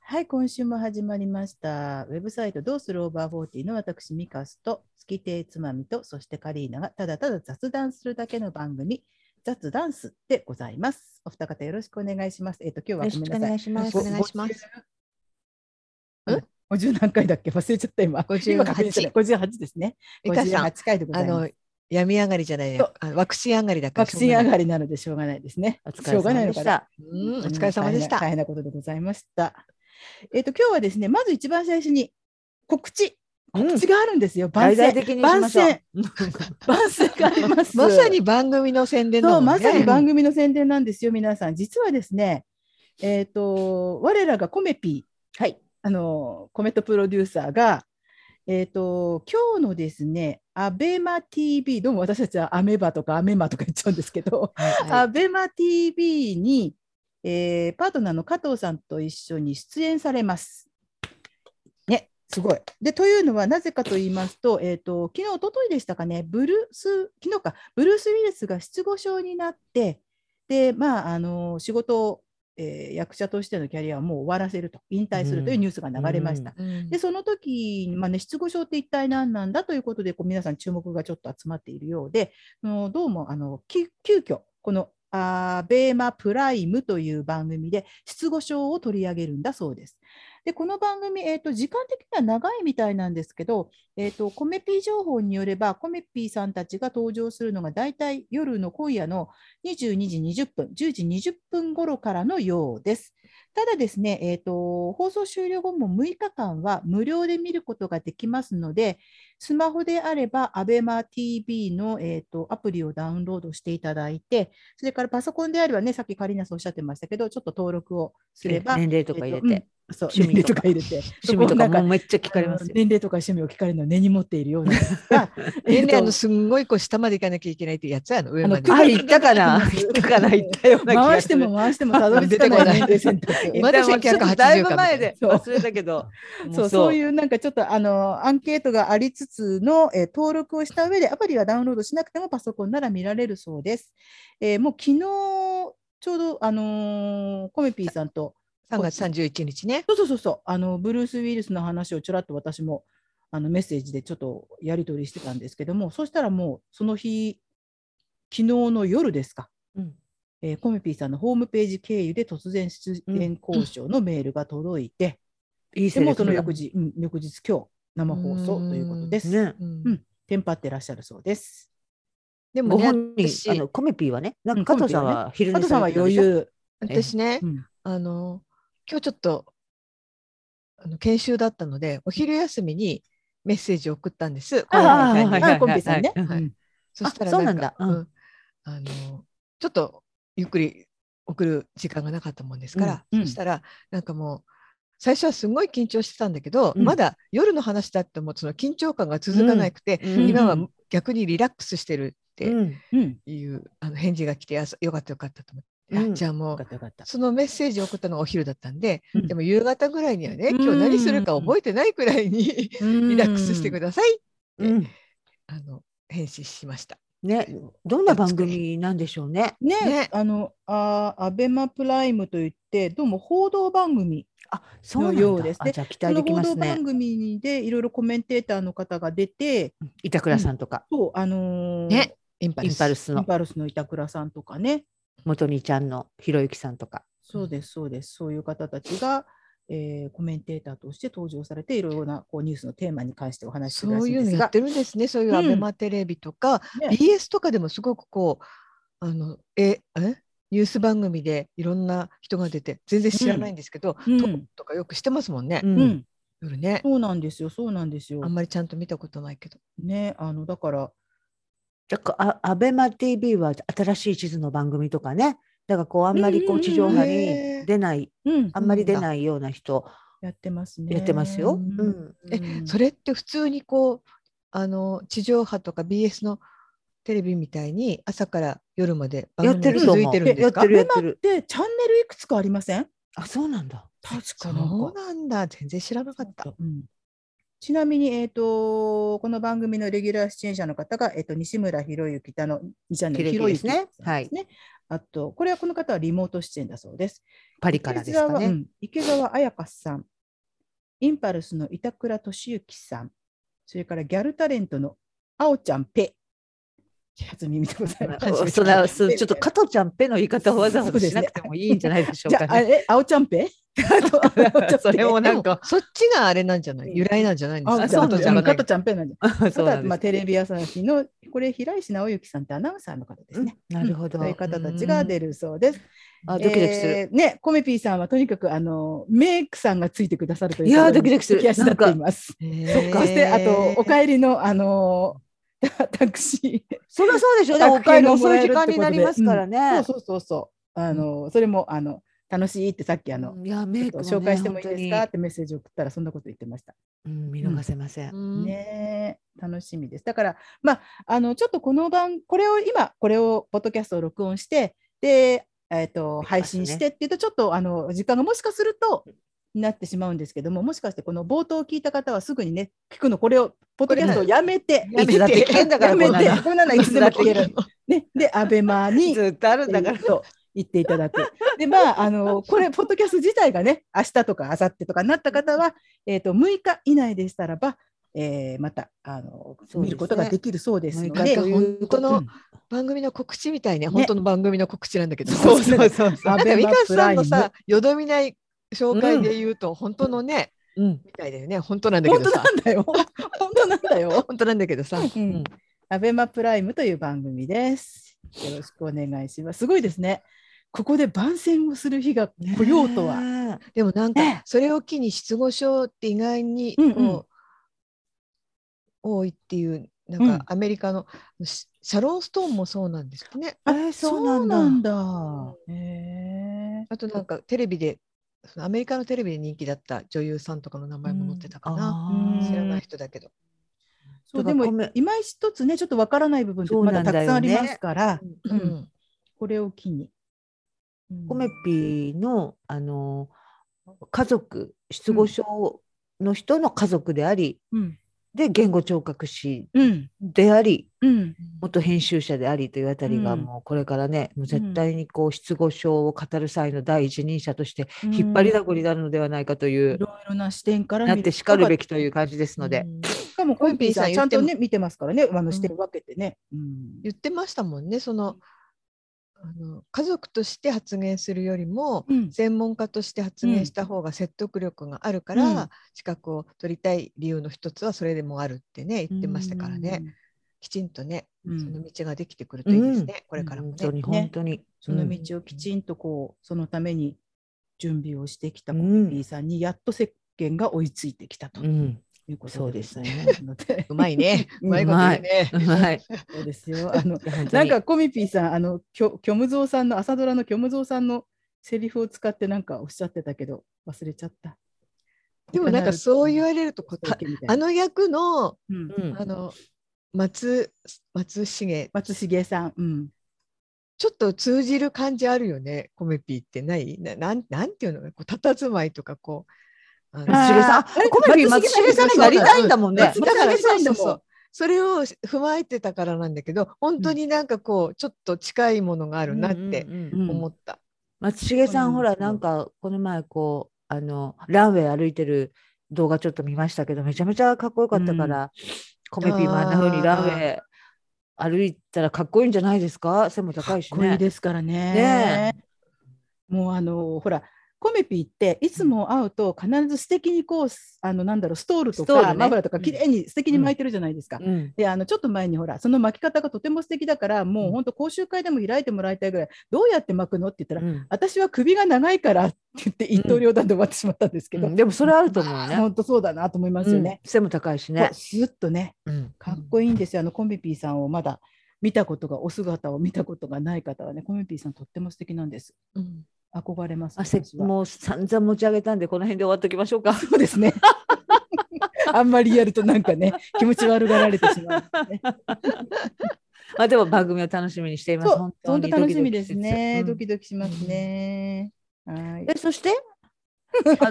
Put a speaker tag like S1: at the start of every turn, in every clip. S1: はい、今週も始まりました。ウェブサイトどうするオーバーフォーティーの私、ミカスと、月亭つまみと、そしてカリーナがただただ雑談するだけの番組、雑ダンスでございます。お二方よろしくお願いします。えっ、と、今
S2: よ
S1: 日は
S2: ろ
S1: ご
S2: し
S1: めん
S2: くお
S1: なさ
S2: 願
S1: い。
S2: いし
S1: ご
S2: ます。お願いします。。
S1: 50ん50何回だっけ忘れちゃった今。
S2: 58
S1: 今確認したね58ですね。
S2: ミカさん、
S1: 58回でござ
S2: あ
S1: います
S2: の。、病み上がりじゃない
S1: そ
S2: や
S1: う。
S2: あのワクチン上がりだから。
S1: ワクチン上
S2: り。
S1: がりなのでしょうがないですね。
S2: お疲
S1: しょうが
S2: れ
S1: な
S2: 様
S1: い
S2: で
S1: のかな
S2: した。うん、お疲れ様でし
S1: 大
S2: た。
S1: 変な大変なことでございました。えっ、と、今日はですね、まず一番最初に告知。
S2: うん
S1: 告知があるんですよ。番
S3: 大
S1: 宣
S3: 々。的にしましょう。
S1: 番宣があります。
S2: まさに番組の宣伝だ
S1: そう、
S2: もんね。
S1: まさに番組の宣伝なんですよ、皆さん。実はですね、えっ、と、我らがコメピー、はい、あの、コメットプロデューサーが、えっ、と、今日のですね、アベマ TV、どうも私たちはアメバとかアメマとか言っちゃうんですけど、
S2: は
S1: ア
S2: い。
S1: ベマ TV に、えーパートナーの加藤さんと一緒に出演されます。ね、すごい。でというのはなぜかと言いますと、えー、と昨日一昨日でしたかね、ブルース昨日かブルース・ウィリスが失語症になって、でまああの仕事を、えー役者としてのキャリアはもう終わらせると引退するというニュースが流れました。
S2: うん
S1: でその時、まあね、失語症って一体何なんだということでこう皆さん注目がちょっと集まっているようであのどうもあのき急遽この「アベーマプライム」という番組で失語症を取り上げるんだそうです。でこの番組、えー、と時間的には長いみたいなんですけど、えー、とコメピー情報によればコメピーさんたちが登場するのが大体夜の今夜の22時20分10時20分頃からのようです。ただですね、えーと、放送終了後も6日間は無料で見ることができますので、スマホであれば、ABEMATV の、えーとアプリをダウンロードしていただいて、それからパソコンであればね、さっきカリーナさんおっしゃってましたけど、ちょっと登録をすれば、
S3: 年齢とか入れて、
S1: えーとうんそう
S3: 趣味とか
S1: 年齢とか入れて、
S3: 趣味
S1: そ
S3: と
S1: こ
S3: か
S1: をな
S3: も
S1: ん
S3: うめっちゃ聞かれます
S1: あの
S3: よ。
S1: 年齢とか趣味を聞かれるのを根に持っているようなんです が、
S2: 年齢あの
S1: えーと
S2: すんごいこう下まで行かなきゃいけないってやつやの上まで
S1: あ。の
S3: あ、行った かな行ったかな行ったような気がする。
S1: 回しても回してもたどり着かない年齢 選択。
S2: まだ1980かみたいな
S3: だいぶ前で
S1: そう
S3: 忘れた けど、も
S1: そうそういうなんかちょっとあのアンケートがありつつの、えー登録をした上でアプリはダウンロードしなくてもパソコンなら見られるそうです。えーもう昨日ちょうどあのーコメピーさんと
S2: 3月31日ね。
S1: そうそうそうそうあのブルース・ウィルスの話をちらっと私もあのメッセージでちょっとやり取りしてたんですけどもそしたらもうその日昨日の夜ですか
S3: うん
S1: えーコメピーさんのホームページ経由で突然出演交渉のメールが届いて、
S3: いい
S1: で
S3: セレ
S1: も
S3: ク
S1: その
S3: トだ
S1: 翌日、うん、翌日今日生放送ということです。
S3: ね。
S2: うん
S1: んテンパってらっしゃるそうです。
S2: でも
S3: ご
S2: ね、
S3: 本人、
S2: 私
S3: あのコメピーはね、な
S1: うんん
S3: か加藤さんは昼
S1: 加
S3: 寝
S1: 藤さんは余裕。
S2: 私ね
S1: う、ん
S2: あの、今日ちょっと、あの研修だったので、お昼休みにメッセージを送ったんです。
S1: ああ
S2: こういうふうに
S3: はい
S1: あコメピーさんね。
S3: はい
S2: はい
S1: うん
S2: そしたら
S3: あそう
S2: な
S3: なんん
S2: か
S3: だ、
S2: うん
S3: う
S2: あのちょっとゆっくり送る時間がなかったもんですから、
S1: うんうん
S2: そしたらなんかもう最初はすごい緊張してたんだけど、
S3: うん
S2: まだ夜の話だってもその緊張感が続かなくて、
S3: うん
S2: 今は逆にリラックスしてるって
S3: うん
S1: うん。
S2: いう、あの返事が来てあそよかったよかったと思って、
S3: うん
S2: あじゃあも
S1: よか
S2: う
S1: ったよかった。
S2: そのメッセージを送ったのがお昼だったんで、
S1: うん
S2: でも夕方ぐらいにはね、
S1: うん
S2: 今日何するか覚えてないくらいにリ
S1: リ
S2: ラックスしてくださいって、
S3: うん
S2: あの返信しました。
S3: ね、どんな番組なんでしょうね。
S1: ね
S2: ね
S1: あのあーアベマプライムといってどうも報道番組
S3: あ、そうなん
S1: の
S3: だ
S1: ようですね
S3: あじゃあ期
S1: そ
S3: 待
S1: の
S3: でき
S1: 報
S3: ます
S1: 道番
S3: ね。
S1: 組でいろいろコメンテーターの方が出て、
S3: 板倉さんとか、
S1: そうあのー
S2: ねインパ
S3: イ
S2: ル
S3: ン
S2: ス
S3: パルス
S1: イン
S3: の
S1: パルスの板倉さんとかね、
S3: 元にちゃんのひろゆきさんとか。
S1: そうです、そうです、そういう方たちが、えーコメンテーターとして登場されて、いろいろなこうニュースのテーマに関してお話しする
S2: そ
S1: ら
S2: う
S1: しい
S2: い
S1: ん
S2: う
S1: で
S2: の
S1: す
S2: やっ
S1: が、
S2: てるんですね。そういう
S1: うん
S2: アベマテレビとか、
S1: ね
S2: BS とかでもすごくこうあのええニュース番組でいろんな人が出て全然知らないんですけど、
S1: うん
S2: トークとかよくしてますもんね。
S3: うん
S1: うん、
S2: 夜ね、
S1: そうなんですよ、そうなんですよ
S2: あん。まりちゃんと見たことないけど。
S1: ね、あのだから、
S3: だからあアベマ TV は新しい地図の番組とかね。だからこうあんまりこ
S1: うんうんう
S3: うん地上波
S2: へ
S3: に
S2: ー
S3: 出ない、
S1: うん、
S3: あんまり出ないような人
S1: やってますね。
S3: やってますよ。
S2: うん
S3: うん
S2: えそれって普通にこうあの地上波とか BS のテレビみたいに朝から夜まで番
S3: や
S2: 組
S3: ってる
S2: が
S3: と
S2: 続い
S3: 思
S2: て
S3: う。
S2: るんで
S3: や
S2: す
S3: っ
S2: か
S3: てるやってる。
S1: で、チャンネルいくつかありません
S3: あ、そうなんだ。
S1: 確かなんか
S2: そうなんだ全然知らなかった。
S1: うんちなみに、えー、とこの番組のレギュラー出演者の方が、えー、と西村博之だの、2チャンネル
S3: ひろゆきですね
S1: ひろゆきさんですねあと、これはこの方はリモート出演だそうです。
S3: パリからですか
S1: 池澤う
S3: ね。
S1: ん池澤彩香さん、インパルスの板倉俊之さん、それからギャルタレントのあおちゃんペ。初耳でございます。
S2: うん
S3: そんなそうちょっと加藤ちゃんペの言い方をわざわざしなくてもいいんじゃないでしょう
S1: じゃ
S3: か
S1: あ、あ
S3: ね。
S1: え、あおちゃんペ あとあおちゃんペ
S3: それも
S2: で
S3: なん
S2: も
S3: か、
S2: そっちがあれなんじゃない由来なんじゃないんで
S1: あ
S2: す
S1: お
S2: か
S1: ちゃん
S3: そ
S1: ペ
S3: うな
S1: う
S3: んじゃない
S1: ん加藤ちゃんペなんじゃん。
S3: そ
S1: た
S3: うな
S1: だ、
S3: んです
S1: まあ、テレビ朝日の、これ、平石直之さんってアナウンサーの方ですね。
S3: なるほど
S1: そう。いう方たちが出るそうです。
S3: あ、ドキドキする。
S1: えーね、コメピーさんはとにかくあのメイクさんがついてくださるという
S3: いやー
S1: ところに
S3: ドキドキする
S1: 駆け足立っています。
S2: そ
S1: そしてあとお
S2: え
S1: 帰りのあのータクシー。
S3: そりゃそうでしょうね。
S1: 宅
S3: お帰
S1: 配
S3: り
S1: がも
S3: 遅
S1: ら
S3: い
S1: え
S3: 時
S1: るってこ
S3: 間
S1: とで
S3: になりますから
S1: そう
S3: ね。
S1: そうそうそう。あのーそれもあの楽しいってさっきあの、
S3: うんいやメ
S1: ちょっ
S3: イ
S1: と
S3: ク
S1: 紹介してもいい
S3: ね
S1: ですかっ、てメッセージを送ったらそんなこと言ってました。
S3: 本当にうん見逃せません。
S1: ねえ楽しみです。だから、まあ、あのちょっとこの番これを今これをポッドキャストを録音してで、えー、と
S3: きますね
S1: 配信してっていうとちょっとあの時間がもしかするとなってしまうんですけどももしかしてこの冒頭を聞いた方はすぐにね聞くのこれをポッドキャストをやめて
S2: ね
S3: いつだって危険だ
S1: や
S3: からこ
S1: め
S3: んな
S1: て
S3: の
S1: こんなのいつでも聞け
S3: いつだ っ
S1: る。ね、でアベマ に
S3: ずっとあるんだから。
S1: と言っていただく。で、まあ、あの、これ、ポッドキャスト自体がね、明日とか明後日とかになった方は、えっ、と、6日以内でしたらば、えーまた、あの、
S3: そうですね
S1: 見ることができるそうですの
S3: 6日
S1: で
S3: と、いうこと
S2: 本当の
S3: うん
S2: 番組の告知みたいね本当の番組の告知なんだけど、
S1: そうそうそう
S3: そ
S2: な
S3: う
S2: んか美香さんのさよどみない紹介で言うと、本当のね
S3: うん。
S2: みたいだよね本当なんだけ
S1: 本
S2: ど
S1: 当
S2: さ
S1: なんだよ。本当なんだよ。
S2: 本当なんだけどさ、
S1: う
S3: うん
S1: ん、アベマプライムという番組です。よろしくお願いします。すごいですね。ここで番宣をする日が来ようとは。
S3: ねえ
S2: でもなん
S3: ね
S2: かそれを機に失語症って意外にこ
S1: う
S2: う、
S1: んうん
S2: 多いっていうなん
S1: うん
S2: かアメリカのシシャロン・ストーンもそうなんですってね。
S3: えーそう
S1: そうな
S3: なんんだ。。
S1: だ。へ
S2: あとなんかテレビでそのアメリカのテレビで人気だった女優さんとかの名前も載ってたかな、
S1: うん
S2: 知らないい人だけど。
S1: そう
S3: だ
S1: で
S3: から
S1: も
S3: ごめん
S1: 今一つねちょっとわからない部分ってまだたくさんありますから、
S2: う
S1: うん
S2: ん
S1: これを機に。うん
S3: コメピーのあの家族失語症の人の家族であり、
S1: うん
S3: で言語聴覚士
S1: うん
S3: であり、
S1: うん
S3: 元編集者でありというあたりが
S1: うん
S3: もうこれからね、
S1: う
S3: もう
S1: ん
S3: 絶対にこう失語症を語る際の第一人者として引っ張りだこに
S1: だ
S3: なるのではないかという、
S1: いろいろな視点から
S3: なってしかるべ
S1: き
S3: きという感じですので、
S2: うん
S1: しかもコメピーさんちゃんと
S2: コメ
S1: ね見てますからねあの
S2: ん
S1: 視点分けてね。うん
S2: 言ってましたもんねそのあの家族として発言するよりも、
S1: うん
S2: 専門家として発
S1: うん
S2: 言した方が説得力があるから、
S1: うん
S2: 資格を取りたい理由の一つはそれでもあるってね言ってましたからね、。きちんとね、
S1: うん
S2: その道ができてくるといいですね、これからも
S3: 本
S2: ね。
S3: 当に本当に、
S1: その道をきちんとこうそのために準備をしてきた
S3: う
S1: コ
S3: ん
S1: メピーさんにやっと石鹸が追いついてきたと
S3: うんうん
S1: いうこと
S3: そうです
S1: ござ
S3: ね
S1: いますので
S2: うまいね。
S1: う
S2: うんまいこと言うね。
S3: はい、
S1: そうですよあの
S3: な
S1: なんん
S3: か
S1: かコミピーさん、あの、きょ、虚無蔵さんの朝ドラの虚無蔵さんの。セリフを使って、なんかおっしゃってたけど、忘れちゃった。
S2: でもなんかそう言われるとこう
S1: そう
S2: た
S1: 言ってみたい
S2: あの役の
S1: うん
S3: うん
S2: あの松松重
S1: 松重さん、うん、
S2: ちょっと通じる感じあるよねコメピーってないななんなんていうのこう佇まいとかこうあの
S1: あ
S3: 松重さん
S1: あー
S3: コメピー松重さんになりたいんだもんね
S1: 松
S2: だから
S1: 重さんだもん
S2: そうそうそうそれを踏まえてたからなんだけど本当になんかこうちょっと近いものがあるなって
S3: うんうんうん
S1: うん
S2: 思った。
S3: 松重さ
S1: そうんな
S3: ほ
S1: んですよ
S3: らなんかこの前こうあのランウェイ歩いてる動画ちょっと見ましたけどめちゃめちゃかっこよかったから、コメピーもあんな風にランウェイ歩いたらかっこいいんじゃないですか背も高いし
S1: これ
S3: ね。
S1: ですからね。
S3: ね
S1: もう、あの、ほら。コメピーっていつも会うと必ず素敵にこうあのなんだろうストールと
S3: ストール
S1: か
S3: ね
S1: マフラーとか
S3: うん
S1: 綺麗に素敵に巻いてるじゃないですか。
S3: うん
S1: であのちょっと前にほらその巻き方がとても素敵だからもう本当講習会でも開いてもらいたいぐらいどうやって巻くのって言ったら
S3: うん
S1: 私は首が長いからって言って一刀両断で終わってしまったんですけど、
S3: うんでもそれあると思うよね。
S1: 本当そうだなと思いますよね。
S3: うん背も高いし
S1: こ
S3: ね
S1: う。スーッとねかっこいいんですよ、あのコンビピーさんをまだ見たことがお姿を見たことがない方はねコンビピーさんとっても素敵なんです
S2: うん
S1: 憧れます
S3: あせ
S1: 私は
S3: もう散々持ち上げたんでこの辺で終わっときましょ うか。
S1: そうですねあんまりやるとなんかね気持ち悪がられてしまうんですね
S3: まあでも番組を楽しみにしています。
S1: そう本当
S3: に
S1: 楽しみですね
S3: ド
S1: ド
S3: キドキし
S1: キドキしますね、はい
S3: つつえそして あ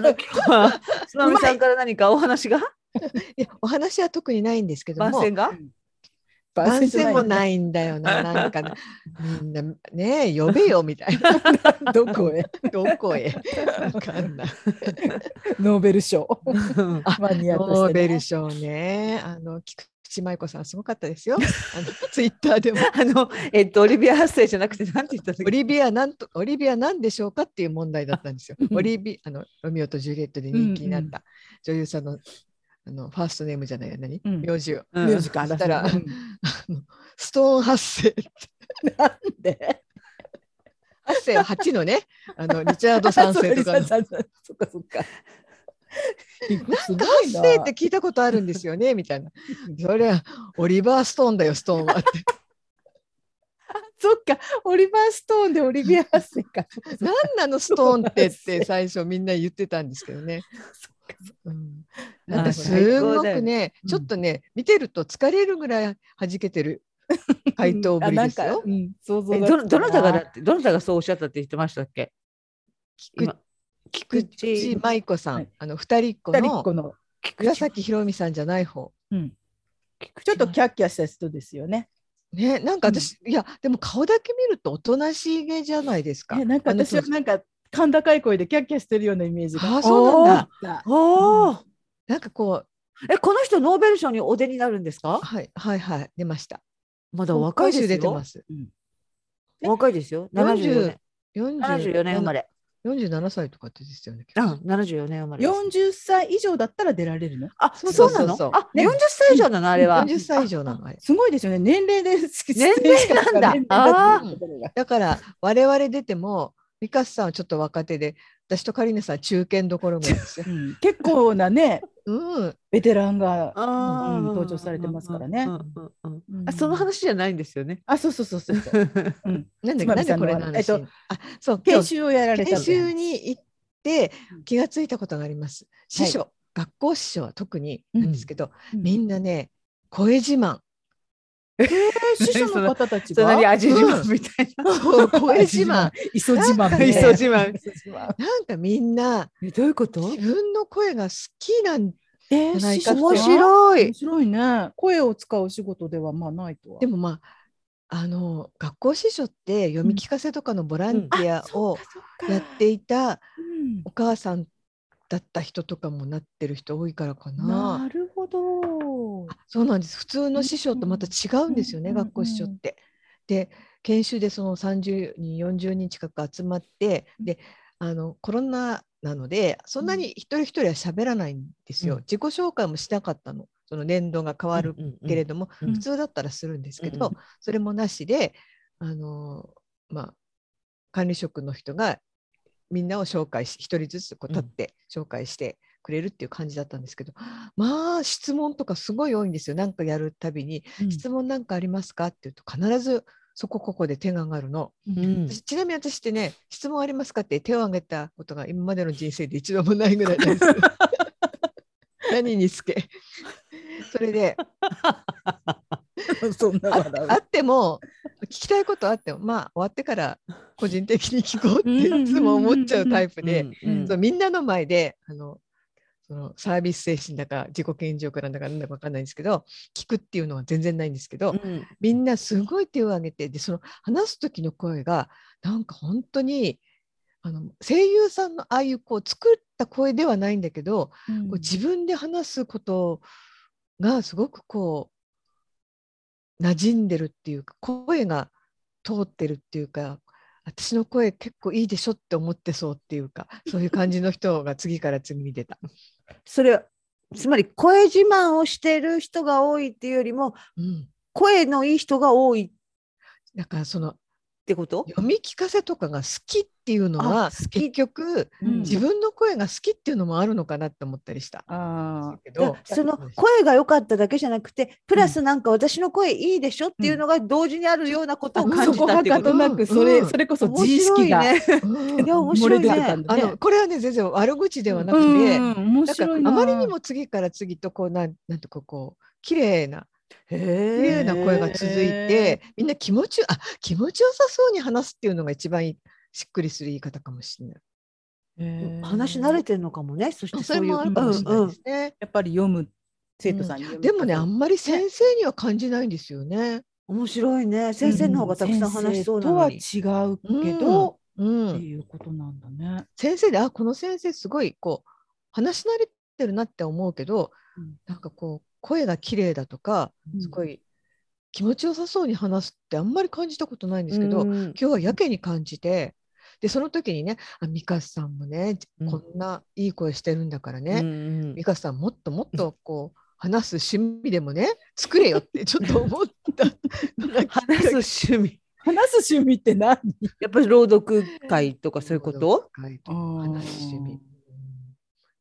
S3: の今日はつまみさんから何かお話が
S2: いやお話は特にないんですけど
S3: 番
S2: も
S3: 宣が
S1: うん
S2: 番宣も
S1: い。
S2: ないんだよな、なんかね、みんな、ねえ、呼べよみたいな、
S1: どこへ
S2: どこへ、わかんない。
S1: ノーベル賞。
S3: あ
S1: マニアとして、ね。
S2: ノーベル賞ね、あの菊池舞子さん、すごかったですよ、あの ツイッタ ーでも。
S3: の、えっと、オリビア発生じゃなくて、なんて言ったんだっ
S2: オ
S3: け
S2: リビアなんとオリビアなんでしょうかっていう問題だったんですよ
S1: う。ん
S2: オリビあのロミオとジュリエットで人気になった女優さんのあのファーストネームじゃないよ何、
S1: うん
S2: 名字を。
S3: う
S1: ミ
S3: ん
S1: ュージカル
S2: そしたら
S1: うん
S2: あのストーン発生
S1: なんで
S2: 発生8のねあ のリチャード三世とかの
S1: そっかそっか。
S2: なんか
S1: す
S2: 発
S1: ごい
S2: 生
S1: な
S2: って聞いたことあるんですよねみたいな。それはオリバーストーンだよストーンはって。
S1: そっか、オリバー・ストーンでオリビア・ハッセン か。
S2: 何なのストーンってって最初みんな言ってたんですけどね。うん
S3: まあ
S2: なんかすごくね、
S1: うん
S2: ちょっとね、見てると疲れるぐらい弾けてる回答ぶりです
S1: あなん
S2: よ
S1: か。うん、想像
S3: え
S1: が
S3: ど、どなたがだ
S1: つか
S3: って、どなたがそうおっしゃったって言ってましたっけ。
S2: 菊
S3: 今
S2: 菊池舞子さ
S1: は
S2: ん
S1: い、
S2: あの二人っ子
S1: な二人っ
S2: の
S1: 子の、
S3: 菊池
S2: 紫ひろみさんじゃない方。
S1: うん、
S3: 菊池
S1: ちょっとキャッキャした人ですよね。
S2: ね、なんか私、いや、でも顔だけ見るとおとなしげじゃないですか。
S1: えなんか
S2: あの
S1: 私はなんか、甲高い声でキャッキャしてるようなイメージが。
S2: あそうなんだ。
S1: だ。
S3: おー
S2: なんかこう、
S3: え、この人ノーベル賞にお出になるんですか。
S2: はい、はい、はい、出ました。
S3: まだお若いです
S2: 今週
S3: よ。
S2: 出てます。
S3: お若いですよ。
S2: 40
S3: 74
S2: 40
S3: 年。74年生まれ。
S2: 47歳とかってですよね。
S3: うん、74年生まれです。
S1: 40歳以上だったら出られるの
S3: あ、
S2: そう
S3: そう
S2: そう
S3: なの
S2: そう
S3: あ、
S1: ね
S3: 40歳以上なのあれは。
S2: 40歳以上なのあれ。
S1: すごいですよね。年齢で
S3: 年齢なんだ
S1: 年齢だっていうところが。
S2: だから我々出てもミカスさんはちょっと若手で私とカリネさんは中堅どころもですよ
S1: うん結構なね、
S2: うん、
S1: ベテランが。
S3: あー
S1: うん登場されてますからね
S3: うんうんうんうん
S1: うん
S3: あ、その話じゃないんですよね。
S1: あ、そうそうそうそうそう。うん、
S2: なんで
S1: つまみ
S2: なん
S1: さ
S2: で
S1: ん
S2: こ
S1: の
S2: れの話、
S1: えっと
S2: あそう
S1: 研修をやられ
S2: 今日
S1: た
S2: 研
S1: の
S2: 修に行って気がついたことがあります。師匠、学校師匠は特になんですけど、
S1: うん
S2: みんなね声自慢、
S1: え師匠の方たち
S3: そんなに
S1: が。
S3: 味自慢みたいな。
S2: 声自慢、
S1: 磯自慢
S2: なんかね
S3: 磯自慢
S1: 磯自慢
S2: なんかみんな
S3: え、どういうこと
S2: 自分の声が好きなん
S1: え
S2: じゃない
S1: 師
S2: か
S1: 匠
S2: っ
S1: 面
S2: て
S3: 面
S1: 白い。
S3: 白い
S1: 面。白いね。声を使うお仕事ではまあないとは。
S2: でもまああの学校師匠って読み聞かせとかのボランティアをやっていた、
S1: うん
S2: お母さんだった人とかもなってる人多いからかな。
S1: なるほど。
S2: そうなんです普通の師匠とまた違うんですよね、
S1: うんうん
S2: 学校師匠って。で研修でその30人40人近く集まってであのコロナなのでそんなに一人一人は喋らないんですよ、
S3: うん
S2: 自己紹介もしなかったのその年度が変わるけれ
S3: ど。
S2: ども、
S3: うんうん
S2: 普通だったらするんですけ
S3: うんう
S2: ど、それもなしであのまあ管理職の人がみんなを紹介し一人ずつこう
S3: うん
S2: 立って紹介してくれるっていう感じだったんですけど、まあ質問とかすごい多いんですよなんかやるたびに「
S3: うん
S2: 質問なんかありますか?」って言うと必ずそこここで手が上がるの、
S3: うん
S2: 私ちなみに私ってね「質問ありますか?」って手を挙げたことが今までの人生で一度もないぐらいなんで すよ何につけそれで
S1: そんな
S2: あ
S1: 笑う
S2: あっても聞きたいことあってもまあ終わってから個人的に聞こうって
S1: うん
S2: いつも思っちゃうタイプで、
S3: うんうん
S2: そうみんなの前であのそのサービス精神だか自己顕示欲なんだかなんだか分かんないんですけど聞くっていうのは全然ないんですけど、
S3: うん
S2: みんなすごい手を挙げてでその話す時の声がなんか本当にあの声優さんのああいうこう作った声ではないんだけど、こう自分で話すことがすごくこう馴染んでるっていうか声が通ってるっていうか私の声結構いいでしょって思ってそうっていう かそういう感じの人が次から次に出た。
S3: それはつまり声自慢をしてる人が多いっていうよりも
S2: うん、
S3: 声のいい人が多いっ
S2: だからその
S3: てこと
S2: 読み聞かせとかが好きっていうの
S3: あ
S2: は
S3: 好
S2: 結
S3: き
S2: 局
S1: うん
S2: 自分の声が好きっていうのもあるのかなって思ったりした。
S1: ああ
S2: け
S3: だ
S2: ど
S3: からその声が良かっただけじゃなくてプラスなんか私の声いいでしょっていうのが同時にあるようなことを
S2: うん
S3: 感
S1: そ
S3: じ
S1: こ
S3: た
S1: は
S3: っていう
S1: か
S3: ことと。
S1: な
S2: う
S1: く
S2: ん
S1: それそれこそ自意識が
S3: 面白いね
S2: うん
S3: いや面
S1: 漏
S3: 白
S1: れ
S3: い
S1: 出て
S3: ね
S1: たん。
S2: あ
S1: だね
S2: の。これはね全然悪口ではなくて、
S1: うんうん面
S2: だか
S1: 白
S2: ら
S1: いな
S2: あまりにも次から次とこうなんなんとかこう綺麗な綺麗
S3: へ
S2: な声が続いて、みんな気持ちよあ気持ちよさそうに話すっていうのが一番いいしっくりする言い方かもしれない。
S1: へー
S3: 話慣れてるのかもね。そして
S2: そ
S3: そう
S2: れ
S3: いう
S2: もあるかもしれないですね。
S1: やっぱり読む生徒さんに、
S2: でもねあんまり先生には感じないんですよね。
S3: 面白いね。先生の方がたくさん話しそうなのに。
S1: 先生とは違うけど、
S2: うん
S1: っていうことなんだね。
S2: 先生であこの先生すごいこう話し慣れてるなって思うけど、
S1: うん
S2: なんかこう声が綺麗だとか
S1: うん
S2: すごい気持ちよさそうに話すってあんまり感じたことないんですけど、
S3: うん
S2: 今日はやけに感じてでその時にねあミカさんもね
S3: うん
S2: こんないい声してるんだから
S3: うん
S2: ね、
S3: うん
S2: ミカさんもっともっとこう話す趣味でもね作れよ ってちょっと思った。
S3: 話す趣味。
S1: 話す趣味って何？
S3: やっぱり朗読会とかそういうこと
S2: 話す趣味。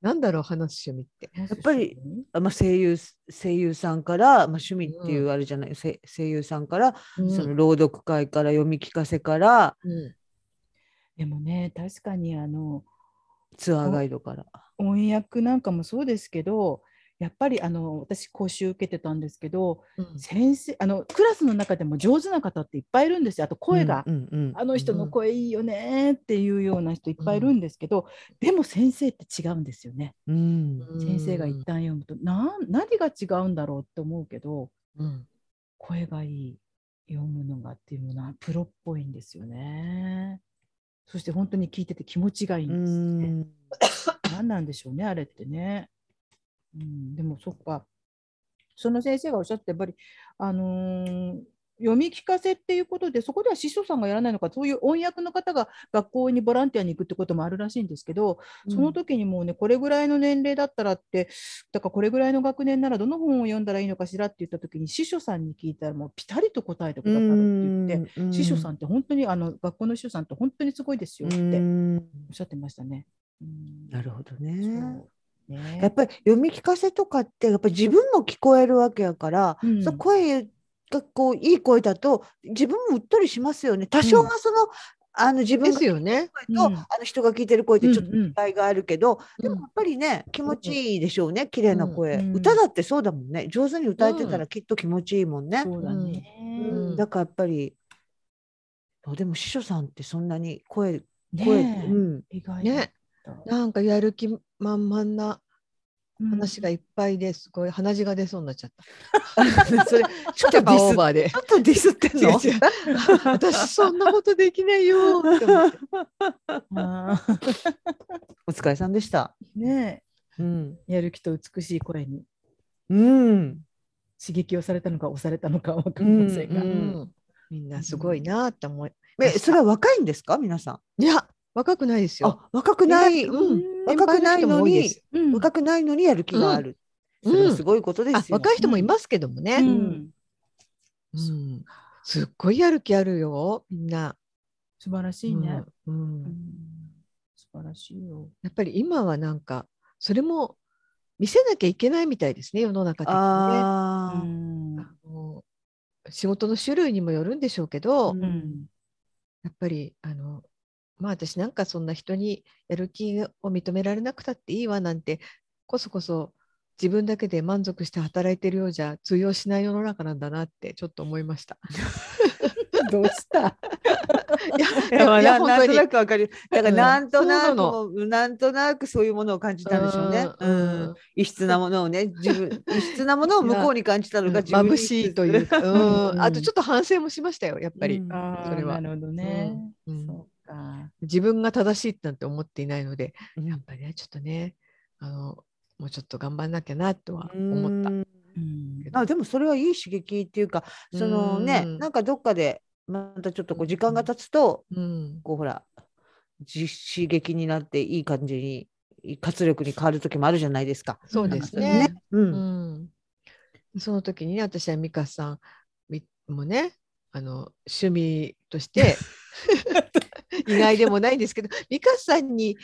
S2: なんだろう話す趣味って。
S1: や
S3: っぱり、あまあ、声優声優さんから、まあ、趣味っていうあれじゃない、せ声優さんから、その朗読会から読み聞かせから
S2: うん
S1: でもね確かにあの
S3: ツアーガイドから。
S1: 音訳なんかもそうですけど。やっぱりあの私講習受けてたんですけど
S2: うん
S1: 先生あのクラスの中でも上手な方っていっぱいいるんですよあと声が、
S3: うんうんうん
S1: あの人の声いいよねっていうような人いっぱいいるんですけど、でも先生って違うんですよね、
S3: うん
S1: 先生が一旦読むとなん何が違うんだろうって思うけど
S2: うん
S1: 声がいい読むのがっていうものはプロっぽいんですよねそして本当に聞いてて気持ちがいいん
S3: う
S1: ですね、
S3: ん
S1: 何なんでしょうねあれってね、うん、でもそっかその先生がおっしゃってやっぱりあのー読み聞かせっていうことでそこでは師匠さんがやらないのかそういう翻訳の方が学校にボランティアに行くってこともあるらしいんですけどその時にもうねこれぐらいの年齢だったらってだからこれぐらいの学年ならどの本を読んだらいいのかしらって言った時に師匠さんに聞いたらもうピタリと答えてくださるって言って、
S3: うん
S1: 師匠さんって本当にあの学校の師匠さんって本当にすごいですよって
S3: う
S1: おっ
S3: ん
S1: しゃってましたね。うん
S3: なるほどね。
S1: そうね
S3: やっぱり読み聞かせとかってやっぱり自分も聞こえるわけやから、
S1: うん
S3: そう声がこういい声だと自分もうっとりしますよね。多少はその、あの自分
S2: で
S3: が
S2: す
S3: 聞いてる
S2: よね。
S3: 声と、
S1: うん
S3: あの人が聞いてる声ってちょっと
S1: うんうん
S3: 違いがあるけど、でも
S2: うん
S3: やっぱりね気持ちいいでしょうね綺麗な声、
S1: うん
S3: 歌だってそうだもんね上手に歌えてた
S2: う
S3: らきっと気持ちいいもんね。
S1: そうだね。
S2: うん
S3: だからやっぱりあでも師匠さんってそんなに声声、
S1: ねえ
S3: うん、
S1: 意外だっ
S2: ね、
S1: た
S2: なんかやる気満々な
S1: うん
S2: 話がいっぱいですごい鼻血が出そうになっちゃった。
S3: それちょっ
S2: キ
S3: と
S2: ャ
S3: デ
S2: パオ
S3: ィ
S2: ー
S3: ス
S2: バーで
S3: ち。ょっとディスってんの
S2: 違う違う 私そんなことできないよって思って。
S1: あー
S3: お疲れさんでした。
S1: ね
S3: うん、
S1: やる気と美しい声に
S3: うん、
S1: 刺激をされたのか押されたのかわかりませんが、
S3: う
S2: うんんみんなすごいなって思い。
S3: えそれは若いんですか皆さん。
S2: いや若くないですよ。
S3: あ若くない、
S2: 意外と
S3: うん
S1: うん
S3: 若くないのに
S1: うん
S3: 若くないのにやる気がある。
S2: うん
S3: それはすごいことで
S2: あ
S3: すよ。
S2: 若い人もいますけども
S1: う
S2: ね。
S1: ん
S2: うんすっごいやる気あるよみんな。
S1: 素晴らしいね。
S2: うん
S1: う
S2: うん
S1: ん素晴らしいよ。
S2: やっぱり今はなんかそれも見せなきゃいけないみたいですね世の中的にね。
S3: あー
S1: うん
S2: あの仕事の種類にもよるんでしょうけど、
S3: うん
S1: うん
S2: やっぱりあのまあ私なんかそんな人にやる気を認められなくたっていいわなんてこそこそ自分だけで満足して働いてるようじゃ通用しない世の中なんだなってちょっと思いました。
S1: どうした？
S2: いや
S3: いや
S2: いや
S3: なな
S2: 本当
S3: んと
S2: に
S3: なくわかる。だからなんとな
S2: そうな
S3: くもう、なんとなくそういうものを感じたんでしょうね。
S2: うん
S3: うん
S2: うん
S3: 異質なものをね、自分、異質なものを向こうに感じたのが自分に
S2: 眩しいというか、
S1: う
S2: うんん、あとちょっと反省もしましたよやっぱり、
S3: うん
S1: あー
S2: それは
S1: なるほどね。
S2: うん
S1: そうか。
S2: 自分が正しいなんて思っていないので
S3: うん
S2: やっぱりねちょっとねあのもうちょっと頑張んなきゃなとは思った。
S1: うん
S3: あ、でもそれはいい刺激っていうか、そのね、
S2: うん
S3: なんかどっかで、またちょっとこう時間が経つと、
S2: うん
S3: こうほら、じ刺激になっていい感じに、いい活力に変わる時もあるじゃないですか。
S2: そうです
S1: なん
S2: ね
S1: か。
S3: う。
S2: うんん、その時にね私は美香さんみもねあの趣味として 意外でもないんですけど美香さんに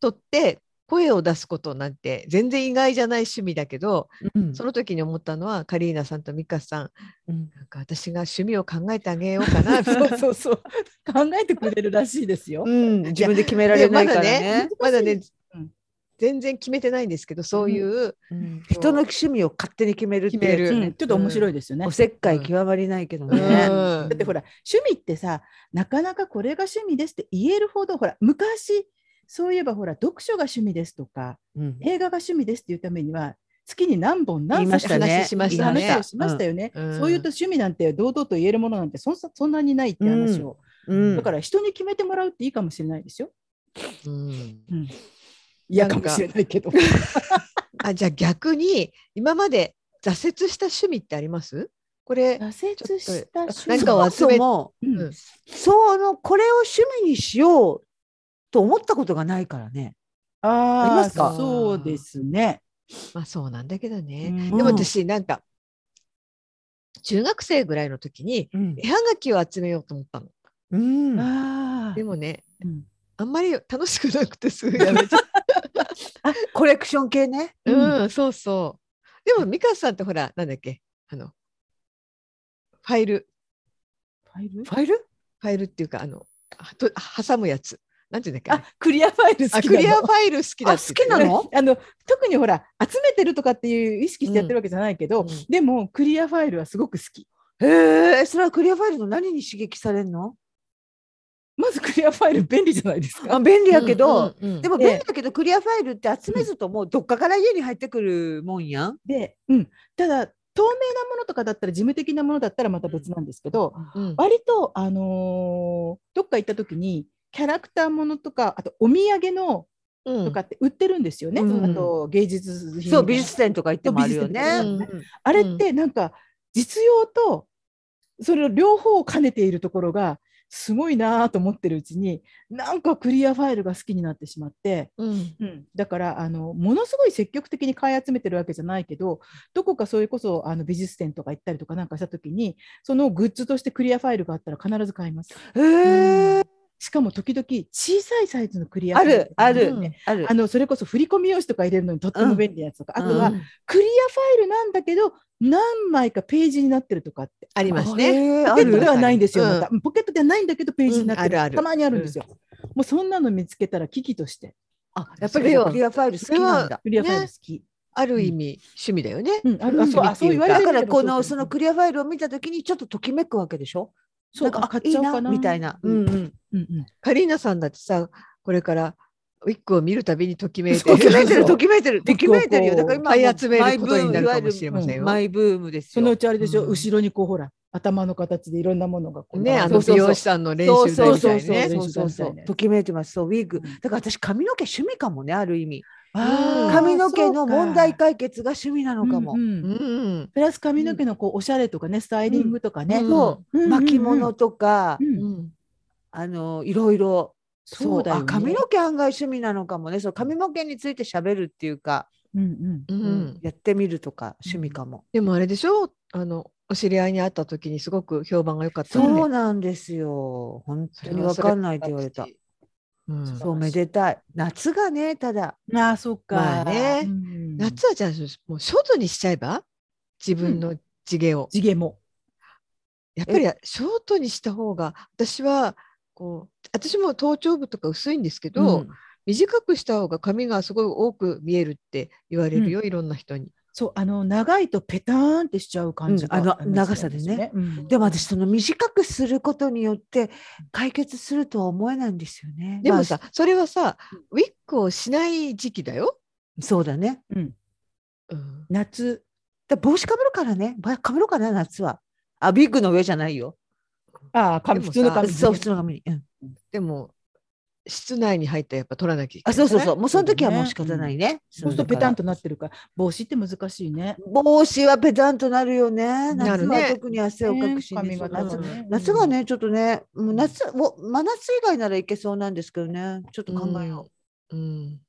S2: とって声を出すことなんて全然意外じゃない趣味だけど
S3: うん
S2: その時に思ったのはカリーナさんと美香さん
S3: うん
S2: なんか私が趣味を考えてあげようかな
S1: そうそうそう。考えてくれるらしいですよ
S3: う。ん、自分で決められないからね。
S2: まだねまだね
S1: うん
S2: 全然決めてないんですけどそういう
S3: うん人の趣味を勝手に決めるって
S2: 決める
S1: う
S2: うん
S1: んちょっと面白いですよね
S3: お。せっかい極まりないけど
S2: うん
S3: ね。
S1: だってほら趣味ってさなかなかこれが趣味ですって言えるほどほら昔そういえばほら読書が趣味ですとか
S3: うん
S1: 映画が趣味ですっていうためには月に何本何
S3: 言いましたね
S2: 話しま
S1: っ
S2: してた
S3: 言い
S1: 話
S2: ね
S1: を。しましたよね。
S2: うん
S1: そういうと趣味なんて堂々と言えるものなんてそんそんなにないって話を、
S3: うん
S1: だから人に決めてもらうっていいかもしれないですよ。
S2: うん
S1: うん、嫌かもしれないけど。
S2: あじゃあ逆に今まで挫折した趣味ってありますこれ
S1: 挫折した
S2: ちょっと
S1: 瞬
S2: 何
S1: 間
S2: か
S3: そ
S2: を集
S3: もそ
S2: め
S3: も
S1: うん
S2: うん
S3: そのこれを趣味にしようと思ったことがないからね。
S1: あ
S3: あり
S1: り
S3: ま
S1: ますす
S3: か
S1: かそうですね。
S2: まあそうなんだけどね。
S1: で
S2: で
S1: も
S2: も私なんか中学生ぐらいの時に
S3: うん
S2: 絵はがきを集めようと思ったの。
S3: うん、
S1: あ
S2: でもね
S1: うん
S2: あんまり楽しくなくてすぐやめ ちゃっ
S3: コレクション系ね。
S2: た。
S1: うん
S2: うんそうそう。でも美香さんってほらなんだっけあのファイル
S1: ファイル
S3: ファイル
S2: ファイルっていうかあのはと挟むやつなんていうんだっけあ
S1: あクリアファイル好きなの
S2: あクリアファイル好きだ
S3: あ好
S2: って
S3: き
S2: 言
S3: な
S2: ってたね
S3: の
S1: あの特にほら集めてるとかっていう意識してやってるわけじゃないけど、
S2: うんうん
S1: でもクリアファイルはすごく好き
S3: へえそれはクリアファイルの何に刺激されるの
S1: まずクリアファイル便利じゃないですか
S3: あ便利やけど、
S2: うんうんうん
S3: でも便利だけどクリアファイルって集めずともうどっかから家に入ってくるもんやん。
S1: で、うん、ただ透明なものとかだったら事務的なものだったらまた別なんですけど、
S2: うん
S1: 割と、あのーどっか行った時にキャラクターものとかあとお土産の
S2: うん
S1: とかって売ってるんですよね、
S3: うん
S1: あと芸術品
S3: そう美術展とか行ってもあるよね。
S1: そう美術展とか
S2: ん
S1: あれってなんか実用とそれを両方を兼ねているところがすごいなぁと思ってるうちになんかクリアファイルが好きになってしまって、
S2: うん
S1: だからあのものすごい積極的に買い集めてるわけじゃないけどどこかそれこそあの美術展とか行ったりとかなんかした時にそのグッズとしてクリアファイルがあったら必ず買います。
S3: へえ
S1: しかも時々小さいサイズのクリア
S3: あ
S1: ファイル
S3: るある、
S2: うん
S3: ある
S1: あ。のそれこそ振り込み用紙とか入れるのにとっても便利なやつとか、
S3: うん
S1: あとは
S2: うん
S1: クリアファイルなんだけど何枚かページになってるとかって
S2: あります
S3: へ
S2: ね。
S3: え
S1: ポ
S3: あ
S1: ケットで
S3: る
S1: はないんですよ、
S2: うん
S1: またポケットではないんだけどページになってる、
S2: うんあるある
S1: たまにあるんですよ、もうそんなの見つけたら危機として
S3: あやっぱりクリアファイル好きなんだ。
S1: クリアファイル好き、
S2: ある意味趣味だよね。
S1: うんあるあそうあそう言われ
S3: だ
S1: てみ
S3: か
S1: れば
S3: らこの
S1: そ
S3: そうのクリアファイルを見た時にちょっとときめくわけでしょ
S1: そう
S3: なんか
S1: あ買
S3: あ
S1: っ
S3: い
S1: ち
S3: い
S1: ゃおうかな
S3: なみたいな、
S1: うん
S3: うんうん、
S1: うんうん
S2: カリーナさんだってさこれからウィッグを見るたびにときめいて
S1: そう
S3: と
S1: そ
S3: き
S1: う
S3: めいて
S1: そう
S3: るときめいてるときめいてるよだから今
S2: 買い集め
S3: マイ
S2: る
S3: ブ
S2: こと
S3: ー
S2: に
S3: ム
S2: ないる
S3: わ
S2: か
S3: ゆ
S2: もしれません
S3: る
S2: よ。
S3: マイブームです
S1: その
S3: よ
S1: うちあれでしょ、
S2: うん
S1: 後ろにこうほら頭の形でいろんなものがこう
S2: ねあ
S1: そ
S2: の
S1: うそ
S2: 美
S1: う
S2: 容師さんの練習台
S3: そう
S2: み
S3: そ
S2: た
S3: う
S2: い
S3: そう
S2: ね。
S3: そうそうそう
S1: 練習台みたいな
S3: ときめいてますそうウィッグ
S1: うん
S3: だから私髪の毛趣味かもねある意味
S1: あー
S3: 髪の毛の問題
S1: そう
S3: 解決が趣味なのかも
S1: うんうん
S2: うん
S1: プラス髪の毛のこうおしゃれとかねスタイリングとかね、
S2: うん
S3: そう
S1: うんうんうん
S3: 巻物とか
S1: うん
S2: うん
S3: あのいろいろ
S1: そうだよ、ね、
S3: あ髪の毛案外趣味なのかもねそう髪の毛について喋るっていうか
S1: うんうん
S2: う
S3: うん
S2: ん
S3: やってみるとか趣味かも
S2: でもあれでしょあのお知り合いに会った時にすごく評判が良かったの
S3: そう
S2: ね。
S3: なんですよ。本
S2: そ
S3: 当
S2: れ
S3: に
S2: は
S3: わ
S2: それ
S3: かんないって言われた。
S2: うん
S1: そう
S3: そう、めでたい。夏がね、ただ。
S1: ああ、そっか。
S2: まあね
S1: うん
S2: 夏はじゃあもうショートにしちゃえば自分の地毛を。
S1: 地毛も。
S2: やっぱりショートにした方が私はこう私も頭頂部とか薄いんですけど、
S3: うん
S2: 短くした方が髪がすごい多く見えるって言われるよ、いろんな人に。
S1: そう、あの長いとペターンってしちゃう感じが、
S3: うんあの
S1: ります
S3: 長さでね。
S1: うん
S3: でも私、その短くすることによって解決するとは思えないんですよね。
S2: で
S3: ま
S2: も
S3: あ
S2: さ、それはさウィッグをしない時期だよ。
S3: そうだね。
S1: うん
S2: うん
S1: 夏。
S3: だ帽子かぶるからね。ばかぶろうかな、夏は。あ、ビッグの上じゃないよ。
S1: ああ、髪
S2: で
S1: 普
S2: も
S1: 通の
S2: さ
S1: 髪。
S3: そう、普通の髪に。うん
S2: でも室内に入ったらやっぱ取らなきゃいけ
S3: あ、
S2: ないか
S3: そ
S2: ら
S3: う
S2: ね。
S3: そうそう。もうその時は
S1: そうだね
S3: もう仕方ないね。
S1: そうするとペタンとなってるから、帽子って難しいね。
S3: 帽子はペタンとなるよね。
S1: な
S3: 夏
S2: るね
S3: は特に汗をかくしね、
S1: ね髪
S3: そ
S1: が
S3: う夏
S1: 長
S2: う
S1: く
S2: ん
S1: ね
S3: 夏が。ね、ちょっとね、もう夏、お真夏以外ならいけそうなんですけどね、ちょっと考えよう。
S2: うん。うん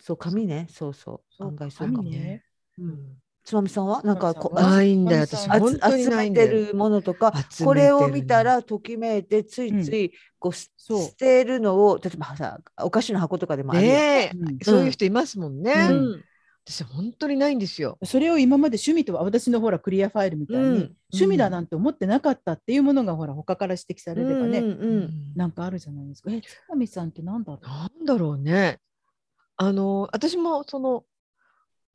S3: そう、髪ね、そうそう、
S1: そう
S3: 案外そうか
S1: 髪
S3: も。
S1: ね。
S3: うんつまみさんは、なんかこう、
S1: つまみさんは
S3: あ
S2: ないんだよ
S1: 神
S2: 私
S1: さん
S2: 本当
S3: 集
S2: に
S3: 集
S2: ない
S3: め
S2: んだ
S3: て
S2: よ。
S3: るものとか、
S2: 集めてる
S3: これを見たらときめいて、ついついこうす
S1: そう
S3: 捨てるのを、例えばさ、お菓子の箱とかでもあるよ。
S2: ねえ、
S1: うん
S2: そういう人いますもんね。
S1: う
S3: うん
S2: 私本当にないんですよ。
S1: それを今まで趣味とは私のほらクリアファイルみたいに、
S3: うん
S1: 趣味だなんて思ってなかったっていうものがほら他から指摘されればね、
S3: うんうんうん
S1: なんかあるじゃないですか。え、つかみさんってなんだろう。
S2: なんだろうね。あの私もその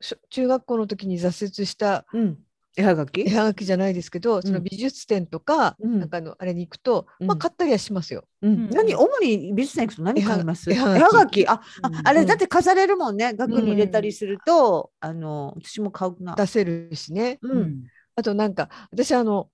S2: しょ中学校の時に挫折した
S3: うん絵はがき
S2: 絵はがきじゃないですけど、その美術展とか、
S3: うん
S2: なんかあのあれに行くと、ま
S3: う
S2: あ
S3: ん
S2: 買ったりはしますよ。
S3: うん、何
S1: う
S3: 主に美術展行くと何買います
S2: 絵
S3: 絵
S2: は
S3: は
S2: 絵はが
S3: が
S2: き
S3: きああ
S1: うん
S3: あ
S2: う
S3: れ
S2: ん
S3: だって飾れるもんね額に入れたりすると、あの私も買うな。
S2: 出せるしね。
S3: うん
S2: あとなんか私あの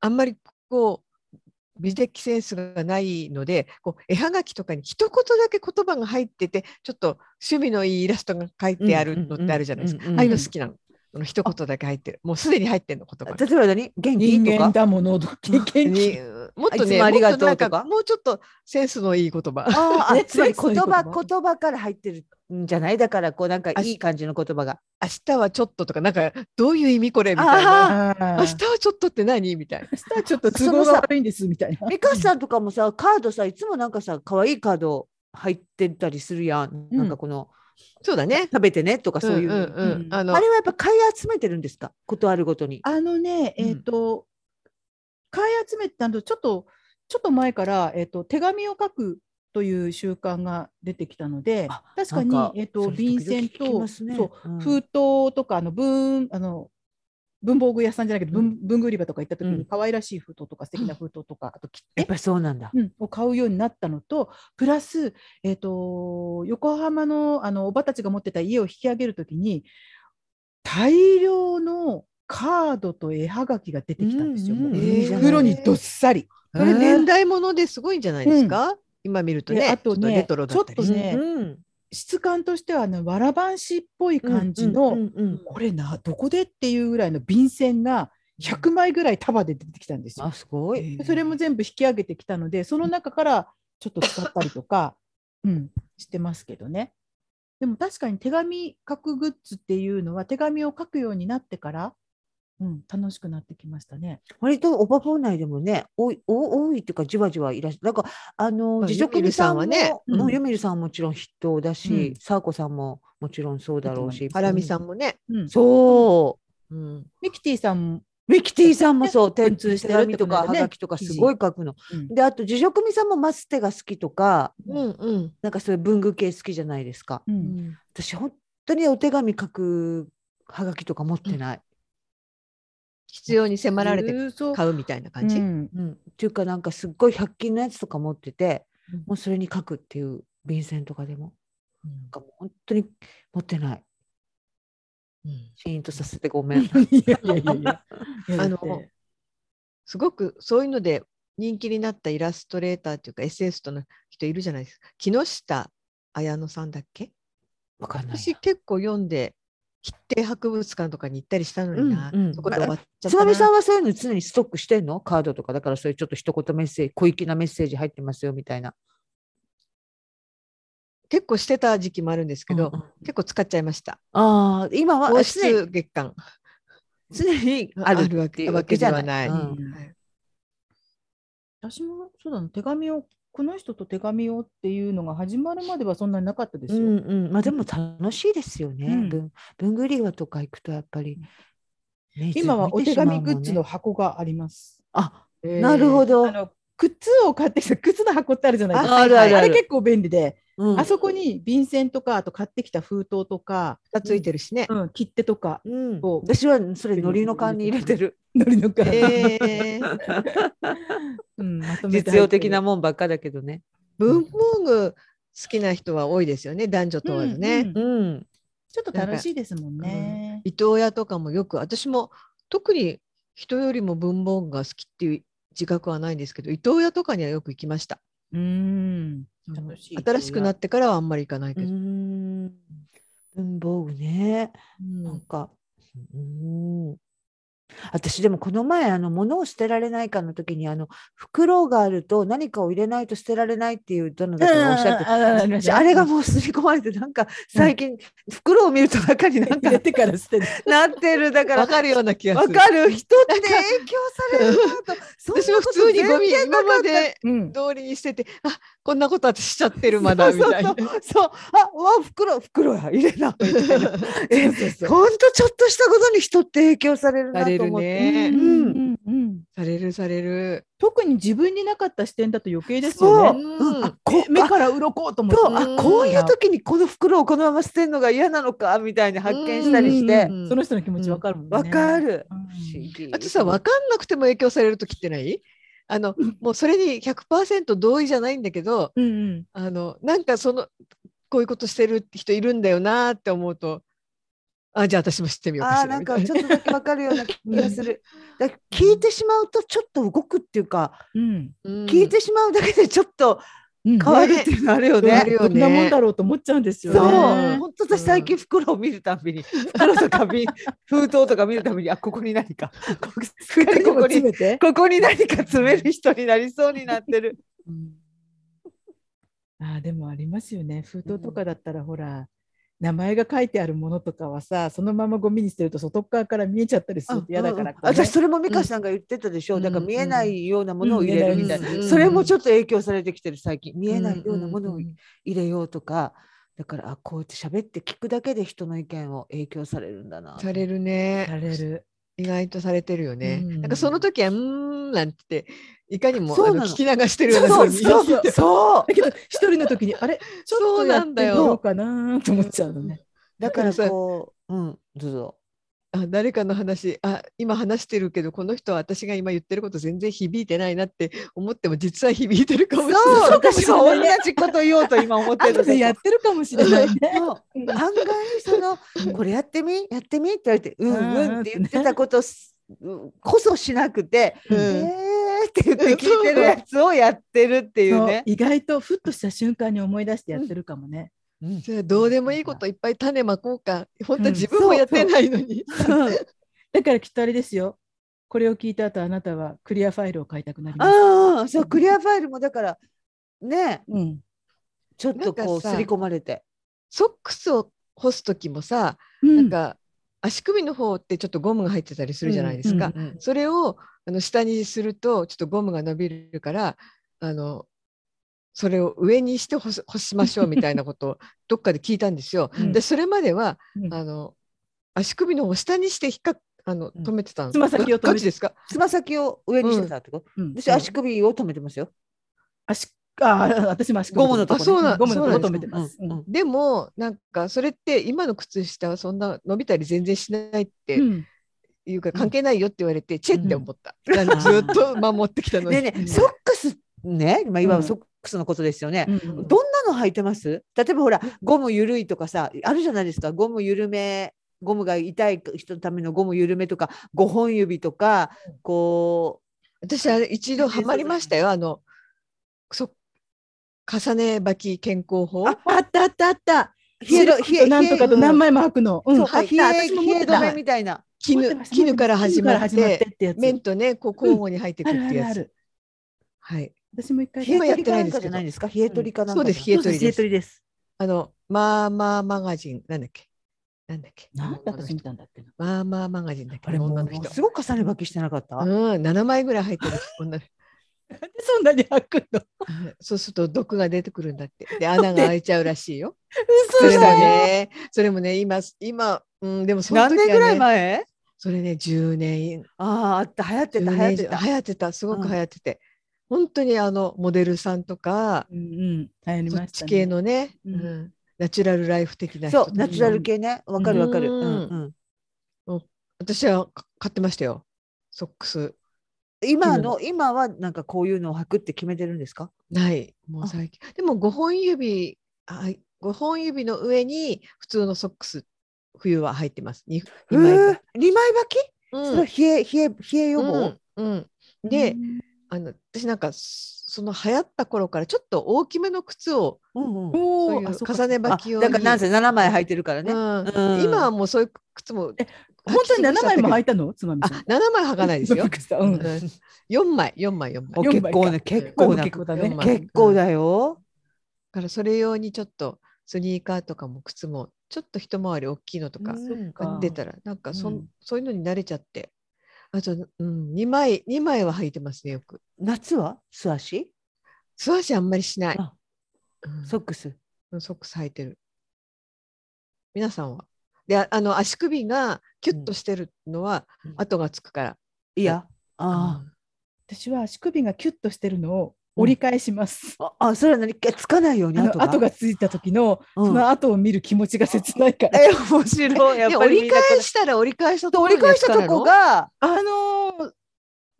S2: あんまりこう美的センスがないのでこう絵はがきとかに一言だけ言葉が入っててちょっと趣味のいいイラストが書いてあるのってあるじゃないですか。
S3: うんうんうんうん
S2: ああいうの好きなの。その一言だけ入ってる。もうすでに入ってるの言葉が。
S3: 例えば何元気
S1: 人
S3: と
S1: 間
S3: か
S1: だものどけ元気
S2: にもっと
S3: いつ
S2: ね、
S3: もありが
S2: もっ
S3: と
S2: な
S3: うんとか
S2: かもうちょっとセンスのいい言葉。
S3: あ あ
S1: ね
S3: つまり
S1: そういう
S3: 言
S1: 言葉
S3: 葉言葉から入ってるんじゃないだからこうなんかいい感じの言葉が。
S2: 明日はちょっととかなんかどういう意味これみたい
S3: あ
S2: な。
S1: あ
S2: 明
S1: あ
S2: 日はちょっとって何みたいな。
S1: 明日ちょっと都合が悪いんですみたいな。
S3: 美香さんとかもさカードさいつもなんかさ可愛いカード入ってたりするやん、
S1: うん
S3: なんかこの
S2: そうだね。
S3: 食べてねとかそういう、
S2: んうんうん
S1: うん
S2: あの
S3: あれはやっぱ買い集めてるんですかことあるごとに。
S1: あのね、
S2: うん
S1: えっ、と、買い集めてたのちょっと、ちょっと前から、えっ、と、手紙を書くという習慣が出てきたので
S3: あ、
S1: 確かに
S3: なんか、
S1: えっ、
S3: そ
S1: と、
S3: れ
S1: 便箋
S3: 時々聞き
S1: と、
S3: ますね
S1: そうう、
S3: ん
S1: 封筒とか、あの、文、あの、文房具屋さんじゃないけど、文文具売り場とか行った時
S3: う
S1: に
S3: ん
S1: 可愛らしい封筒とか素敵な封筒とか、あと切手
S3: やっぱりそうなんだ。
S1: うん、を買うようになったのと、プラス、えっと横浜のあのおばたちが持ってた家を引き上げるときに、大量のカードと絵はがきが出てきたんですよ、
S3: うんうん
S1: もう
S2: えー
S3: いいじゃない
S1: 袋にどっさり。
S2: これ年代物ですごいんじゃないですか。今見ると
S1: で
S2: ね。
S1: あとね
S2: ちょっレトロだったり
S1: ちょっとね
S3: うん
S1: 質感としてはあのわらばんしっぽい感じの、
S3: うんうんうん
S1: これな、どこでっていうぐらいの便箋が100枚ぐらい束で出てきたんですよ
S3: あ。すごい。
S1: それも全部引き上げてきたので、その中からちょっと使ったりと か、うん、してますけどね。でも確かに手紙書くグッズっていうのは、手紙を書くようになってから、うん、楽しくなってきましたね。
S3: 割とオバフォー内でもね多いお多いっていうかじわじわいらっしゃなんかあ
S2: ま
S3: の
S2: あ
S3: 自助組さんも
S2: ゆみるさんはね
S1: うん
S3: もうユミルさんはもちろん筆頭だ
S1: う
S3: し
S1: ん
S3: サーコさんももちろんそうだろうし
S2: ハラミさんもね。
S1: うん、
S3: そう
S2: うん。
S1: ミキティさんも、
S3: ミキティさんもそう、
S1: ね
S3: 点通して手紙とか
S1: 文通してるってことだよ
S3: は
S1: ね
S3: がきとかすごい書くの。
S1: うん
S3: であと自助組さんもマステが好きとか
S2: うんうん。
S3: なんかそういう文具系好きじゃないですか。
S1: う
S2: うんん
S3: 私本当にお手紙書くはがきとか持ってない。
S2: 必要に迫られて
S1: ずーそう
S2: 買うみたいな感じ。
S1: うん
S3: うんっていうかなんかすっごい100均のやつとか持ってて、
S2: うん
S3: もうそれに書くっていう便箋とかでもなんかもう本当に持ってない。
S2: うん
S3: シーンとさせてごめん。
S1: いやいやいやい や。
S2: あのすごくそういうので人気になったイラストレーターっていうかエッセイストの人いるじゃないですか。木下綾乃さんだっけ
S3: わかんない
S2: 私
S3: や。
S2: 結構読んで切手博物館とかに行ったりしたのにな、
S3: うんうん
S2: そこで終わっちゃっ
S3: つ
S2: た
S3: ま
S2: な
S3: みさんはそういうの常にストックしてんのカードとかだからそういうちょっと一言メッセージ小粋なメッセージ入ってますよみたいな。
S2: 結構してた時期もあるんですけど、
S3: うんうん
S2: 結構使っちゃいました
S3: ああ今は
S2: 王
S3: 常に
S2: 室月間
S3: 常にあるっていうわけじゃな
S2: あ
S3: い。
S2: る
S1: わけでは
S3: うん
S1: ない私もそうだな、手紙を、この人と手紙をっていうのが始まるまではそんなになかったです
S3: う
S1: よ。
S3: んうん、まあでも楽しいですよね。
S1: うん
S3: 文文具売り場とか行くとやっぱり、ね
S1: 今はお手紙グッズの。
S3: いつも見てしまうもんね
S1: 箱があります。
S3: あ、なるほど。
S1: あの靴を買ってきた靴の箱ってあるじゃないですか。
S2: ああるある
S3: ある
S1: れ結構便利で、
S3: うん
S1: あそこに便箋とか、あと買ってきた封筒とか、
S2: がついてるし ね、
S1: うん、切手とか、
S3: うん
S1: こう
S3: 私はそれ海苔の缶に入れて る。
S1: のりのか、
S2: えー
S1: うん、まとめて
S3: 実
S1: 入
S3: 用
S1: ってる
S3: 的なもんばっかだけどね。
S2: 文房具好きな人は多いですよね男女問わずね、
S1: うんうん
S3: うん。
S1: ちょっと楽しいですもんね。
S2: 伊藤屋とかもよく私も特に人よりも文房具が好きっていう自覚はないんですけど伊藤屋とかにはよく行きました
S1: うん、楽しい。
S2: 新しくな
S1: っ
S2: ってからはあんまり行かないうけど、
S3: ん。文房具ね。
S2: う
S3: なん
S2: ん
S3: か、うん。私でもこの前あの物を捨てられないかの時にあの袋があると何かを入れないと捨てられないっていうどのだからおっしゃって私あれがもう刷り込まれてなんか最近袋を見ると中になんか
S1: 入れてから捨てる。
S3: なってるだか
S2: わ
S3: ら
S2: かるような気が
S3: わ
S2: する。
S3: かる人って影響されるなと
S2: 私も普通にゴミ今まで
S1: うん、
S2: 通りにしてて、あこんなこと私しちゃってるまだみたいな。
S3: そうあわ袋袋や入れなみたいな
S1: そ
S3: え
S1: うそうそう
S3: ほんとちょっとしたことに人って影響されるな
S2: され
S3: と
S2: る
S3: 思って
S2: ね
S1: うんうんうん
S2: されるされる。
S1: 特に自分になかった視点だと余計ですよね。
S2: うん
S3: あ
S1: こ
S3: こ
S1: 目
S3: あ
S1: から鱗と思って
S3: そううんあこういう時にこの袋をこのまま捨てるのが嫌なのかみたいに発見したりし
S2: う
S3: て
S2: んうんうん
S1: その人の気持ちわかるもんね。
S3: わかる。
S1: うん。
S2: あとさ分かんなくても影響される時ってないあのもうそれに100%同意じゃないんだけど
S1: うんうん。
S2: あのなんかそのこういうことしてる人いるんだよなーって思うとあじゃあ私もしてみようか
S3: あ
S2: し
S3: ー
S2: ら
S3: なん
S2: みた
S3: か
S2: い
S3: ちょっとだけわかるような気がする。だから聞いてしまうとちょっと動くっていうか、
S1: うん。
S2: な
S3: 聞いてしまうだけでちょっと
S1: 変
S3: 変わるっていうのあるよね。
S2: ね
S3: あ
S2: あ
S3: る
S2: る
S3: よ
S2: よ
S1: どんなもんだろうと思っちゃうんです
S3: そ
S1: よ
S3: う、
S1: ね。
S3: 本当私最近袋を見るたびに、袋とか見封筒とか見るたびに、あここに何か、こすっかり ここ
S1: 詰
S3: に
S1: めて。
S3: ここに何か詰める人になりそうになってる。
S1: うんあーでもありますよね封筒とかだったらほら、名前が書いてあるものとかはさそのままゴミに捨てると外側から見えちゃったりすると嫌だから、こうね
S3: 私それも美香さんが言ってたでしょ、だから見えないようなものを入れるみたいな、
S1: うんうん
S3: それもちょっと影響されてきてる最近見えない
S1: うん
S3: ようなものを
S1: うん
S3: 入れようとか、だからあこうやって喋って聞くだけで人の意見を影響されるんだな
S2: される
S1: さ
S2: ね
S1: れる
S2: 意外とされてるよね、
S1: うん
S2: なんかその時は「うーん」なんていかにも
S3: そう
S2: あ
S3: なの
S2: の聞き流してるような
S3: そう
S2: 風に
S3: そうそうそう
S1: だけど一人の時にあれちょっ
S2: そ
S1: と
S2: う
S1: や
S2: な
S1: っ
S2: ん
S1: て
S2: だ
S1: み
S2: よ
S1: ようかなと思っちゃうのね。
S3: だからこううんどうぞ
S2: あ誰かの話あ今話してるけどこの人は私が今言ってること全然響いてないなって思っても実は響いてるかもしれない。
S3: そう私
S1: そう
S3: も
S1: かもしれ
S3: 同
S1: ない
S3: じこと言おうと今思ってる
S1: 後でやってるかもしれないね。
S3: そう
S1: うん
S3: 案外その「これやってみやってみ」って言われて「うんうん」って言ってたことすこそしなくて
S1: うん
S3: 「えー」って言って聞いてるやつをやってるっていう
S1: そう
S3: ね。
S1: 意外とふっとした瞬間に思い出してやってるかもね。
S3: うん
S2: じゃあどうでもいいこといっぱい種まこうか本当は自分もやってないのに、
S1: だからきっとあれですよ。これを聞いた後あなたはクリアファイルを買いたくなります。
S3: ああそうクリアファイルもだからね
S1: うん、
S3: ちょっとこ
S2: な
S3: うん
S2: かさ
S3: 刷り込まれて。
S2: ソックスを干す時もさ
S1: な
S2: なんか足首の方ってちょっとゴムが入ってたりするじゃないですか、
S1: うん
S2: それをあの下にするとちょっとゴムが伸びるからあのそれを上にして干す干しましょうみたいなことをどっかで聞いたんですよ。
S1: うん
S2: でそれまでは
S1: うん
S2: あの足首の方を下にして引っかあの
S3: うん
S2: 止めてたの。
S1: つま先を止めて
S2: ガガチですか？
S3: つま先を上にしてたってこと、
S1: うん
S3: 私足首を止めてますよ。
S1: 足あー私も足首
S3: ゴムのとこね
S1: あそうな
S2: うん
S1: ゴムのとこ
S2: そう
S1: 止
S2: な
S1: め
S2: ん
S1: て
S2: で
S1: ます。
S3: うんうん
S2: でもなんかそれって今の靴下はそんな伸びたり全然しないって
S1: うん
S2: いうか
S3: うん
S2: 関係ないよって言われてチェって思った。なん
S1: あ
S2: かず
S1: ー
S2: っと守ってきたの
S3: で
S2: に。
S3: ねソックスね今今
S1: うん
S3: はソックスのことですよね。
S1: うん
S3: どんなの履いてます例えばほらゴム緩いとかさあるじゃないですかゴム緩めゴムが痛い人のためのゴム緩めとか5本指とかこ
S2: 私あれ一度ハマりましたよあのそ重ね履き健康法。
S1: ああったあったあった。
S3: う
S1: シル
S3: ろ
S1: クとなんとかと
S3: 冷え
S1: 何枚も履くの。うん、
S3: そう
S1: 履
S3: 冷
S1: い
S3: え
S1: た。私も持
S3: 冷
S1: っ
S3: え
S1: て
S3: 止
S1: た
S3: め。みたいな
S1: 持って
S2: 絹
S1: ました
S2: 絹から始ま
S1: 絹か
S2: っ
S1: ら始
S2: て
S1: ってやつ。
S2: 面とねこう交互に入ってく
S1: あ
S2: って
S1: るある
S2: や
S1: あ
S2: つ。
S1: る。
S2: はい。
S1: 私も一回。
S3: 冷え
S2: 今やっ
S3: 取り
S2: て
S3: か
S2: な
S3: ないん
S2: ですけど
S3: かじゃないですか冷え取りかなんか
S2: そうです冷え
S1: そう
S2: 取
S1: そう
S2: りで
S1: 冷え
S2: す。
S1: りです。
S2: あのまあまあマガジンなんだっけなんだっけ
S1: なんで
S2: 女の
S1: 私
S2: 人
S1: 見たんだっけな。
S2: まあまあマガジンだっけ
S3: あれも
S2: 女の
S3: う
S2: 人
S3: す。ごく重ね履きしてなかった、
S2: うん七枚ぐらい入ってる女の 人。
S1: なんでそんなに履くの。
S2: そうすると毒が出てくるんだって。で穴が開いちゃうらしい よ。そ
S1: 嘘
S2: れも
S1: だよ。
S2: ねそれもね今今うんでもその
S3: 何
S2: 時は、ね、
S3: 年ぐらい前
S2: それね10年
S3: あああった流行って
S2: 10
S3: た流行っ
S2: 年以
S3: て
S2: 上
S3: た
S2: 流行ってたすご
S3: う
S2: く
S3: ん
S2: 流行ってて、本当にあのモデルさんとか、
S1: うんうん。流行り
S2: そ
S1: ま
S2: っ
S1: した
S2: ち
S1: ね。
S2: 系のね、
S1: うん
S2: うんナチュラルライフ的な人
S3: そ
S2: と
S3: う
S2: か
S3: ナチュラル系ねわかるわかる
S2: うん
S3: うんうん
S2: 私はか買ってましたよソックス
S3: 今の今はなんかこういうのを履くって決めてるんですか
S2: ないも
S3: あ
S2: う最近でも5本指あ5本指の上に普通のソックス冬は入ってます2
S3: え
S2: 枚
S3: ー
S2: だ、
S3: 二枚履き、
S2: うん
S3: それは冷え冷え冷え予
S2: う
S3: 防、
S2: んうん
S1: うん
S2: で、あの私なんかその流行った頃からちょっと大きめの靴を
S3: うんうん
S1: お
S2: そう
S1: お
S2: いう。重ね
S3: あ
S2: 履き用に
S3: だからなんせ7枚履いてるからね、
S2: うん
S3: うん
S2: 今はもうそういう靴も
S1: え本当に七枚も履
S2: い
S1: いたのつまみ
S2: あ
S1: さん。
S2: 7枚履かな いですよ
S1: びっくりしたうん
S2: うん4枚4枚4枚
S3: お
S1: 四枚
S3: 結
S1: か
S3: 構ね結構な
S1: 結構だね
S2: 四。枚
S3: 結構だよ、
S2: だからそれ用にちょっとスニーカーとかも靴もちょっと一回り大きいのとか
S3: うん
S1: そっ
S2: 買
S1: か
S2: ってたらなんかそ,、
S3: うんん、
S2: そういうのに慣れちゃってあと、うん、2枚二枚は履いてますねよく
S3: 夏は素足
S2: 素足あんまりしない
S3: あ、
S2: うん
S3: ソックス
S2: うんソックス履いてる皆さんはでああの足首がキュッとしてるのは
S3: うん
S2: 後がつくから、
S3: いやあ
S2: うん
S1: 私は足首がキュッとしてるのを折り返します。
S3: ああそれは何かつかないように
S1: あ
S3: 後
S1: の
S3: が
S1: 跡がついた時の、
S3: うん
S1: その跡を見る気持ちが切ないから。
S3: え面白いやっ
S2: で
S3: ぱり
S2: 折
S3: み
S2: り
S3: んなこれ
S2: 返したら折り返したところ
S3: 折り返したとこが
S1: あのー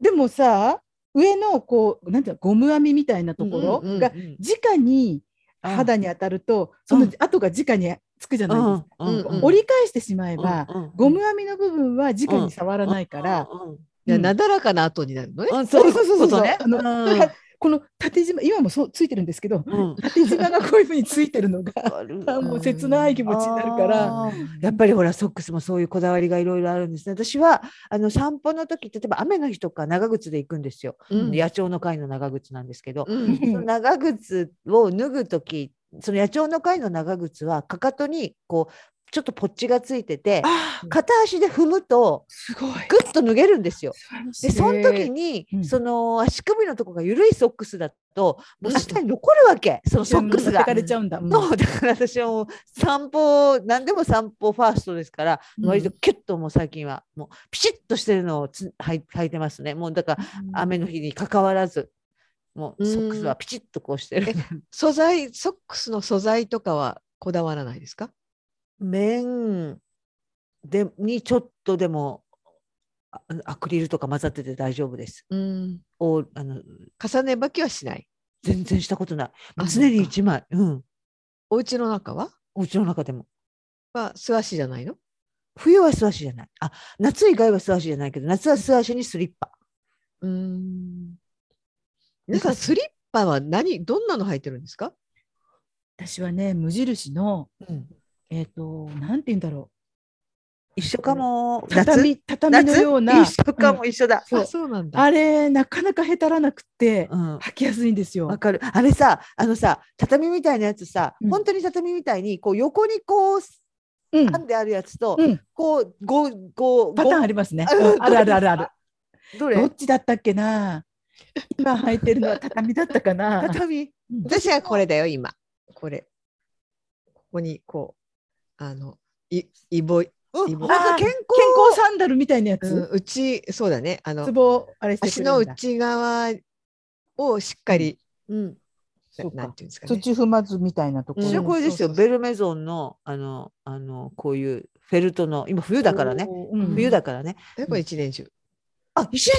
S1: でもさ上のこうなんていうのゴム編みみたいなところ
S3: うんうんうん
S1: が直に
S3: うん
S1: 肌に当たると、その跡が直につくじゃないですか。
S3: うんうん
S1: 折り返してしまえ
S3: うん
S1: ば、
S3: うん
S1: ゴム編みの部分は直に触らないから、
S3: うんうん
S2: いや
S1: うん
S2: なだらかな後になるのね。
S3: うんそう
S1: そう
S3: そ
S1: そうう
S3: そ
S1: そうう
S3: ことね。
S1: あのだからこの縦縞今もそうついてるんですけど
S3: うん
S1: 縦縞がこういうふうについてるのがあ もう切ない気持ちになるから。
S3: あーやっぱりほらソックスもそういうこだわりがいろいろあるんですね。私はあの散歩の時例えば雨の日とか長靴で行くんですよ。
S2: うん
S3: 野鳥の会の長靴なんですけど、
S2: うん
S3: その長靴を脱ぐ時その野鳥の会の長靴はかかとにこうちょっとポッチがついてて
S1: あー
S3: 片足で踏むと
S1: すごい
S3: グッと脱げるんですよ。でその時に、
S1: うん
S3: その足首のとこが緩いソックスだともう
S2: うん
S3: 下に残るわけ、そのソックス
S1: 持っ
S3: が
S1: て。かれちゃうんだ。うん
S3: そうだから私はもう散歩何でも散歩ファーストですから、
S1: うん
S3: 割とキュッともう最近はもうピシッとしてるのをつはい履いてますねもうだから雨の日にかかわらずもうソックスはピチッとこうしてる、
S2: 素材ソックスの素材とかはこだわらないですか？
S3: 面でにちょっとでもあアクリルとか混ざってて大丈夫です
S2: うん、
S3: おあの
S2: 重ね履きはしない。
S3: 全然したことない
S2: あ
S3: 常に
S2: そっか
S3: 1枚うん
S2: お家の中は
S3: お家の中でも
S2: は素足じゃないの？
S3: 冬は素足じゃないあ夏以外は素足じゃないけど夏は素足にスリッパ
S2: うん。皆さんスリッパは何どんなの履いてるんですか？
S1: 私はね無印の
S3: うん
S1: えっ、となんて言うんだろ
S3: 一緒かも
S1: う。畳畳の
S3: 夏
S1: ような
S3: 一緒か
S1: う
S3: も
S1: ん
S3: 一緒だ。
S1: そう
S2: あそうなんだ。
S1: あれなかなかへたらなくて
S3: うん。
S1: 履きやすいんですよ
S3: わ。かる。あれさ、あのさ、畳みたいなやつさ、
S1: うん
S3: 本当に畳みたいに、こう横にこう、
S1: うん
S3: 編んであるやつと、
S1: うん
S3: こう、ご、ご、
S1: パターンあ
S3: る。
S1: りますね。
S3: うん
S1: うんあるあるあるある。
S3: ど
S1: ど
S3: れ
S1: っちだったっけな。今履いてるのは畳だったかな。
S3: 畳。
S1: うん
S2: 私はこれだよ今。これここにこうあのいイボイ
S3: うん、
S2: イボ
S3: なんか健康。
S1: 健康サンダルみたいなや
S2: うん
S1: つ。
S2: うちそうだねあの
S1: ツボあれして
S2: 足
S1: く
S2: の
S1: れるんだ。
S2: 内側をしっかり、
S3: うん。
S1: そうか
S2: ななんていうんですかね。
S1: 土踏まずみたいなとこ
S2: うん
S3: 私は
S1: ろ。
S3: これですよ、
S2: そうそうそう
S3: ベルメゾンの、あの、あの、こういうフェルトの、今冬だからね。
S1: おー。うん
S3: 冬だからね。
S2: やっぱ一年中。
S3: あ、一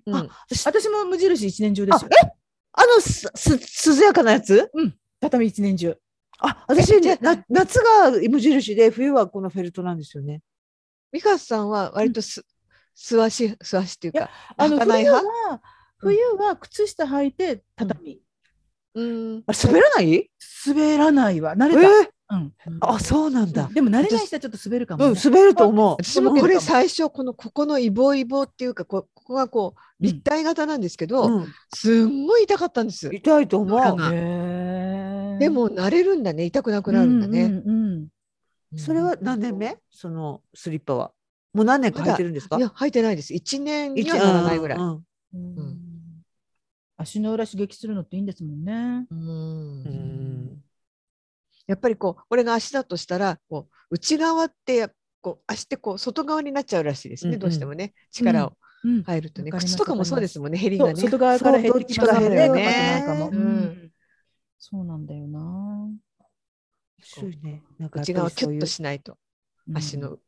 S3: 年
S2: うん
S3: あ中。
S1: 私も無印一年中ですよ。
S3: あの、す、す、涼やかなやつ。
S1: 畳一年中。
S3: あ、私、
S2: じゃあ
S3: な、夏が無印で、冬はこのフェルトなんですよね。
S2: 美香さんは割とす、素足素足っていうか、
S1: あの
S2: 履かない
S1: 冬
S2: 派。
S1: は冬は靴下履いて畳。
S2: うん。
S3: あれ滑らない
S1: 滑らないわ。慣
S3: え
S1: れた。
S3: あそうなんだ
S1: うん。でも慣れない人はちょっと滑るか
S3: う
S1: も
S3: ん
S1: ね。
S3: 滑ると思う。
S2: 私もこ
S1: こ
S2: れ
S1: れ
S2: 最初このここのイボイボっていうかこここがこう立体型なんですけど、
S3: うん
S2: すんごい痛かったんです。
S3: 痛いと思
S2: なん
S3: う
S2: か。
S1: へー
S2: でも慣れるんだね痛くなくなるんだね。
S1: うんうん
S2: うん
S3: それは何年目？そのスリッパは。もう何年か履いてるんですか
S2: い？や履いてないです。一年に
S3: 一
S2: はならないぐらい。
S3: うんうん
S1: うん
S2: うん
S1: 足の裏刺激するのっていいんですもんね。
S2: うん
S3: うん
S2: やっぱりこう俺が足だとしたらこう内側ってやこう足ってこう外側になっちゃうらしいですね、
S3: うんうん
S2: どうしてもね力を
S1: うん
S2: 入るとね、
S1: わかります
S2: 靴とかもそうですもんねヘリ
S1: そ
S2: が
S1: う
S2: ね。
S1: 外側から減ってきます
S2: そうどっちかが減るよね
S1: ないかも。う
S2: うん
S1: んそうなんだよな。
S3: そうね。なんか
S2: 内
S3: や
S2: 側
S3: っぱり
S2: キュ
S3: そうい
S2: ッ
S3: う
S2: としないと、
S1: うん
S2: 足の。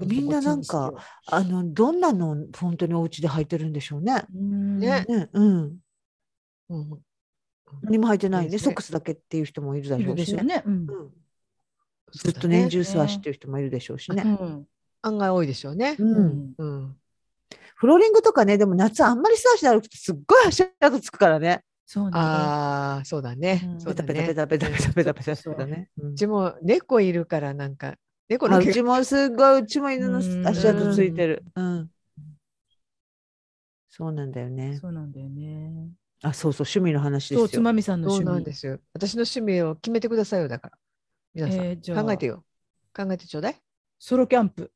S3: みんななんか。あのどんなのを本当にお家で履いてるんでしょうね。
S1: うん
S2: ね
S3: ねうん。
S2: うん
S3: 何も履いてない
S2: で
S3: ね。
S2: す
S3: ソ
S2: ね
S3: ックスだけっていう人もいるだ
S1: い
S3: ろ
S1: る
S3: う
S1: で
S3: し
S1: しょう
S3: ね。
S1: ね。うん
S3: うんずっと年中素足っていう人もいるでしょうしね。
S1: うん
S2: 案外多いでしょうね。
S3: う。
S1: うんん
S2: うん
S3: フローリングとかね、でも夏あんまり素足で歩くとすっごい足跡つくからね。
S1: そうなんだ。
S2: ああそうだね。
S1: うん
S2: そ
S3: ペ
S2: うだ
S3: タペタペ
S2: ね。
S3: タペタペタペタペタ
S1: そうそう
S3: だね。うん
S2: うちも猫いるからなんか猫
S3: あ
S2: の
S3: う
S2: 毛
S3: ちもすごい、うちも犬の
S1: うん
S3: 足跡ついてる。うん。そうなんだよね。
S1: そうなんだよね。
S3: あ、そうそう、趣味の話
S1: そう
S3: です
S1: つ
S3: よ。
S1: まみさんの
S2: そう
S1: 趣
S2: なん
S1: 味
S2: で。すよ。私の趣味を決めてくださいよだから皆さん、
S1: えーじゃあ
S2: 考えてよ考えてちょうだい。
S1: ソロキャンプ。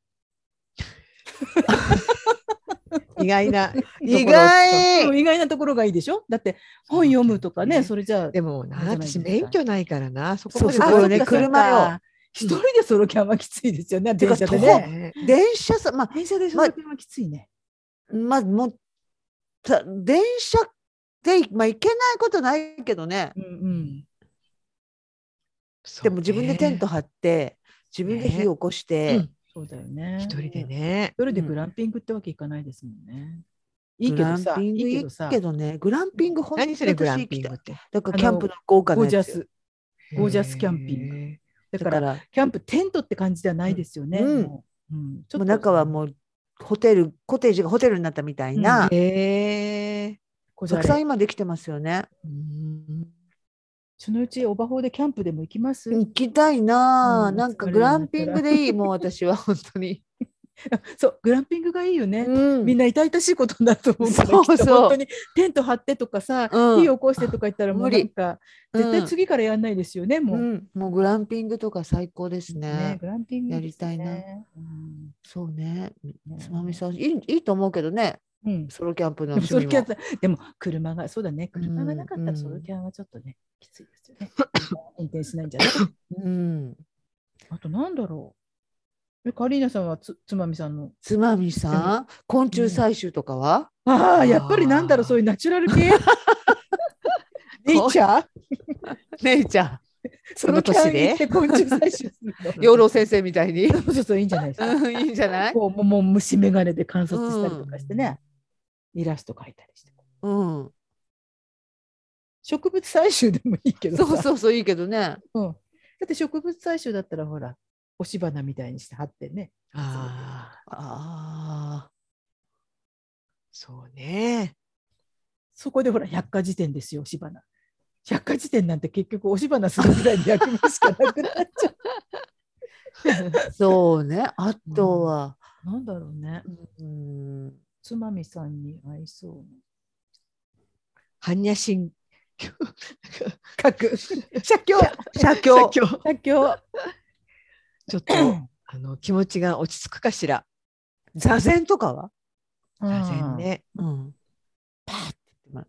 S2: 意外な
S3: 意
S1: でも
S3: 外
S1: 意外なところがいいでしょだって本読むとかね、
S2: そ
S1: それじゃあ。
S2: でもな
S1: あれじゃないです
S2: 私
S1: か
S2: 免許ないからなそこ
S3: そう
S2: まで
S3: そ
S1: あ
S3: こよ
S2: は
S3: ね
S1: そっかそっか
S3: 車よ
S1: 一人でソロキャンはきついですよね、
S3: てか
S1: 電車で
S3: 徒歩
S1: ね。
S2: ね
S3: 電車さ、まあ、
S1: 電車でソロキャンはきついね。
S3: まあ、もう、た電車で、まあ、行けないことないけどね
S1: うんうん
S3: でも自分でテント張って自分で火起こして、
S2: うん
S1: そうだよね。
S2: 一人で。ね。
S1: 夜で
S3: うん
S1: グランピングってわけいかないですもんね。いいけど
S3: グラ
S1: さ、
S3: ンピ
S1: い
S3: ング
S1: い
S3: い
S1: け
S3: い
S1: どさ、
S3: けどねグランピング本当に
S2: 何それグランピングっ
S3: 私行き
S2: て。
S3: たいだから
S1: あの
S3: キャンプの豪華な
S1: ゴージャ
S3: やつよ
S1: ス。ゴージャスキャンピング
S2: へ
S1: だ
S2: ー。
S3: だ
S1: か、
S3: からら
S1: キャンプテントって感じではないですよね。
S3: うん
S1: もううんち
S3: もう中は
S1: う
S3: もうホテルコテージがホテルになったみたいな、
S2: へえ。
S1: こじゃ
S3: た
S1: れ
S3: くさん今できてますよね。
S2: うん
S1: そのうちオバホーでキャンプでも行きます、
S3: 行きたいなあ、
S1: うん
S3: なんか
S1: 疲れるん
S3: グ
S1: だったら
S3: ランピングでいいもう私は本当に。
S1: そう、グランピングがいいよね。
S3: うん
S1: みんな痛々しいことになると思うから
S3: そう
S1: きっと
S3: そう
S1: 本当にテント張ってとかさ、
S3: うん
S1: 火起こしてとか言ったらもう
S3: 無
S1: な
S3: 理
S1: んか絶対次からやんないですよね、も
S3: う
S1: う、
S3: んうんもうグランピングとか最高ですね。
S1: ねグランピングですね
S3: やりたいな
S1: うん
S3: そうね。
S1: ね
S3: つまみさん、いいいいと思うけどね、
S1: うん、
S3: ソロキャンプの
S1: でも
S3: 趣
S1: ソロ
S3: 味
S1: キャ
S3: も
S1: ン。だでも車がそうだね車がなかった
S3: うん
S1: らソロキャンはちょっとね、きついですよね運転しないんじゃない
S3: うん、
S1: あとなんだろうえカリーナさんはつつまみさんの
S3: つまみさん、昆虫採集とかは、
S1: あ
S2: あ
S1: あ
S2: ー
S1: やっぱりなんだろうそういうナチュラル系ネイチャー
S3: 姉ち ゃ
S1: そのキャン行って昆虫採集する
S3: ん、
S1: の
S3: 養老先生みたいに。
S1: そうそうそういいんじゃないですか
S3: うん、いいんじゃない。
S1: こうもうもう虫眼鏡で観察したりとかしてね、イラスト描いたりして
S3: うん、
S1: 植物採集でもいいけどさ
S3: そうそうそう、いいけどね。
S1: うん、だって植物採集だったらほら押し花みたいにして貼ってね
S2: ああ、
S3: ああ、
S2: そうね。
S1: そこでほら百科事典ですよ押し花百科事典なんて結局押し花するぐらいの役目しかなくなっちゃ
S3: そうね。あとは、
S1: う なんだろうね
S3: うん、
S1: つまみさんに合いそう
S2: 般若心経。
S1: な書く写経
S3: 写経。
S2: 今日
S1: 写経
S2: ちょっとあの気持ちが落ち着くかしら。
S3: 座禅とかは。
S2: 座禅ね。
S3: うん。パーって。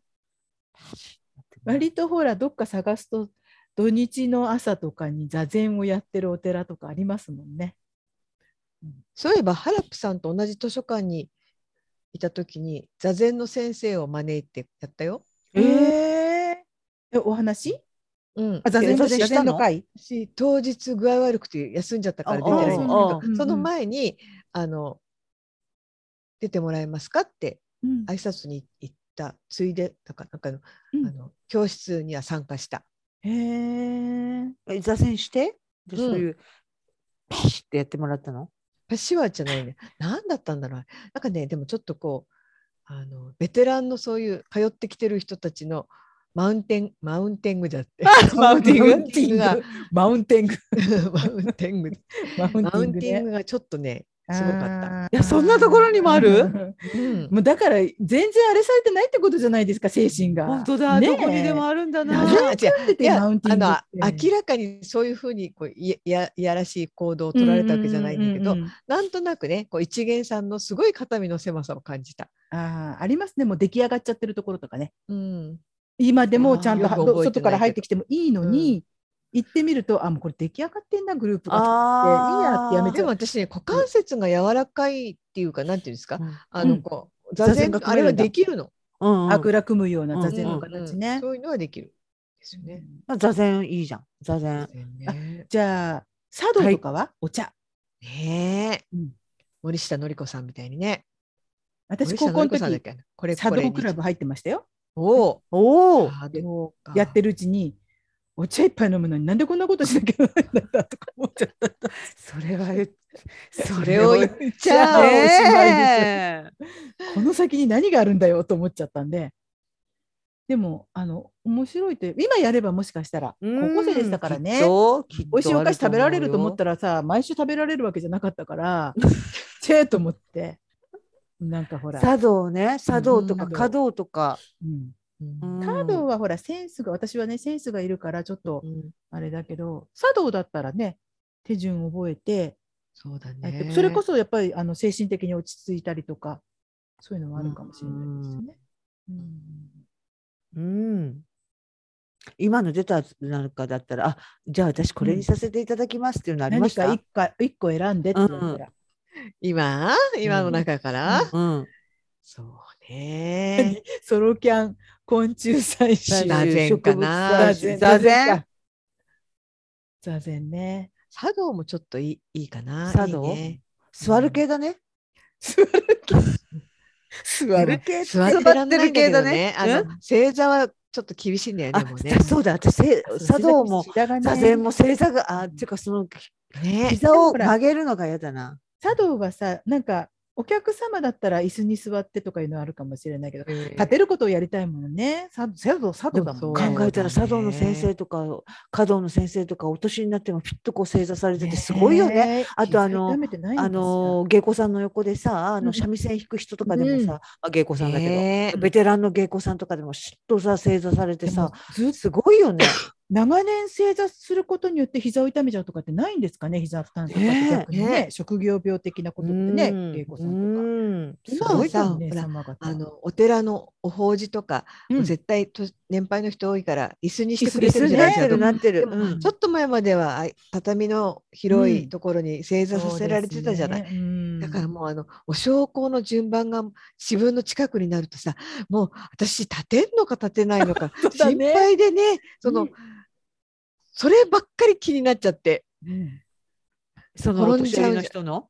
S1: 割とほらどっか探すと土日の朝とかに座禅をやってるお寺とかありますもんね。
S2: そういえばハラップさんと同じ図書館にいた時に座禅の先生を招いてやったよ。
S3: え
S1: ええお話
S2: うん
S1: あ座禅
S3: え
S1: 座
S3: 座禅
S1: 禅の会
S2: 私当日具合悪くて休んじゃったから出て
S3: あ
S2: ない
S3: あ
S2: ん
S3: あ
S2: だ
S3: あ
S2: けどその前にあの出てもらえますかって
S1: うん
S2: 挨拶に行ったついでだからなんかの,、
S1: うん
S2: あの教室には参加した。
S1: へえ
S3: え座禅して、
S2: う
S3: で
S2: ん
S3: そういうパシッってやってもらったの
S2: パシワじゃないね。何だったんだろう。なんかね、でもちょっとこう、あのベテランのそういう通ってきてる人たちのマウンテン、マウンテングだって。
S1: マウンティング
S2: マウンティングが
S1: マウンティング
S2: マウンテング。
S1: マウンティング
S2: マウンティン
S1: ね
S2: グがちょっとね、すごかっ
S1: あー
S3: いやそんなところにもある
S2: た。うん
S1: もうだから全然あれされてないってことじゃないですか精神が。ねえ
S3: あるんだ
S1: な
S2: あじゃ
S1: なんで
S2: い
S1: で
S2: や
S1: マ
S2: あ
S1: ウンティング
S2: の
S1: って
S2: 明らかにそういうふうにこういやいやらしい行動を取られたわけじゃないんだけど、
S1: ううううん
S2: なんとなくねこう一元さんのすごい肩身の狭さを感じた。
S1: あーありますねもう出来上がっちゃってるところとかね。
S2: うん、
S1: 今でもちゃんと
S2: あーよく覚えてないけど
S1: 外から入ってきてもいいのに、行ってみるとあもうこれ出来上がってんなグループがいいやってやめちゃ
S2: でも私ね股関節が柔らかいっていうかなんていうんですかあ
S1: う
S2: の
S1: ん
S2: こう
S3: 座
S2: 座
S3: 禅
S2: 禅
S3: が
S2: が
S3: 組
S2: あれ
S3: める
S2: は
S3: んだ
S2: できるの。
S3: うん
S1: あぐら組むような座禅の
S3: うん
S1: 形ね。
S2: そういうのはできる。ですよね。
S3: まあ座禅いいじゃん。座禅。
S1: あ
S2: ね
S1: じゃあ茶道とかは、お茶
S2: ねえ
S1: うん
S2: 森下のり子さんみたいにね。
S1: 私
S2: 森下
S1: 高校の
S2: 典子さんだっ
S1: 時
S2: けなこれ
S1: 茶
S2: これ
S1: 道クラブ入ってましたよ。
S2: おお。
S3: おお。
S2: 茶道か
S1: やってるうちにお茶一杯飲むのになんでこんなことしなきゃならないんだとか思っちゃったんだ。
S3: それはえ。そ
S2: れを言っちゃう
S1: ねえ
S3: ねえ
S1: この先に何があるんだよと思っちゃったんで。でもあの面白いという今やればもしかしたら高校生でしたからね。
S3: うんきっときっと
S1: 美味しいお菓子食べられると思った
S3: ら。
S1: らさ毎週食べられるわけじゃなかったからチェーと思ってなんかほら、
S3: 茶道ね、茶道と
S1: う
S3: か
S1: ん
S3: 華道とか。
S1: うん、
S2: うん
S1: 茶道はほらセンスが私はねセンスがいるからちょっと
S2: うん
S1: あれだけど茶道だったらね手順覚えて、
S2: そうだ
S1: やって
S2: ね。
S1: それこ
S2: そ
S1: そやっぱりあの精神的に落ち着いたりとかそういうのもあるかもしれないですよね。うん
S3: うん。今の出たなんかだったら、あ、じゃあ私これにさせていただきますっていうのありま
S1: 何
S3: した。
S1: か一個一個選んでって言ったら、
S2: 今今の中から
S3: うん。
S2: そうね。
S1: ソロキャン昆虫採集
S2: 座禅かな
S1: 座禅
S3: 座禅
S1: 座禅ね
S2: 茶道もちょっといいいいかな。
S3: 茶道
S2: いいね
S3: 座る系だね。
S1: 座る系座る系
S2: 座ってらんないんだけどね。
S3: 座ってる系だ
S2: あ
S3: ね
S2: の正座はちょっと厳しいんだよね。
S3: あ
S2: もうね、
S3: そうだ、私、せ茶道も座禅
S1: も
S3: も正座が、あ、っていうか、その
S2: ね。
S3: 膝を曲げるのが嫌だな。
S1: 茶道はさなんかお客様だったら椅子に座ってとかいうのはあるかもしれないけど立てることをやりたいもんね茶茶道茶道だもん
S2: そうそう
S1: ね
S3: 考えたら
S2: そうだ
S3: 茶
S2: ね
S3: 道の先生とか華道の先生とかお年になってもピッとこう正座されててすごいよね。
S1: え
S3: あとあ
S1: 膝
S3: の
S1: 痛めてないんです
S3: あの芸妓さんの横でさあ
S1: うん
S3: の三味線弾く人とかでも
S2: うん
S3: さ、まあ、芸妓さんだけど、
S2: ね
S3: ベテランの芸妓さんとかでもしっとさ正座されて
S1: でも
S3: さすごいよね。
S1: 長年正座することによって膝を痛めちゃうとかってないんですかね膝負担とかって逆にね
S2: ね
S1: 職業病的なことってね
S3: うん
S1: 芸子さんとか。
S3: うん
S1: 今
S2: すご
S1: はい
S2: さ
S1: さお姉
S2: ほら
S1: 様方
S2: あのお寺のお法事とか、
S1: うん
S2: 絶対と年配の人多いから椅子にしてく
S3: 椅
S2: れて
S3: 子
S2: るじ
S3: に
S2: ゃな
S3: ないっ
S2: です
S3: て
S2: か
S3: るなってる。
S1: でも
S3: うん
S2: ちょっと前まではあい畳の広
S1: うん
S2: いところに正座させられてたじゃない。
S1: そうですねうん
S2: だからもうあのお焼香の順番が自分の近くになるとさもう私立てんのか立てないの か
S1: そうだ
S2: 心
S1: ね
S2: 配でねその、
S1: うん
S2: そればっかり気になっちゃって
S1: うん
S3: そのお
S2: 転ん
S3: 年
S2: じゃ
S3: 寄
S2: うじゃ
S3: りの
S2: ん
S3: 人の。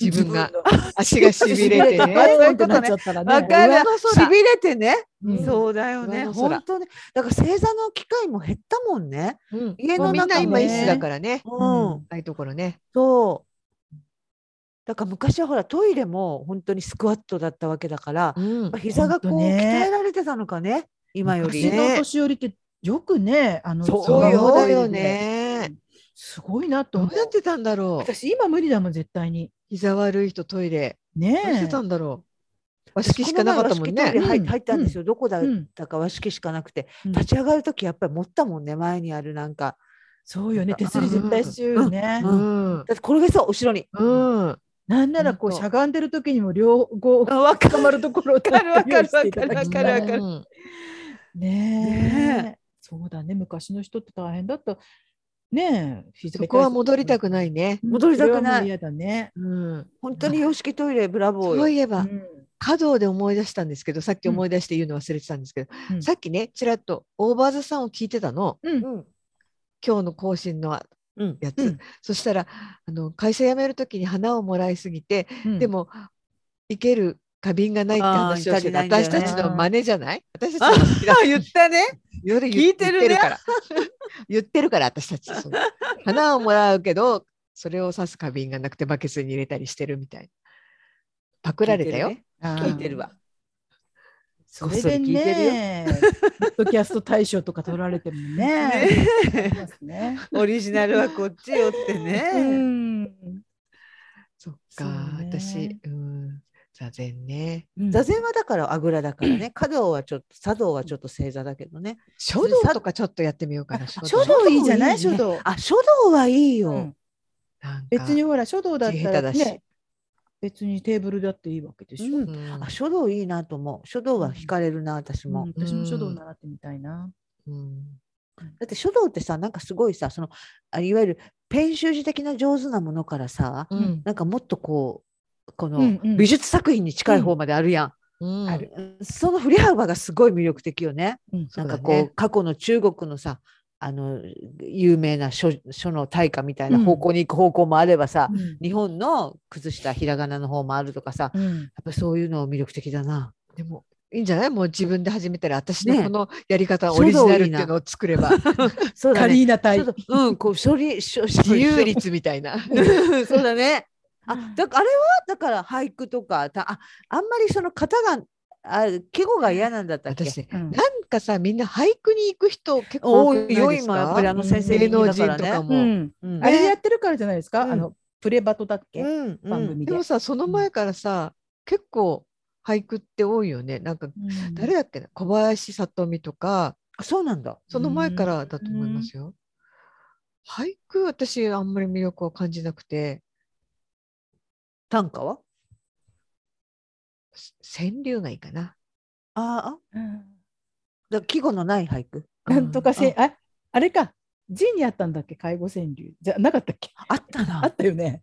S2: 自分が
S1: の
S2: 足がしび れて
S1: バ
S2: ね。
S1: レバレってなっちゃったらね
S3: わかる
S2: 上の空
S3: しびれてね、
S1: うん
S3: そうだよね
S2: 上の空
S3: 本当ねだから正座の機会も減ったもんね
S2: うん
S3: 家
S2: も
S3: の
S2: うみんな
S3: 中
S2: 今
S3: も
S2: 椅
S3: ね
S2: 子だからね。
S1: うん
S2: ああいうところね。
S3: そうだから昔はほらトイレも本当にスクワットだったわけだから、
S2: うん
S3: まあ膝がこう
S1: ほんと
S3: 鍛
S1: ね
S3: えられてたのかね今より
S1: 昔
S3: ね
S1: のお年寄りってよくねあの
S3: そう
S2: そう
S1: 座ろ
S2: だ
S1: う
S2: よ
S1: ね
S2: ね。
S1: すごいなと
S2: どう
S1: 思う
S2: やってたんだろう。
S1: 私今無理だもん絶対に
S2: 膝悪い人トイレ。どうして
S1: ね
S2: たんだろう。和
S3: 私
S2: 式しかなかったもん
S3: この前和式
S2: ね
S3: トイレ。入
S1: うん
S3: 入ったんですよ、どこだ
S1: え、
S3: っ
S1: うん、
S3: たか和式しかなくて、
S1: うん
S3: 立ち上がる時やっぱり持ったもんね前にあるなんか
S1: そうよね手すり絶対必要よね、
S2: うん。
S3: だってこれがさ後ろに
S2: うん。
S1: なんならこう
S2: ほんと
S1: しゃがんでる時にも両方
S3: あわか
S1: 捕まるところを立って
S3: わかる
S1: 用意していただき
S3: わかるわかる
S2: うん
S1: ねえ
S3: ね
S1: そうだね昔の人って大変だったねえ
S2: そこは戻りた
S1: く
S2: くないね。
S3: 戻りたくない
S1: 嫌だね、
S2: うん。
S3: 本当に洋式トイレブラボーよ
S2: そういえ
S1: う
S2: ば、
S1: ん
S2: 華道で思い出したんですけど、さっき思い出して言うの忘れてたんですけど、
S1: うん
S2: さっきね、ちらっとオーバーザさんを聞いてたの、
S1: うん
S3: うん
S2: 今日の更新の
S3: うん
S2: やつ。
S1: うん
S2: そしたら、あの会社辞めるときに花をもらいすぎて、
S1: うん
S2: でも、行ける花瓶がないって話をしてた
S3: あ
S2: 私
S3: ー足りないんだよ
S2: た
S3: ね
S2: ちの真似じゃない私たちの好きだ。
S3: 言ったね
S2: 夜
S3: 聞いて
S2: 言っ
S3: るね
S2: てから。 言ってるから、私たち。その花をもらうけど、それを刺す花瓶がなくてバケツに入れたりしてるみたいな。パクられたよ。
S1: あー
S3: 聞いてるわ
S1: それで
S3: こっそり聞いてるよ
S1: ねポッドキャスト大賞とか取られてもね
S3: ね
S1: ありますね
S3: オリジナルはこっちよってね。
S1: うん
S2: そっ
S1: そ
S2: か、
S1: うね
S2: 私、うん、座禅ね。
S3: 座禅はだからあぐらだからね、華道はちょっと茶道はちょっと正座だけどね。
S2: 書道とかちょっとやってみようかな。
S1: 書道いいじゃない
S3: 書
S1: 書
S3: 道
S1: 道
S3: あ書道はいいよ。
S1: うん
S2: なんか
S1: 別に、ほら書道だっ
S2: 字
S1: た
S2: 下手
S1: ら
S2: だ
S1: ね
S2: し
S1: 別にテーブルだっていいわけでしょ、
S3: うん
S2: うん
S3: あ書道いいなと思う。書道は惹かれるな私も、
S1: うん私も書道習ってみたいな、
S2: うん
S3: だって書道ってさなんかすごいさそのあいわゆる編集時的な上手なものからさ、
S2: う
S1: うん
S3: なんかもっとこうこ
S1: う
S3: の
S1: んうん
S3: 美術作品に近い方まであるやん。
S2: うん
S1: ある
S3: その振り幅がすごい魅力的よね。
S1: うん
S3: なん
S2: そう
S3: か
S2: だ
S3: こ
S2: ね
S3: う過去の中国のさあの有名な書書の大家みたいな方向に行く方向もあればさ、
S1: うん
S3: 日本の崩したひらがなの方もあるとかさやっ
S1: うん
S3: ぱそういうの魅力的だな。
S2: でもいいんじゃないもう自分で始めたら私の
S3: ね
S2: このやり方、オリジナルっていうのを作れば
S3: そう
S1: カ
S3: だね。
S1: リーナ
S3: ち
S1: 対
S3: ょっとうんこう処理処
S2: 自由。
S3: 処
S2: 率みたいな。
S3: 理そうだね。あだあれはだから俳句とかたああんまりその型があ季語が嫌なんだったっけ
S2: 私ね、
S1: うん
S2: なんかさみんな俳句に行く人結構
S3: 多
S2: 多くな
S3: い
S2: い
S3: よ
S2: です
S3: 今やっぱりあ
S2: か
S3: の先生
S2: 芸
S3: 人
S2: 能
S3: 気だ
S2: 人
S3: か
S2: と
S3: ら
S2: か
S3: ね。
S1: う
S2: も。
S1: ん
S3: うん
S1: あれでやってるからじゃないですか、
S3: うん
S1: あのプレバトだっけ、
S3: うんうん
S1: 番組
S2: で
S1: で。
S2: もさその前からさ結構俳句って多いよねなんか
S1: うん
S2: 誰だっけな小林さとみとか
S3: あそうなんだ。
S2: その前からだと思いますよ。俳句私あんまり魅力を感じなくて
S3: 短歌は
S2: す川柳がいいかな。
S3: ああ
S1: うん
S3: だ季語のない俳句。
S1: なんとか
S2: う
S1: せ、あ あれか、字にあったんだっけ、介護川柳。じゃなかったっけ
S3: あったな。
S1: あったよね。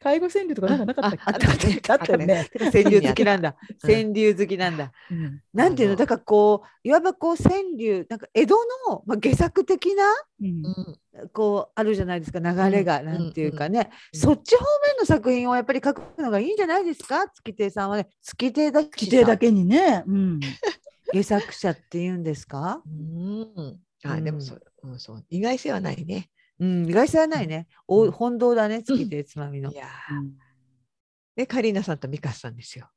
S1: 介護川柳とかなんかなかったっ
S3: あ
S2: あ
S3: っ
S1: け
S3: たね。あ
S1: あ
S3: っ
S1: ったたよ
S3: ね。
S1: ね。
S3: てか 川柳好きなんだ。川柳好きなんだ。
S1: うん
S3: なんていうの
S2: あの
S3: だからこういわばこう川柳なんか江戸の、まあ、下作的な
S1: うん
S2: うん
S3: こうあるじゃないですか流れが、
S2: うん
S3: なんていうかね、
S2: うん
S3: そっち方面の作品をやっぱり書くのがいいんじゃないですか月亭さんはね月亭だ
S1: 規定だけにね。うん
S3: 下作者っていうんですか、
S2: うんあで
S3: うん
S2: もそう,、うん、そう意外性はないね。
S3: うん、意外性はないね、
S2: う
S3: お
S2: ん
S3: 本堂だね月亭つまみの
S2: い、や
S1: う
S2: ー
S1: ん
S2: でカリーナさんとミカさんですよ。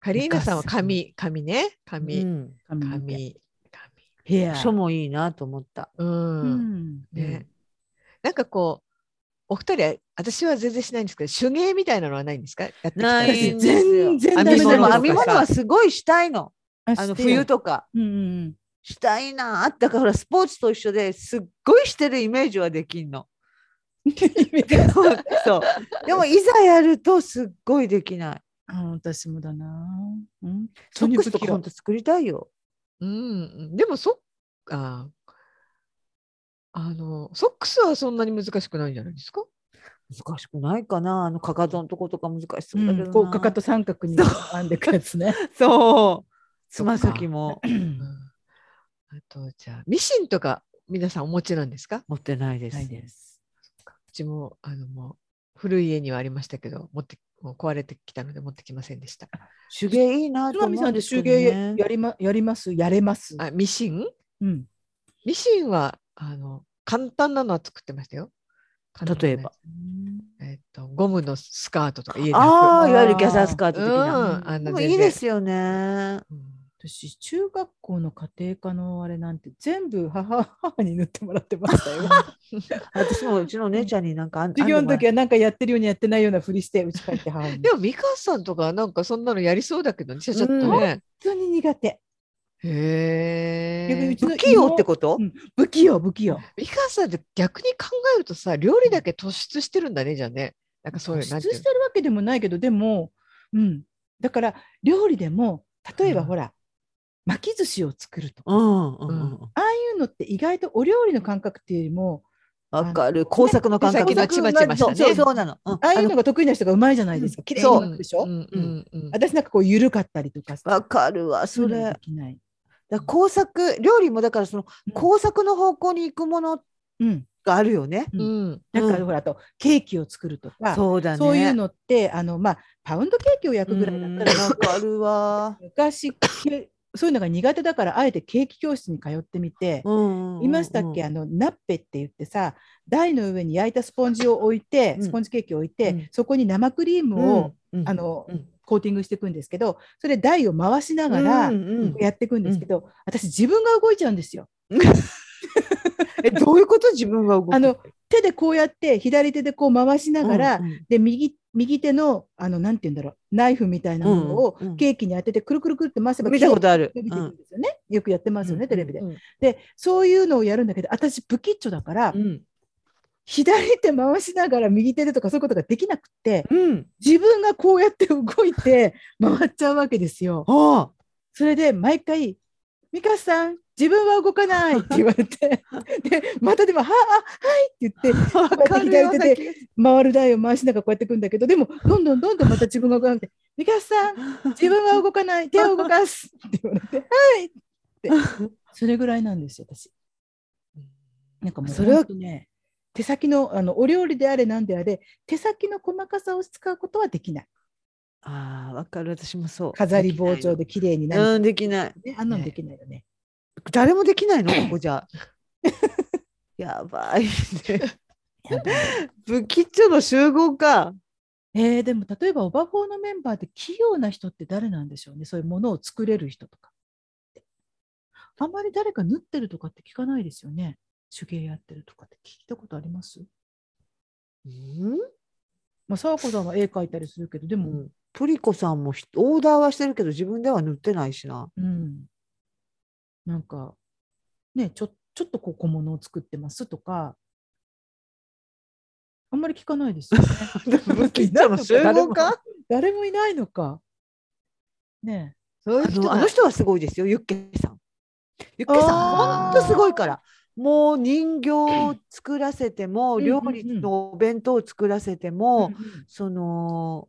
S2: カリーナさんは
S3: ミカさん
S2: 髪髪ね
S3: う
S2: 髪
S3: ん、
S1: 髪の毛
S2: 髪
S1: ヘア。
S3: 書もいいなと思った、
S2: 髪。う
S1: うんん
S2: ね、なんかこうお二人は私は全然しないんですけど手芸みたいなのはないんですかやってきた
S3: な
S2: ら
S3: い
S1: 私
S3: んですよ
S1: 全然
S3: 編
S1: 大
S3: み
S1: 丈夫
S2: 物とか
S3: 物も
S2: さ
S3: 編み物はすごいしたいのあの冬。
S1: 知ってる
S3: とか
S1: うんうん
S3: したいなあったからほらスポーツと一緒ですっごいしてるイメージはできんの。
S1: うん
S3: でも そうでもいざやるとすっごいできない。
S1: あ私もだな。うん
S3: ソックスとか本当作りたいよ。
S2: うん、でもそっか。あの、ソックスはそんなに難しくないんじゃないですか。
S3: 難しくないかなあのかかとのとことか難しそううだけどな、
S1: んこうかかと三角に編んでいくやつ ね。
S3: そうつま先も
S2: うん、あと、じゃあ、ミシンとか、皆さんお持ちなんですか。
S3: 持ってないです。
S1: ないです。
S2: うちも、あの、もう古い家にはありましたけど、持って、もう壊れてきたので、持ってきませんでした。
S3: 手芸いいな
S1: つ
S3: と
S1: ま
S3: 思
S1: み
S3: う
S1: さん
S3: ん
S1: で
S3: ですけ
S1: 手
S3: どね
S1: 芸やりまやりますやれます。
S2: あ、ミシン。
S1: うん。
S2: ミシンは、あの、簡単なのは作ってましたよ。簡単なやつ
S3: 例えば。
S2: えっと、ゴムのスカートとか、家で
S3: あ
S2: 履
S3: あ
S1: あ
S3: い
S1: ー
S3: わゆるギャザースカート
S2: く。
S3: 的
S2: う
S3: な。
S2: ん、あ
S3: で
S2: の、
S3: も
S2: 全
S3: いい
S2: 然
S3: ですよね。
S2: うん
S1: 私中学校の家庭科のあれなんて全部母母に塗ってもらってました よ。
S3: 私もうちのお姉ちゃんになんかあん
S1: 授業の時
S3: は
S1: はなんかやってるようにやってないようなふりしてうち帰って母に。
S2: で
S1: 本
S2: も、ミカさんとか、なんかそんなのやりそうだけどね、ちゃちゃっとね。
S1: 当に苦手。
S2: へ
S1: 逆にう
S2: え
S1: ち。の
S3: 不器用って
S1: こ
S3: こと、
S1: うん不器用不器用。
S2: ミカさんって逆に考えるとさ、料理だけ突出してるんだね、じゃあね。なんかそういう、
S1: 突
S2: なん
S1: 出
S2: ていう
S1: してるわけでもないけどでも、うん、だから料理でも例えば
S2: うん
S1: ほら、巻き寿司を作るとか
S3: うんうんうん
S2: う
S1: ああいうのって意外とお料理の感覚っていうよりも
S3: わかる工作の感覚
S2: 手先のちまちましたね
S3: そうそうそうなの,、うん、
S1: ああいう
S3: の
S1: のが得意な人がうまいじゃないですか綺麗に
S2: う
S1: なる
S2: ん
S1: でしょ、
S2: うんうんうん
S1: 私なんかこう緩かったりとかさ
S3: わかるわそ
S1: そういう
S3: れ、
S1: のが
S3: だ
S1: で
S3: か
S1: きない、
S3: ら工作料理もだからその
S1: うん
S3: 工作の方向に行くもの
S1: うん、
S3: があるよね。
S2: うんうん
S1: だか
S3: う
S1: ら
S3: ん
S1: ほらあとケーキを作るとか
S3: そうだね。
S1: そういうのってあの、まあ、パウンドケーキを焼くぐらいだったら、
S3: うんわかるわ。
S1: 昔けそういうのが苦手だからあえてケーキ教室に通ってみて、
S3: い
S1: いましたっけ、あのナッペって言ってさ台の上に焼いたスポンジを置いて、
S3: うん
S1: スポンジケーキを置いて、
S3: うん
S1: そこに生クリームを、
S3: うん
S1: あの
S3: うん
S1: コーティングしていくんですけどそれ台を回しながら
S3: うんうん
S1: やっていくんですけど、私自分が動いちゃうんですよ。
S3: えどういうこと自分が動く
S1: あの手でこうやって左手でこう回しながら、
S3: うんうん
S1: で右右手のあのなんて言うんだろうナイフみたいなものを
S3: うんうん
S1: ケーキに当ててくるくるくるって回せば
S3: 見たことある。
S1: 綺麗に伸びていくんですよね、よくやってますよね、
S3: うん
S1: テレビで。
S2: うん
S1: でそういうのをやるんだけど私不吉祥だから、
S3: うん
S1: 左手回しながら右手でとかそういうことができなくって
S3: うん
S1: 自分がこうやって動い て回っちゃうわけですよ。
S3: あ
S1: それで毎回「ミカさん自分は動かない」って言われ てでまたでも「はああはい」って言って
S3: あわかる よ
S1: 左手回る台を回しながらこうやっていくんだけどでもどんどんどんどんまた自分が動かなくて「ミカさん自分は動かない手を動かす」 って言われて「はい」って それぐらいなんですよ私。なんかもう
S3: それは
S1: ほんとね手先のあのお料理であれなんであれ手先の細かさを使うことはできない
S3: あーわかる私もそう。
S1: 飾り包丁で綺麗になる、
S3: うんできない。
S1: ね、あんなのできないよね。
S3: 誰もでき ないのここじゃ。やばいね。不吉祥の集合か。
S1: えーでも例えばオバフォーのメンバーで器用な人って誰なんでしょうねそういうものを作れる人とかって。あんまり誰か縫ってるとかって聞かないですよね。手芸やってるとかって聞いたことあります
S3: うん
S1: まあ、沢子さんは絵描いたりするけど、で
S3: う
S1: も、
S3: んプリコさんもひオーダーはしてるけど自分では塗ってないしな。
S1: うん。なんか、ね、ちょちょっとこう小物を作ってますとか、あんまり聞かないですよ ね
S3: 不吉祥の集合か
S1: 誰もいないのか。ね
S2: そうい
S3: あ
S2: う人
S3: の
S2: が
S3: あの人はすごいですよユッケさん。ユッケさん
S1: あー
S3: 本当すごいからもう人形を作らせても、
S1: うん
S3: 料理のお弁当を作らせても、
S1: うん
S3: その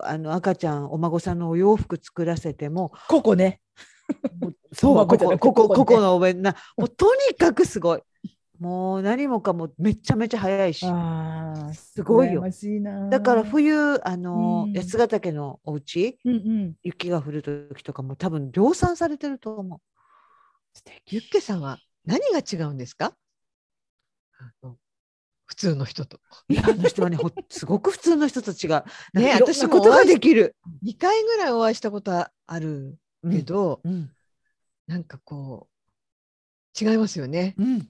S3: あの赤ちゃんお孫さんのお洋服作らせても
S1: ここね。
S3: そう
S1: まあ
S3: こ
S1: ここ
S3: こ
S1: だここ
S3: ここ
S1: ね
S3: ここのお弁 なもうとにかくすごいもう何もかもめちゃめちゃ早いし
S1: ああ、す
S3: ごいよ
S1: 羨ましいな
S3: だから冬あの、
S1: うん
S3: 八ヶ岳のお家
S1: うんうん。
S3: 雪が降る時とかも多分量産されてると思う。
S1: 素敵。
S2: ユッケさんは何が違うんですかあの普通の人と。
S3: いやあの人はねほん すごく普通の人と違う。なんか
S2: ね
S3: いろん
S2: 私
S3: な
S2: も
S3: こと
S2: お会
S3: が
S2: いし
S3: できる。
S2: 2回ぐらいお会いしたことはあるけど、
S3: うん
S2: なんかこう違いますよね。
S3: うん、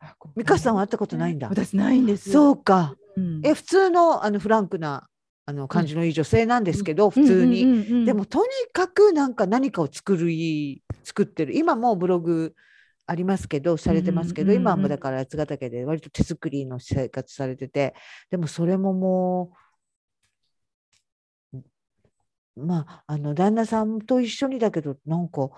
S1: あここね
S3: 美香さんは会ったことないんだ。
S1: 私ないんです。う。
S3: そうか。
S1: ん、
S3: え普通のあのフランクなあの感じのいい女性なんですけど、
S1: うん
S3: 普通に、
S1: うんうんうん
S3: でもとにかくなんか何かを作るい作ってる今もうブログありますけどされてますけ
S1: う
S3: ど、
S1: んうんうん
S3: 今はもうだから八ヶ岳で割と手作りの生活されててでもそれももうまああの旦那さんと一緒にだけどなんか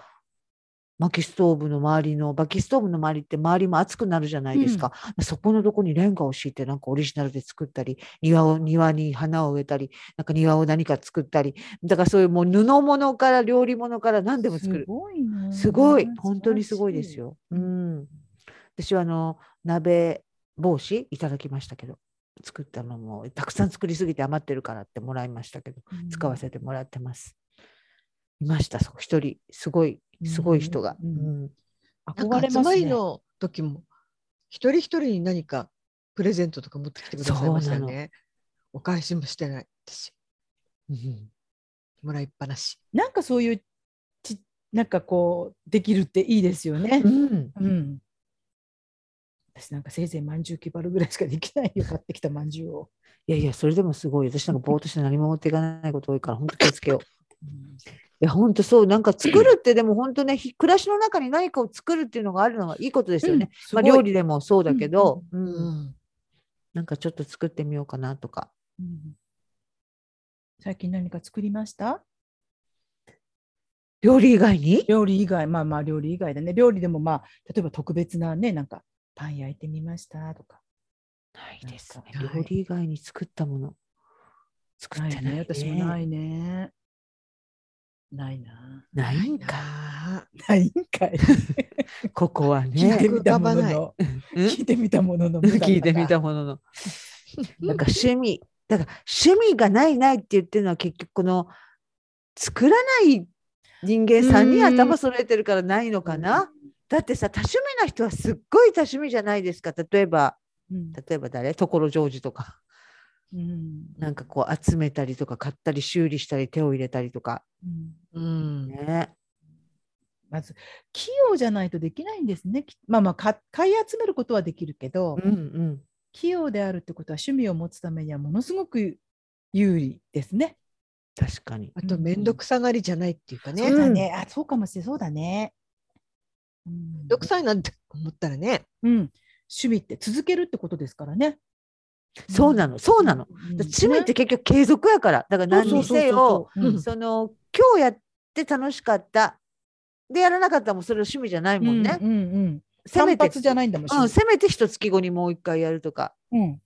S3: 薪ストーブの周りの薪ストーブの周りって周りも熱くなるじゃないですか、そこのとこにレンガを敷いてなんかオリジナルで作ったり庭を庭に花を植えたりなんか庭を何か作ったりだからそういうもう布物から料理物から何でも作る
S1: すごいな。
S3: すごい本当にすごいですよ。う
S1: 晴らしい
S3: ん、私はあの鍋帽子いただきましたけど作ったのもたくさん作りすぎて余ってるからってもらいましたけど
S1: うん。
S3: 使わせてもらってます。いましたそこ一人すごいすごい人が。
S1: う
S3: うんん
S2: なんか
S1: 憧れ
S2: 集
S1: ま
S2: ますり
S1: ね。
S2: の時も一人一人に何かプレゼントとか持ってきてくださいましたよね。お返しもしてない私
S3: うん
S2: もらいっぱなし。
S1: なんかそういうちなんかこうできるっていいですよね
S3: う。ん
S1: うん。私なんかせいぜい饅頭気張るぐらいしかできないよ買ってきた饅頭を。
S3: いやいやそれでもすごい私なんかぼーっとして何も持っていかないこと多いから本当気をつけよう。いや本当そうなんか作るってでも本当ねひ暮らしの中に何かを作るっていうのがあるのはいいことですよね。
S1: す
S3: ま
S1: ご
S3: あ、
S1: い
S3: 料理でもそうだけど、う
S2: うんん、
S3: なんかちょっと作ってみようかなとか。
S1: うん最近何か作りました
S3: 料理以外に
S1: 料理以外まあまあ料理以外だね料理でもまあ例えば特別なねなんかパン焼いてみましたとか
S3: ない
S1: ですね
S2: ない
S3: 料理以外に作ったもの。作ってない、ね。
S1: 私もないいねないな
S3: ないんか。
S2: か。
S1: ないんか い
S3: ここは
S1: 聞いて
S3: ね。
S1: みたものの
S3: うん
S1: 聞いてみたものの無駄だな
S3: 聞いてみたものの。なんか趣味。だから趣味がないないって言ってるのは結局この作らない人間さんに
S1: うん
S3: 頭揃えてるからないのかな、だってさ多趣味な人はすっごい多趣味じゃないですか例えば
S1: うん
S3: 例えば誰所ジョージとか
S1: うん
S3: なんかこう集めたりとか買ったり修理したり手を入れたりとか
S1: うん
S2: うん。
S3: ね
S1: まず器用じゃないとできないんですねきまあまあか買い集めることはできるけど、
S3: うんうん
S1: 器用であるってことは趣味を持つためにはものすごく有利ですね。
S3: 確かに
S2: あと面倒くさがりじゃないっていうかね。
S1: そう
S2: 面
S1: だね、あそうかもしれないそうだね。うん
S2: 倒くさいなって思ったらね。
S1: うん、趣味って続けるってことですからね。
S3: そうなのそうなの
S1: うん。
S3: だって趣味って結局継続やからだから何にせよ
S1: そうそうそうそう
S3: その今日やって楽しかったでやらなかったらもうそれは趣味じゃない
S1: うん
S3: もんね、
S1: うんうんうん、
S3: せめ
S1: 単
S3: て
S1: 発じゃないんだもん。
S3: うん、
S1: 趣
S3: せめて一月後にもう一回やるとか
S1: 味うん。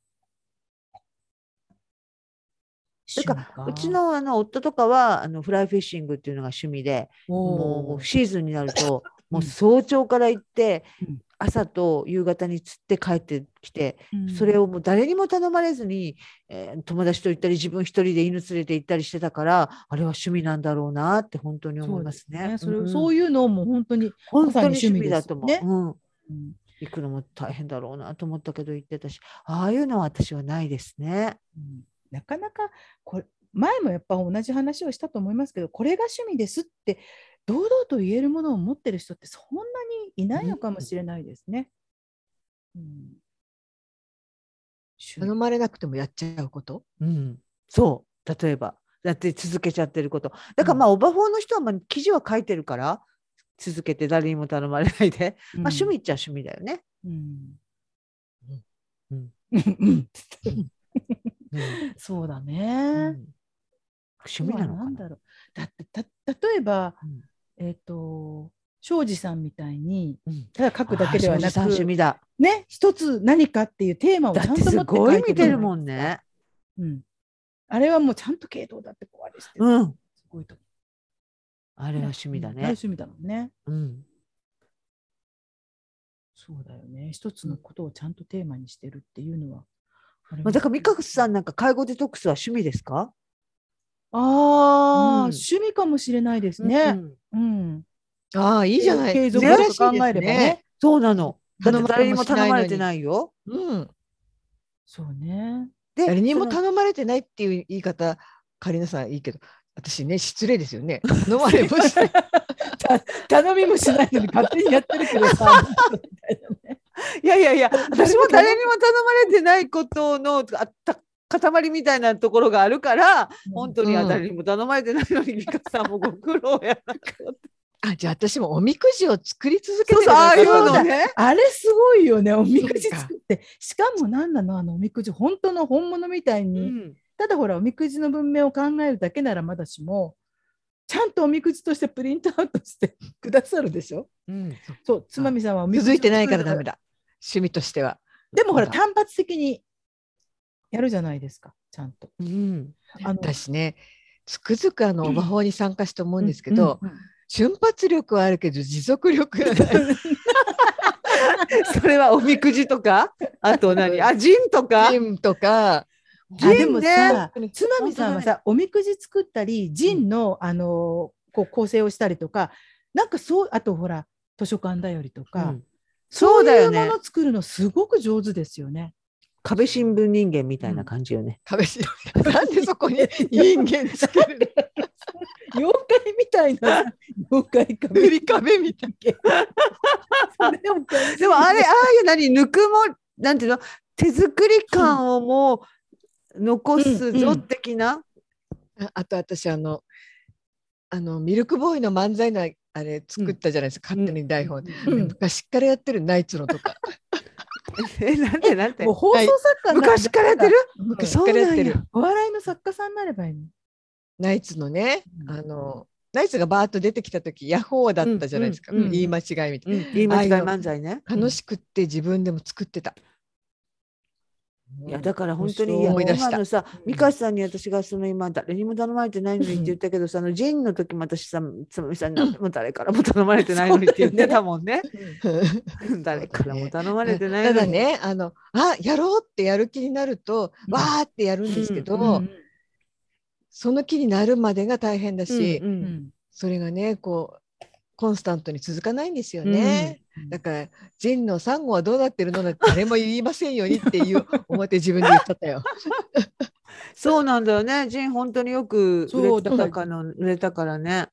S3: だから
S1: 趣味
S3: うちのあの夫とかはあのフライフィッシングっていうのが趣味でも
S1: おー
S3: うシーズンになる と
S1: うん
S3: もう早朝から行って、
S1: うん
S3: 朝と夕方に釣って帰ってきて、
S1: うん
S3: それをもう誰にも頼まれずに、えー友達と行ったり自分一人で犬連れて行ったりしてたからあれは趣味なんだろうなって本当に思いますね。
S1: ね、それ
S3: うん
S1: そういうのも本当に、
S3: 本当に
S1: まさ
S3: 趣
S1: に趣
S3: 味
S1: 味で
S3: だ
S1: す
S3: と
S1: よ
S3: 思う、
S1: ね
S3: うん。
S1: うん
S3: 行くのも大変だろうなと思ったけど行ってたしああいうのは私はないですね。
S1: うんなかなかこれ前もやっぱ同じ話をしたと思いますけどこれが趣味ですって堂々と言えるものを持ってる人ってそんなにいないのかもしれないですね。うん趣味
S2: 頼まれなくてもやっちゃうこと。
S3: うん、そう例えばだって続けちゃってることだか
S1: う
S3: ら
S1: ん
S3: まあ、オバフォーの人はまあ記事は書いてるから続けて誰にも頼まれないで、まあ、趣味っちゃ趣味だよね。
S1: うん
S3: う
S1: うんん うん
S3: うん
S1: そうだ
S3: うん
S1: ね。
S3: 趣味なのか
S1: ん
S3: な
S1: だろうだってた例えば、
S3: うん
S1: えっ、と庄司さんみたたいに
S3: うん
S1: ただ書くだけではな
S3: あー庄司さん趣
S1: く
S3: 味だ。
S1: ね一つ何かっていうテーマをち
S3: だ
S1: ゃ
S3: っ
S1: ん
S3: て
S1: と持
S3: す
S1: って
S3: ご
S1: 書
S3: い
S1: いて
S3: 見てるもんね。
S1: うん、あれはもうちゃんと系統だってこうあれしてる、
S3: うん。
S1: すごいと思
S3: あれ
S1: う
S3: は趣味だ
S1: うんあれ
S3: ね。
S1: 趣味だもんね。
S3: うん。
S1: そうだよね。一つのことをちゃんとテーマにしてるっていうのは。あれ
S3: まあ、だから、美香さ
S1: ん。
S3: んなんか介護デトックスは趣味ですか。
S1: ああ、
S3: うん
S1: 趣味かもしれないですね。う
S3: うん
S1: ん。
S2: ああいいじゃない
S1: 継続
S2: 珍し
S1: 力
S2: いですね
S1: 考えればね。
S3: そうなの。だっ
S2: 頼
S3: て
S2: まれも
S3: 誰にも頼まれて
S2: しな
S3: ないよ。
S2: うん、
S1: そうね。
S3: で
S2: 誰にも
S3: その
S2: 頼まれてないっていう言い方カリナさんいいけど私ね失礼ですよね頼まれもし ない
S1: 頼みもしないのに勝手にやってるけどさ。
S3: いやいやいや、私も誰にも頼まれてないことのあた塊みたいなところがあるから、本当にあ
S2: うん
S3: 誰にも頼まれてないのに、美香さんもご苦労やな。
S2: あじゃあ私もおみくじを作り続け
S3: そ
S2: て
S3: うそう、ああいう
S1: そうだ
S3: のね。
S1: あれすごいよね。おみくじ
S2: そうか
S1: 作って。しかも何なのあのおみくじ。本当の本物みたいうに。
S3: ん
S1: ただほらおみくじの文明を考えるだけならまだしもちゃんとおみくじとしてプリントアウトして くださるでしょ
S3: うん、
S1: そうつまみさんはおみくじ
S2: 続いてないからダ
S1: だめ
S2: メだ趣味としては
S1: でもほら
S2: まだ
S1: 単発的にやるじゃないですかちゃんと。
S3: うん、
S1: あの
S2: 私ねつくづくあのオバホに参加して思うんですけど、
S1: うんうん
S2: 瞬発力はあるけど持続力がない
S3: それはおみくじとか、あと 何、 あ、ジンとか
S2: チ。ームとか
S1: あでもさ
S2: ジンね
S1: つまみさんはさおみくじ作ったりジンの、あのこう構成をしたりとかなんかそうあとほら図書館だよりとか、
S3: うん
S1: そう
S3: だ
S1: い
S3: よ
S1: う
S3: ね
S1: もの作るのすごく上手ですよね。
S3: 壁新聞人間みたいな感じよね。
S2: 壁しなんでそこに人間つけ る
S1: 妖怪みたいな 妖怪か
S2: 塗り壁みたい
S3: でもあれ、ああいう何、ぬくも、なんていうの、手作り感をもう残す
S1: うんう
S3: ぞ
S1: ん
S3: 的な。
S2: な。あと私あのあのミルクボーイの漫才のあれ作ったじゃないですか、勝手に台本、
S1: うん
S2: 昔からやってるナイツのとか
S3: え、なんてなんて
S1: もう。放送作家にな
S3: 昔からやってる。
S1: うん
S2: 昔からやってる
S3: そうなん
S1: お笑いの作家さんになればいいの。
S2: ナイツのね
S1: うん
S2: あのナイツがバーッと出てきた時ヤッホーだったじゃないですか、
S3: うんうんうん
S2: 言い間違いみたい
S3: うん言い間違い漫才ね。
S2: な、楽しくって自分でも作って た。
S3: いやだから本当にいや
S2: 思い出した
S3: 今のさ美香さんに私がその今誰にも頼まれてないのにって言ったけどさあのジンの時も私さつまみさんにも誰からも頼まれてないのにって言 ってたもんね誰からも頼まれてな
S2: た
S3: い の
S2: だ
S3: に
S2: ねあのあやろうってやる気になると、
S1: うん
S2: わーってやるんですけど、
S1: うんうん
S2: その気になるまでが大変だし、
S3: うんうん
S2: それがねこうコンスタントに続かないんですよね。だから「ジンのサンゴはどうなってるの?」なんて誰も言いませんようにっていう思って自分で言っちゃった よ。
S3: そうなんだよねジン本当によく売
S1: そう
S3: れ
S1: だ
S3: てたかの売れたからね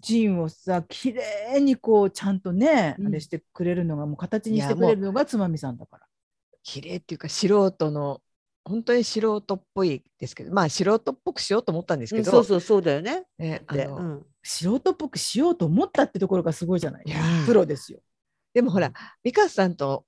S1: ジンをさ綺麗にこうちゃんとね、
S3: うん
S1: あれしてくれるのがもう形にしてくれるのがつまみさんだから。
S2: 綺麗っていうか素人の本当に素人っぽいですけどまあ素人っぽくしようと思ったんです
S3: う
S2: け
S3: ん
S2: ど、
S3: そうそうそうだよね
S2: ねあ
S3: で
S2: の
S3: うん
S1: 素人っぽくしようと思ったってところがすごいじゃない
S2: いやー
S1: プロですよ。
S2: でもほら美香さんと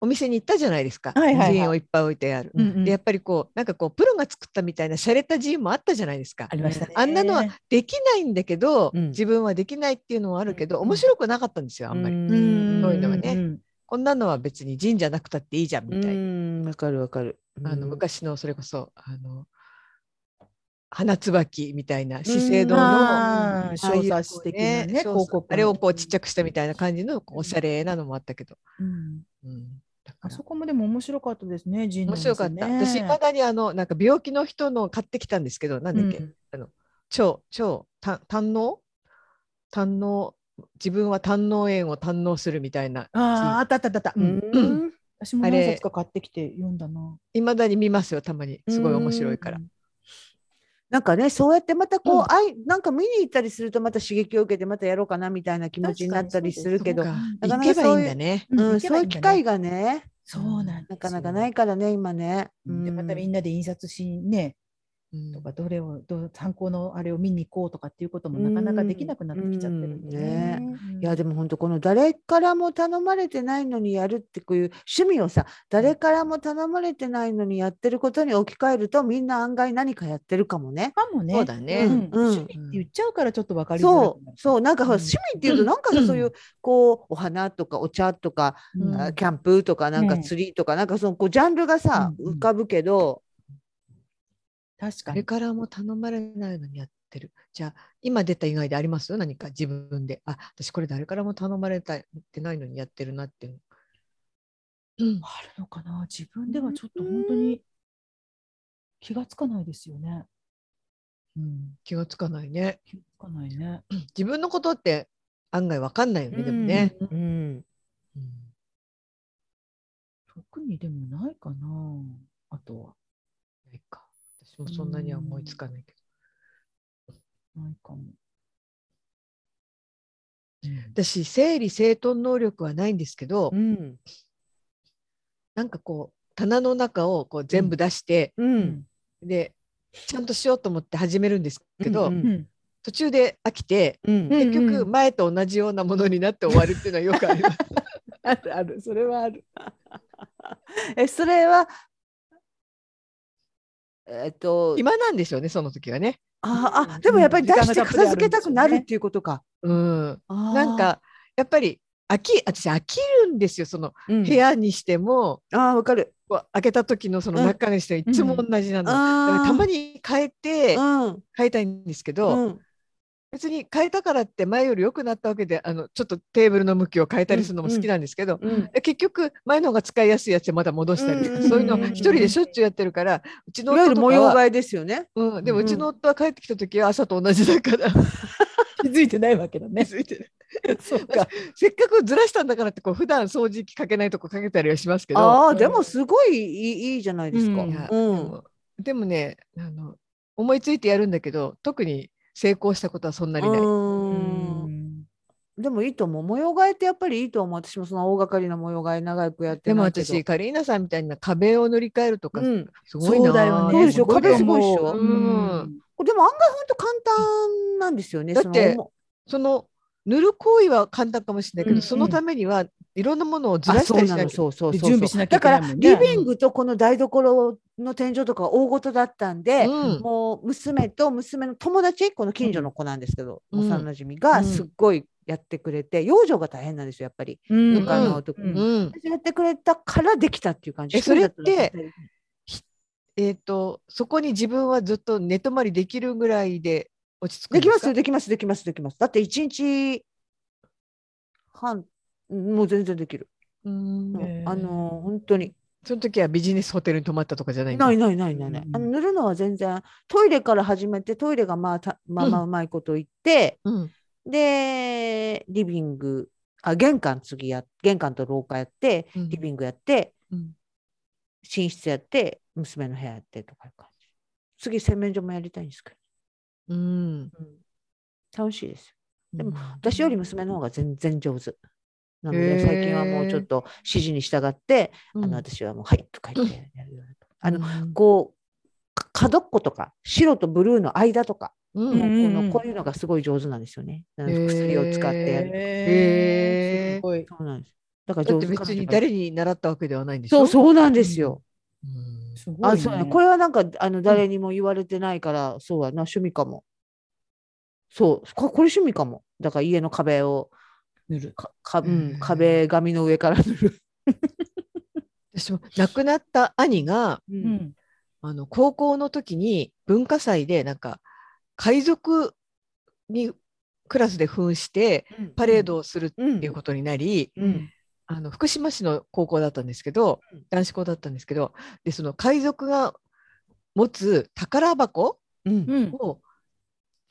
S2: お店に行ったじゃないですか、
S1: はいはいはい
S2: ジンをいっぱい置いてある。
S3: うん
S2: でやっぱりこうなんかこうプロが作ったみたいな洒落たジーンもあったじゃないですか
S1: あ。りましたね。
S2: あんなのはできないんだけど、
S3: うん
S2: 自分はできないっていうのもあるけど、
S1: うん
S2: 面白くなかったんですよあんまり、
S3: う
S2: そういうのがね
S1: ん
S2: こんなのは別に神社なくたっていいじゃんみたいな、
S3: うんわかるわかる
S2: あの
S3: うん
S2: 昔のそれこそあの花椿みたいな資生
S1: うん
S2: 堂の、あ
S1: あー
S2: あいう
S1: 小冊子的なね
S2: そうそう
S1: 広告の
S2: あれをこうちっちゃくしたみたいな感じのこうおしゃれなのもあったけど、
S1: うん
S2: うんだか
S1: あ
S2: ら
S1: そこもでも面白かったですね、ジンの
S2: 面
S1: お店ね
S2: 白かった、私いまだにあのなんか病気の人の買ってきたんですけどなんだっけ、
S1: うん
S2: 超超た堪能堪能自分は堪能園を堪能するみたいな
S1: あーあったあったあったあった。
S3: う
S1: うん
S3: ん
S1: 私も
S2: あ
S1: 何
S2: れ
S1: 冊か買ってきて読んだな。
S2: いまだに見ますよたまにすごい面白いから
S1: うん
S3: なんかねそうやってまたこう、
S1: うん
S3: あいなんか見に行ったりするとまた刺激を受けてまたやろうかなみたいな気持ちになったりするけど
S2: そう
S3: う
S2: か
S3: なかな
S2: 行けば
S3: か
S2: いい
S3: そういうん
S2: だね
S1: うん
S3: ん、
S1: 行け
S3: そ
S1: ばいい
S3: ういう
S1: だ
S3: ん機
S1: ね
S3: 会がね
S1: そうなんですよ
S3: なかなかないからね今ね。
S2: うん
S1: でまたみんなで印刷しにね、
S2: うん
S1: とかどれをどう参考のあれを見に行こうとかっていうこともなかなかできなくなってきちゃってるんでね。うん
S3: いやでも本当この誰からも頼まれてないのにやるってこういう趣味をさ誰からも頼まれてないのにやってることに置き換えるとみんな案外何かやってるかもね。
S1: かもね。
S2: そうだね
S1: うん
S3: うん
S1: 趣味って言っちゃうからちょっとわかりづら
S3: そ
S1: くな
S3: う
S1: る
S3: そうなんかほら
S1: うん
S3: 趣味っていうとなんかさ
S2: うん
S3: そういうこうお花とかお茶とか
S1: うん
S3: あキャンプとかなんか
S1: ねえ
S3: 釣りとかなんかそのこうジャンルがさ
S1: うんうん
S3: 浮かぶけど
S1: 確か
S2: 誰
S1: に。
S2: からも頼まれないのにやってる。じゃあ、今出た以外であります何か自分で。あ、私これ誰からも頼まれたってないのにやってるなっていうの。うん
S1: あるのかな自分ではちょっと本当に気がつかないですよね。うん、
S2: 気がつかないね。
S1: 気がつかないね。
S2: 自分のことって案外わかんないよね、でもね。
S3: うん
S2: うん
S1: 特にでもないかなあとは
S2: ないか。私もそんなには思いつかないけど。
S1: ないかも。
S2: 私、整理整頓能力はないんですけど、
S3: うん
S2: なんかこう、棚の中をこう全部出して、
S3: うん
S2: で、ちゃんとしようと思って始めるんですけど、
S3: うんうん
S1: うん
S2: 途中で飽きて、
S3: うん
S1: うん
S2: 結局前と同じようなものになって終わるっていうのはよくあ ります。
S1: あるあるそれはある。
S3: えそれはえっと
S2: 暇なんでしょうね、その時はね。
S3: あ
S1: う
S3: あ
S1: ん
S3: でもやっぱり
S1: うん
S3: 出して
S1: 時間がたっぷり
S3: 片
S1: あ
S3: 付
S1: る
S3: け
S1: んで
S3: た
S1: すよ
S3: く
S1: ね
S3: なるっていうことか。
S2: うん。
S3: な
S2: なんか、やっぱり飽き、私飽きるんですよ。その
S3: 部
S2: 部屋にしても、
S3: ああわかる。
S2: こう開けた時のその
S3: うん
S2: 中にしてもいつも同じなの。だから
S3: あ
S2: たま
S3: に
S2: に変えて、
S3: うん
S2: 変えたいんですけど、
S3: うん
S2: 別に変えたからって前より良くなったわけであのちょっとテーブルの向きを変えたりするのも好きなんですけど、
S3: うん
S2: え結局前の方が使いやすいやつでまた戻したりとか、
S3: うんうん
S2: そういうの一人でしょっちゅうやってるからうち
S3: い
S2: の
S3: わゆ
S2: 夫
S3: る
S2: とか
S3: 模様
S2: は、
S3: 替えですよね。
S2: うん、でも
S1: う
S2: うんちの夫は帰ってきた時は朝と同じだから、
S1: 気づいてないわけだね。
S2: ついてる
S1: そう
S2: か。せっかくずらしたんだからってこう普段掃除機かけないとこかけたりはしますけど
S3: あ
S1: う
S3: あ
S1: ん
S3: でもすごいいいいいじゃないですか。
S1: う
S3: うんん
S2: いやでもでもねあの思いついてやるんだけど特に成功したことはそんなにない。
S3: うんでもいいと思う模様替えってやっぱりいいと思う私もその大掛かりな模様替え長くやって
S2: でも
S3: ないけど
S2: 私カリーナさんみたいな壁を塗り替えるとか
S3: うん、
S2: すごいな
S1: そう
S2: あ
S1: だよね
S2: と思
S1: そう
S2: って
S1: でしょ壁すごいっし
S3: ょ
S2: うん
S3: でも案外ほんと簡単なんですよね。
S2: だって
S3: その
S2: その塗る行為は簡単かもしれないけど、
S1: うん
S2: そのためにはいろんなものをず
S3: あ
S2: らし
S3: そ
S2: た
S3: う
S2: りし
S3: な
S2: な
S3: の
S2: きゃ
S3: そうそう
S1: で
S3: そうそう
S1: 準備しなきゃいけ
S3: だ
S1: な
S3: か
S1: いも
S3: ら
S1: んね
S3: リビングとこの台所の天井とかは大ごとだったんで、
S2: うん
S3: もう娘と娘の友達この近所の子なんですけど、
S2: うん
S3: 幼馴染
S2: う
S3: が
S2: ん
S3: すっごいやってくれて、養女が大変なんですよやっぱり。
S1: うん
S3: なんかあの
S1: うん
S3: 特
S1: う
S3: に
S1: ん
S2: うん
S3: やってくれたからできたっていう感じ。
S2: えそれって
S3: 一人だたら絶対
S2: えー、とそこに自分はずっと寝泊まりできるぐらいで落ち着くん
S3: でき
S2: で
S3: ますす
S2: か
S3: よできますできますできます。だって一日半もう全然できる。
S2: うん
S1: ねへー
S3: あの本当に
S2: その時はビジネスホテルに泊まったとかじゃないんだ
S3: ないないないないない、
S1: うん
S3: あの塗るのは全然トイレから始めてトイレがまあたまあまあうまいこと言って、
S2: うん
S3: でリビングあ玄関次や玄関と廊下やって
S2: うん
S3: リビングやって、
S2: うん
S3: 寝室やって娘の部屋やってとかいう感じ次洗面所もやりたいんですけ
S2: うん、
S3: ど、楽しいですよでも
S2: うん
S3: 私より娘の方が全然上手なの
S2: へ
S3: で
S2: ー
S3: 最近はもうちょっと指示に従って、あ
S2: うん
S3: の私はもう「はい」とか言ってやるようになったあの
S2: うん
S3: こうか角っことか白とブルーの間とか、
S2: う
S3: もうこ
S2: ん
S1: うん
S3: のこういうのがすごい上手なんですよね。あの
S2: へー
S3: 薬を使ってやる。
S1: へーすごい。
S3: そうなんです。だから
S2: だっ
S3: 上
S2: て
S3: 手
S2: 別に
S3: 彼女が
S2: 誰に習ったわけではないんでし
S3: そ
S2: ょ
S3: うそうなんですよ。
S2: うん
S1: すごい、ね。
S3: あそうね、これはなんかあの誰にも言われてないから、そうやな趣味かも。そうここれ趣味かも。だから家の壁を
S1: 塗る。
S3: かか、う
S2: へ
S3: ん
S2: ー、
S3: 壁紙の上から塗る。
S2: 私も亡くなった兄が
S3: う
S1: う。ん。
S2: あの高校の時に文化祭でなんか海賊にクラスで扮してパレードをする
S3: うん
S2: っていうことになり、
S3: うん
S2: あの福島市の高校だったんですけど
S3: うん
S2: 男子校だったんですけどでその海賊が持つ宝箱
S3: うん
S1: うん。
S2: を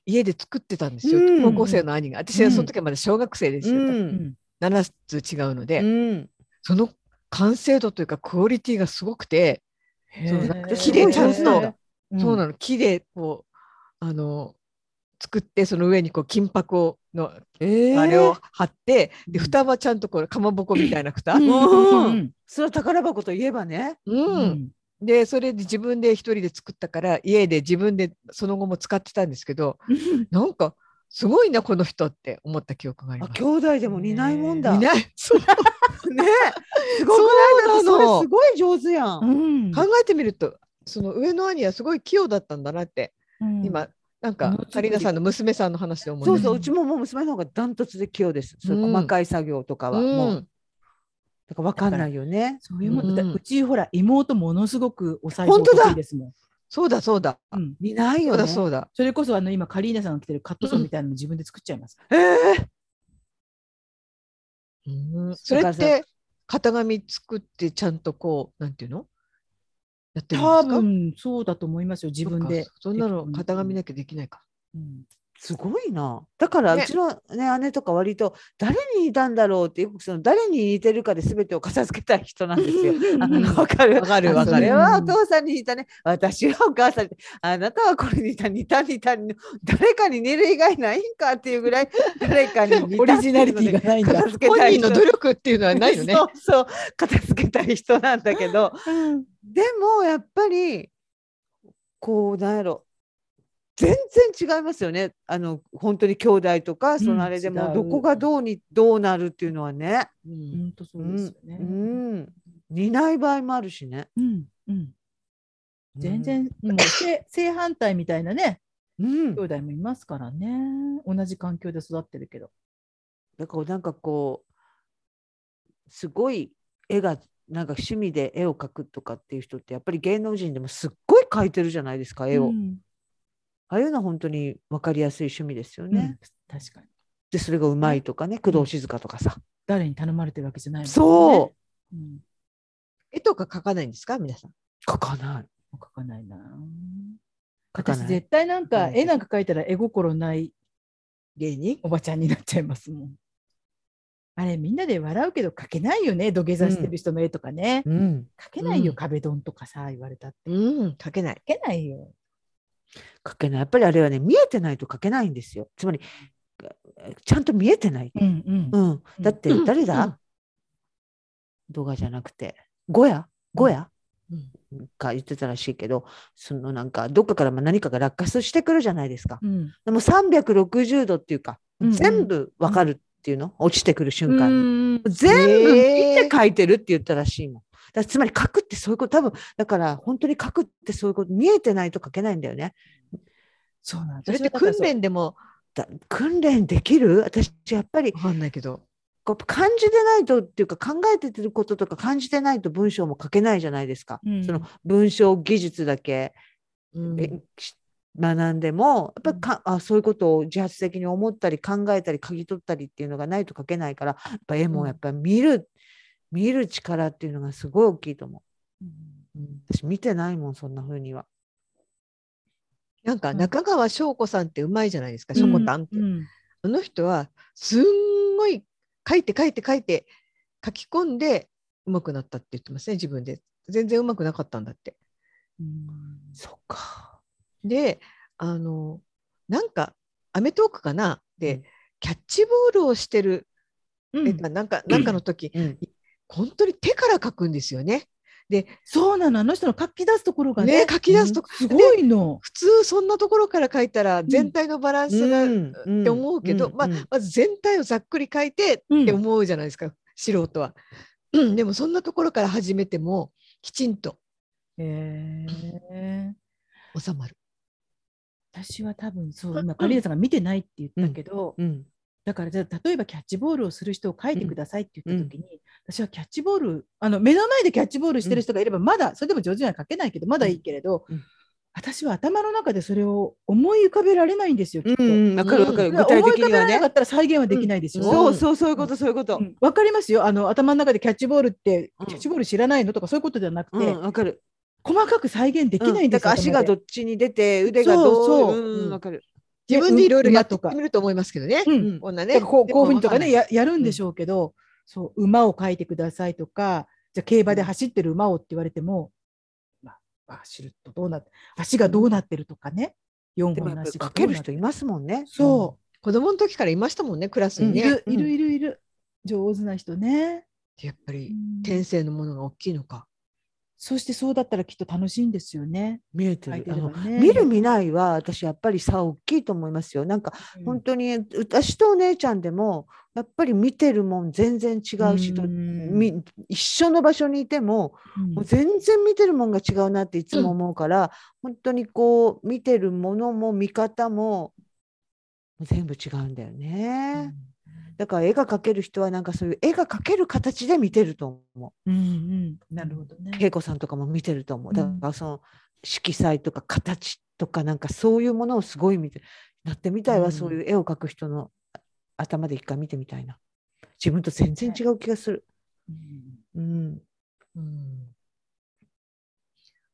S2: 家で作ってたんですよ、
S3: うん
S2: 高校生の兄が私はその時はまだ小学生ですよ、
S3: うん
S2: 7つ違うので、
S3: うん
S2: その完成度というかクオリティがすごくて、そう
S1: へー
S2: なんか
S3: 木
S2: でちゃんと。そう
S1: の。
S2: なの木でこうあの作ってその上にこう金箔をの
S3: え
S2: あれを貼って、で
S1: うん
S2: 蓋はちゃんとこれかまぼこみたいな蓋、
S3: うん
S1: うんうん
S3: それは宝箱といえばね。
S2: うん
S1: うん。
S2: でそれで自分で一人で作ったから家で自分でその後も使ってたんですけどなんかすごいなこの人って思った記憶があり
S3: あ
S2: ます。
S3: 兄弟でも似ないもんだ。
S2: い
S3: ね
S2: ない そう
S3: すごくないだって
S2: そうなの
S3: それすごい上手やん。
S1: ん
S2: 考えてみるとその上の兄はすごい器用だったんだなって、今な
S1: もの
S2: んか
S1: すごい
S2: カリーナさんの娘さんの話で思い
S3: そ
S2: ま
S3: う
S2: す。
S3: そう、うちももう娘の方がダントツで器用です。そういう細かい作業とかは、もう、
S2: うん
S3: だから分かんないよね。
S1: そういうもんだ
S2: うん
S1: うちほら妹ものすごくお財布
S3: 本当だ
S1: 得意ですもん。
S2: そうだそうだ、
S1: うん
S3: 似ない
S2: そう
S3: よね
S2: だ。そうだ。
S1: それこそあの今カリーナさんが着てるカットソーみたいなの自分で作っちゃいます。
S3: ええ
S2: うんそれって型紙作ってちゃんとこうなんていうのやってるんですか
S1: 多分そうだと思いますよ自分で
S2: そっ。かそんなの型紙なきゃできないか
S1: うん
S3: すごいな。だから、う
S2: ね
S3: ちの、ね、姉とか割と、誰に似たんだろうって、よくその誰に似てるかで全てを片付けたい人なんですよ。あ
S2: うん
S3: わかる
S2: わかる
S3: あ
S2: わか
S3: そ
S2: る
S3: れはお父さんに似たね。私はお母さんに。あなたはこれに似た、似た、似た。似た誰かに似る以外ないんかっていうぐらい、誰かに似た。
S1: オリジナリティがないんだ
S3: 片付け
S2: 本
S3: たい
S2: 人
S3: 人
S2: の努力っていうのはないよね
S3: そうそう。片付けたい人なんだけど。でも、やっぱり、こう、なんやろ。全然違いますよね。あの、本当に兄弟とか、そのあれで
S1: 違
S3: も、
S1: う
S3: どこがどうに、どうなるっていうのはね。
S2: うん
S1: 本当そうですよね。
S3: うん。似ない場合もあるしね。
S1: うんうん全然もう正正反対みたいなね
S3: うん。うん
S1: 兄弟もいますからね同じ環境で育ってるけど。
S3: だからなんかこうすごい絵がなんか趣味で絵を描くとかっていう人ってやっぱり芸能人でもすっごい描いてるじゃないですか絵を、
S1: うん
S3: ああいうのは本当に分かりやすい趣味ですよ
S1: う
S3: ね、
S1: ん確かに
S3: でそれがうまいとかね工藤静香とかさ、
S1: 誰に頼まれてるわけじゃないもんね
S3: そ
S1: うん
S2: 絵とか描かないんですか皆さん
S3: う描かない
S1: もう書かないな。
S3: 書か
S1: 私
S3: ない
S1: 絶対なん
S3: 書か
S1: か
S3: ない
S1: 絵なんか描いたら絵心ない
S2: 芸人
S1: おばちゃんになっちゃいますもん。あれみんなで笑うけど描けないよね土下座してる人の絵とかね。
S3: うん
S1: 描けないよ、
S2: うん
S1: 壁ドンとかさ言われたって。
S2: うん描けない
S1: 描けないよ。
S3: 描けないやっぱりあれはね見えてないと描けないんですよつまりちゃんと見えてない、
S1: うんうん
S3: う。ん、だって誰だ、
S2: うん
S3: 動画じゃなくてゴヤゴヤ、
S2: うん
S3: が言ってたらしいけどそのなんかどっかからまあ何かが落下してくるじゃないですか
S1: うん
S3: でも360度っていうか、
S1: うんうん
S3: 全部わかるっていうの、落ちてくる瞬間に、
S1: うん
S3: 全部
S2: へー
S3: 見て書いてるって言ったらしいもんだからつまり書くってそういうこと多分だから本当に書くってそういうこと見えてないと書けないんだよね
S1: そうなん
S2: それ
S1: 私
S2: っ
S1: は
S2: て
S1: だから
S2: 訓
S1: そう
S2: 練でも
S3: だ訓練できる私やっぱり
S2: わかんないけど
S3: こう感じてないとっていうか考えてることとか感じてないと文章も書けないじゃないですか、
S1: うん
S3: その文章技術だけ
S2: うん
S3: 勉し学んでもやっぱりか、あそういうことを自発的に思ったり考えたり嗅ぎ取ったりっていうのがないと書けないからやっぱ絵
S2: う
S3: も
S2: ん
S3: やっぱり見る、見る力っていうのがすごい大きいと思
S1: うん
S3: う。私見てないもんそんな風には。
S2: なんか中川翔子さんってうまいじゃないですか
S1: う
S2: 翔
S1: ん
S2: 子たんって
S1: うん
S2: あの人はすんごい書いて書いて書いて書き込んで上手くなったって言ってますね自分で全然上手くなかったんだって
S1: うん
S3: そっか。
S2: であのなんか『アメトーーク』かなで、
S3: うん
S2: キャッチボールをしてる、
S1: うん
S2: えなんかなんかの時、
S3: うん、
S2: 本当に手から書くんですよね。
S1: そうなのあの人の書き出すところがね
S2: ね書き出すとこ、
S1: す
S2: で
S1: ごいの。
S2: 普通そんなところから書いたら全体のバランスが、
S3: ん
S2: って思うけど、
S3: ん
S2: まあ
S3: ん
S2: まず全体をざっくり書いて
S1: うん
S2: って思うじゃないですか、素人は、うん。でもそんなところから始めてもきちんと
S1: へえ。
S2: 収まる。
S1: 私は多分そう今カリーナさんが見てないって言ったけど、
S3: うん
S1: だからじゃあ例えばキャッチボールをする人を書いてくださいって言った時に、私はキャッチボールあの目の前でキャッチボールしてる人がいればまだ、それでも上手には書けないけどまだいいけれど、
S3: うんうん
S1: 私は頭の中でそれを思い浮かべられないんですよきっと。
S3: うん、わかるわかる、
S1: だから
S3: 具体
S1: 思い浮
S3: 的
S1: か
S3: に
S1: べら
S3: は
S1: れな
S3: ね
S1: か。ったら再現はできないでしょ、
S2: うん
S3: そうそうそういうことそういうこと。
S1: うんわかりますよあの頭の中でキャッチボールって、
S3: うん
S1: キャッチボール知らないのとかそういうことではなく
S3: う
S1: て、
S3: んわかる。
S1: 細かく再現できないんですよ、
S3: だから足がどっちに出て腕が
S1: そ
S3: ど
S1: うそうう
S3: うん
S2: うん
S3: わかる。
S2: 自分でいろいろやって
S1: 馬とか
S2: みると思いますけどね。
S1: うん
S3: うん
S2: こんな
S1: だ
S2: ね。
S1: からこうこういうふうにとかね
S2: でもわ
S1: ややるんでしょうけど、そう馬を描いてくださいとかじゃあ競馬で走ってる馬をって言われても、まあ、走るとどうなって足がどうなってるとかね、四
S3: でも
S1: 本の
S3: やっぱり
S1: 足
S3: か
S1: が
S3: け
S1: どう
S3: る
S1: なって
S3: 人いますもんね。
S1: そ
S2: かんない子供の時からいましたもんね、クラス
S1: う、
S2: に
S1: い
S2: ね。
S1: る
S3: うん
S1: いるいるいる上手な人ね。
S2: やっぱり
S1: うん
S2: 天性のものが大きいのか。
S1: そうしてそうだったらきっと楽しいんですよね。
S3: 見えて
S1: 相
S3: る。
S1: 手
S3: あ
S1: で
S3: の
S1: はね
S3: 見る見ないは私やっぱり差大きいと思いますよ。なんか
S1: うん
S3: 本当に私とお姉ちゃんでもやっぱり見てるもん全然違うし、と
S1: うん
S3: み一緒の場所にいても
S1: うん
S3: もう全然見てるもんが違うなっていつも思うから、本当にこう見てるものも見方も全部違うんだよね。だから絵が描ける人はなんかそういう絵が描ける形で見てると思
S1: うんうんなるほど
S3: う。
S1: ね。
S3: 恵子さんとかも見てると思
S1: う
S3: う。
S1: ん
S3: だからその色彩とか形とかなんかそういうものをすごい見てなってみたいわ、
S1: うん
S3: そういう絵を描く人のあ頭で一回見てみたいな。自分と全然違う気がする。
S1: うん
S3: うん。
S2: うん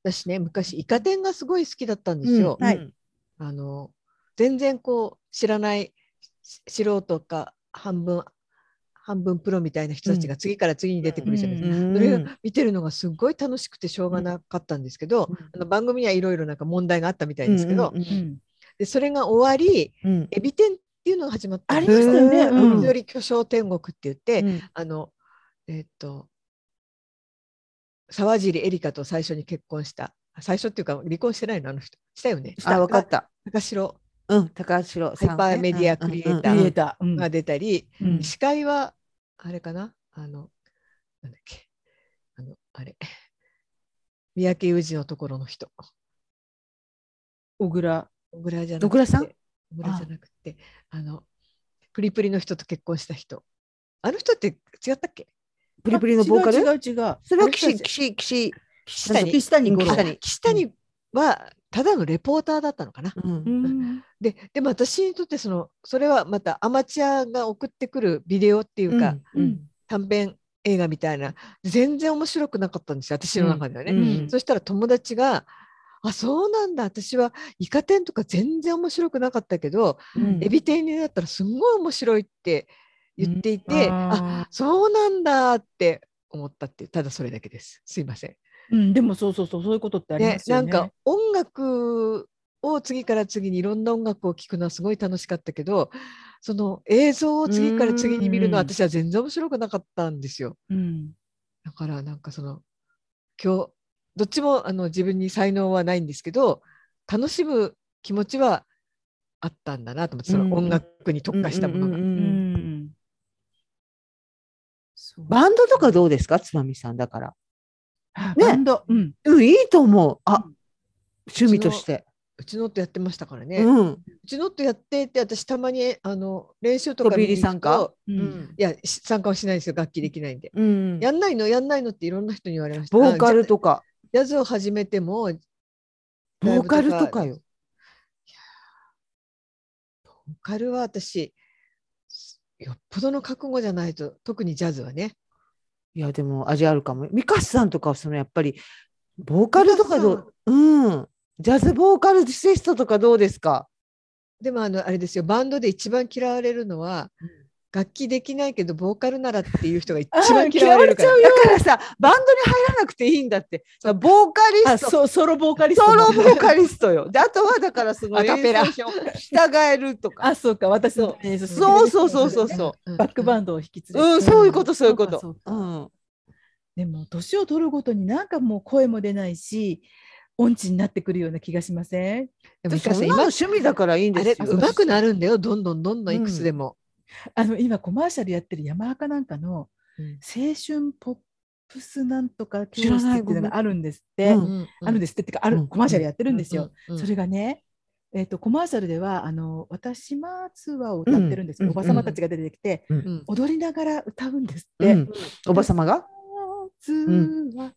S2: 私ね昔イカ天がすごい好きだったんですよ。
S1: うんはい
S3: うん
S2: あの全然こう知らないし素人か半分半分プロみたいな人たちが次から次に出てくるじゃないですか。
S3: うん
S2: それを見てるのがすごい楽しくてしょうがなかったんですけど、あの番組にはいろいろなんか問題があったみたいですけど、
S3: うん
S1: うん
S2: でそれが終わり
S3: うんうん
S2: エビ天っていうのが始まった
S1: ありましたよね
S3: へー
S1: うん
S2: より巨匠天国って言って、
S3: うん
S2: あのえーっと沢尻エリカと最初に結婚したあ最初っていうか離婚してないのあの人したよね
S3: あ、わかった。
S2: 高城
S3: うん、高城さん、ね。
S2: ハイパーメディアクリエイター
S3: うん
S1: 見
S3: うんう
S1: え
S3: ん
S1: た。うん
S2: が出たり、
S1: うん
S2: 司会はあれかなあのなんだっけあのあれ三宅裕二のところの人
S1: 小倉。
S2: 小倉じゃなくて
S3: 小倉さん
S2: 小倉じゃなくてあのプリプリの人と結婚した人あの人って違ったっけ
S3: プリプリのボーカル
S1: あ違う違う違う。
S3: それは
S1: あ
S3: 岸、
S1: たち
S3: 岸、岸。
S2: 岸谷
S1: 岸谷五
S3: 岸
S1: 郎
S3: 谷。
S2: 岸谷はただのレポーターだったのかな、
S3: うん
S1: うん
S2: ででも私にとってそのそれはまたアマチュアが送ってくるビデオっていうか、
S3: うんうん
S2: 短編映画みたいな全然面白くなかったんですよ私の中ではね。
S3: うん
S2: そしたら友達が「あそうなんだ私はイカ天とか全然面白くなかったけど、
S3: うん
S2: エビ天になったらすんごい面白い」って言っていて、あ
S1: あ
S2: そうなんだって思ったっていうただそれだけですすいません。
S1: ーうん、でもそうそうそうそういうことってありま
S2: ね、
S1: す
S2: な
S1: よ
S2: ん
S1: ね。
S2: か音楽を次から次にいろんな音楽を聴くのはすごい楽しかったけどその映像を次から次に見るのは
S1: うん
S2: 私は全然面白くなかったんですよ。
S1: うん
S2: だからなんかその今日どっちもあの自分に才能はないんですけど楽しむ気持ちはあったんだなと思ってそ
S3: うん
S2: の音楽に特化したものが。
S3: うんう
S1: うん
S3: うんうん
S1: ん。そう
S3: バンドとかどうですか、つまみさんだから。
S1: あ
S3: ね
S1: バンド、うん、
S3: うん、いいと思う。あ
S1: うん、
S3: 趣味として。
S2: うちの夫やってましたからね、う
S3: うん。
S2: ちの夫やってて私たまにあの練習とか
S3: 飛び入り
S2: 見に行くと
S3: 参加
S1: う、
S3: うん
S2: いやし参加はしないですよ楽器できないんで。
S3: ん
S2: やんないのやんないのっていろんな人に言われました。
S3: ボーカル
S2: あ
S3: とか、
S2: ジャジャズを始めてもライ
S3: ボ
S2: ブ
S3: ーカルとかよ。
S2: ボーカルは私よっぽどの覚悟じゃないと特にジャズはね。
S3: いや、でも味あるかも。ミカスさんとかは、そのやっぱり、ボーカルとかど
S2: ミカ
S3: う、うん。ジャズボーカルセストとかどうですか
S2: でもあのあれですよバンドで一番嫌われるのは、楽器できないけどボーカルならっていう人が一番嫌われるから。
S3: だからさ、バンドに入らなくていいんだって。ボーカリ
S1: あ
S3: スト
S1: そうソロボーカリスト
S3: ソロボ
S1: ー
S3: ーカリストよ。で、あとはだからその
S2: アカペラ
S3: 演奏者を従えるとか。
S1: あそうか私の
S2: そう
S1: ねそ
S3: そうそうそうそうそ
S2: うん
S1: バックバンドを引き継
S3: う。
S1: ぐ
S3: うん、そういうこと、そういうこと。
S1: そうかそう
S3: う
S1: か
S3: ん。
S1: でも年を取るごとになんかもう声も出ないし音痴になってくるような気がしません
S2: でも
S3: 確
S2: し
S3: か
S2: かし
S3: にそ
S2: て
S3: んなの
S2: 今
S3: 趣味だからいいん
S2: あ
S3: で
S2: れ
S3: すよ。
S2: 上手くなるんだよどんどんどんどんいくつでも。
S1: あの今コマーシャルやってる山赤なんかの
S2: うん
S1: 青春ポップスなんとか教
S3: 知ら
S1: 室
S3: ない
S1: っていうのがあるんですっ
S3: ご
S1: て
S3: めん
S2: うん
S1: あるんですってってかあ
S3: うん
S1: るコマーシャルやってるんですよ。
S2: うんうん
S1: それがね、えっとコマーシャルでは「あの私松は」を歌ってるんですけど、
S3: うん
S1: おばさまたちが出てきて、
S2: うん
S1: 踊りながら歌うんですっ
S3: う
S1: て。
S3: んおばさまが
S1: 松 は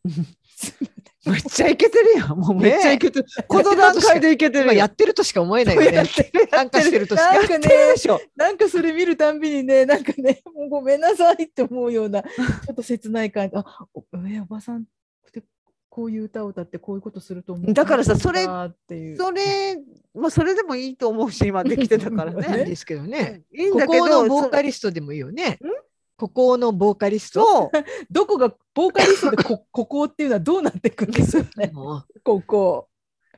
S3: めっちゃいけてるやん。もうめっちゃいけてる。この段階でいけて
S2: 今
S3: る
S2: や
S3: やん。
S2: ってるとしか思えないよ
S3: や
S2: ね
S3: っ。てる。
S2: 参加してるとしか。
S1: なんかね
S3: でしょ。
S1: なんかそれ見るたんびにねなんかねもうごめんなさいって思うよう なちょっと切ない感じあお,、えおばさんってこういう歌を歌ってこういうことすると思う
S3: だからさそれ
S1: っていう
S3: それ、まあ、それでもいいと思うし、今できてたから
S2: いいん
S3: ね。
S2: ですけど ね。
S3: いいんだ
S2: こ
S3: け
S2: こ
S3: ど
S2: の、ボーカ
S3: リ
S2: リストでもいいよね。ここのボーカリスト。
S3: そう。
S1: どこがボーカリストでこ ここ っていうのはどうなっていくんですよね
S2: もう
S1: ここ。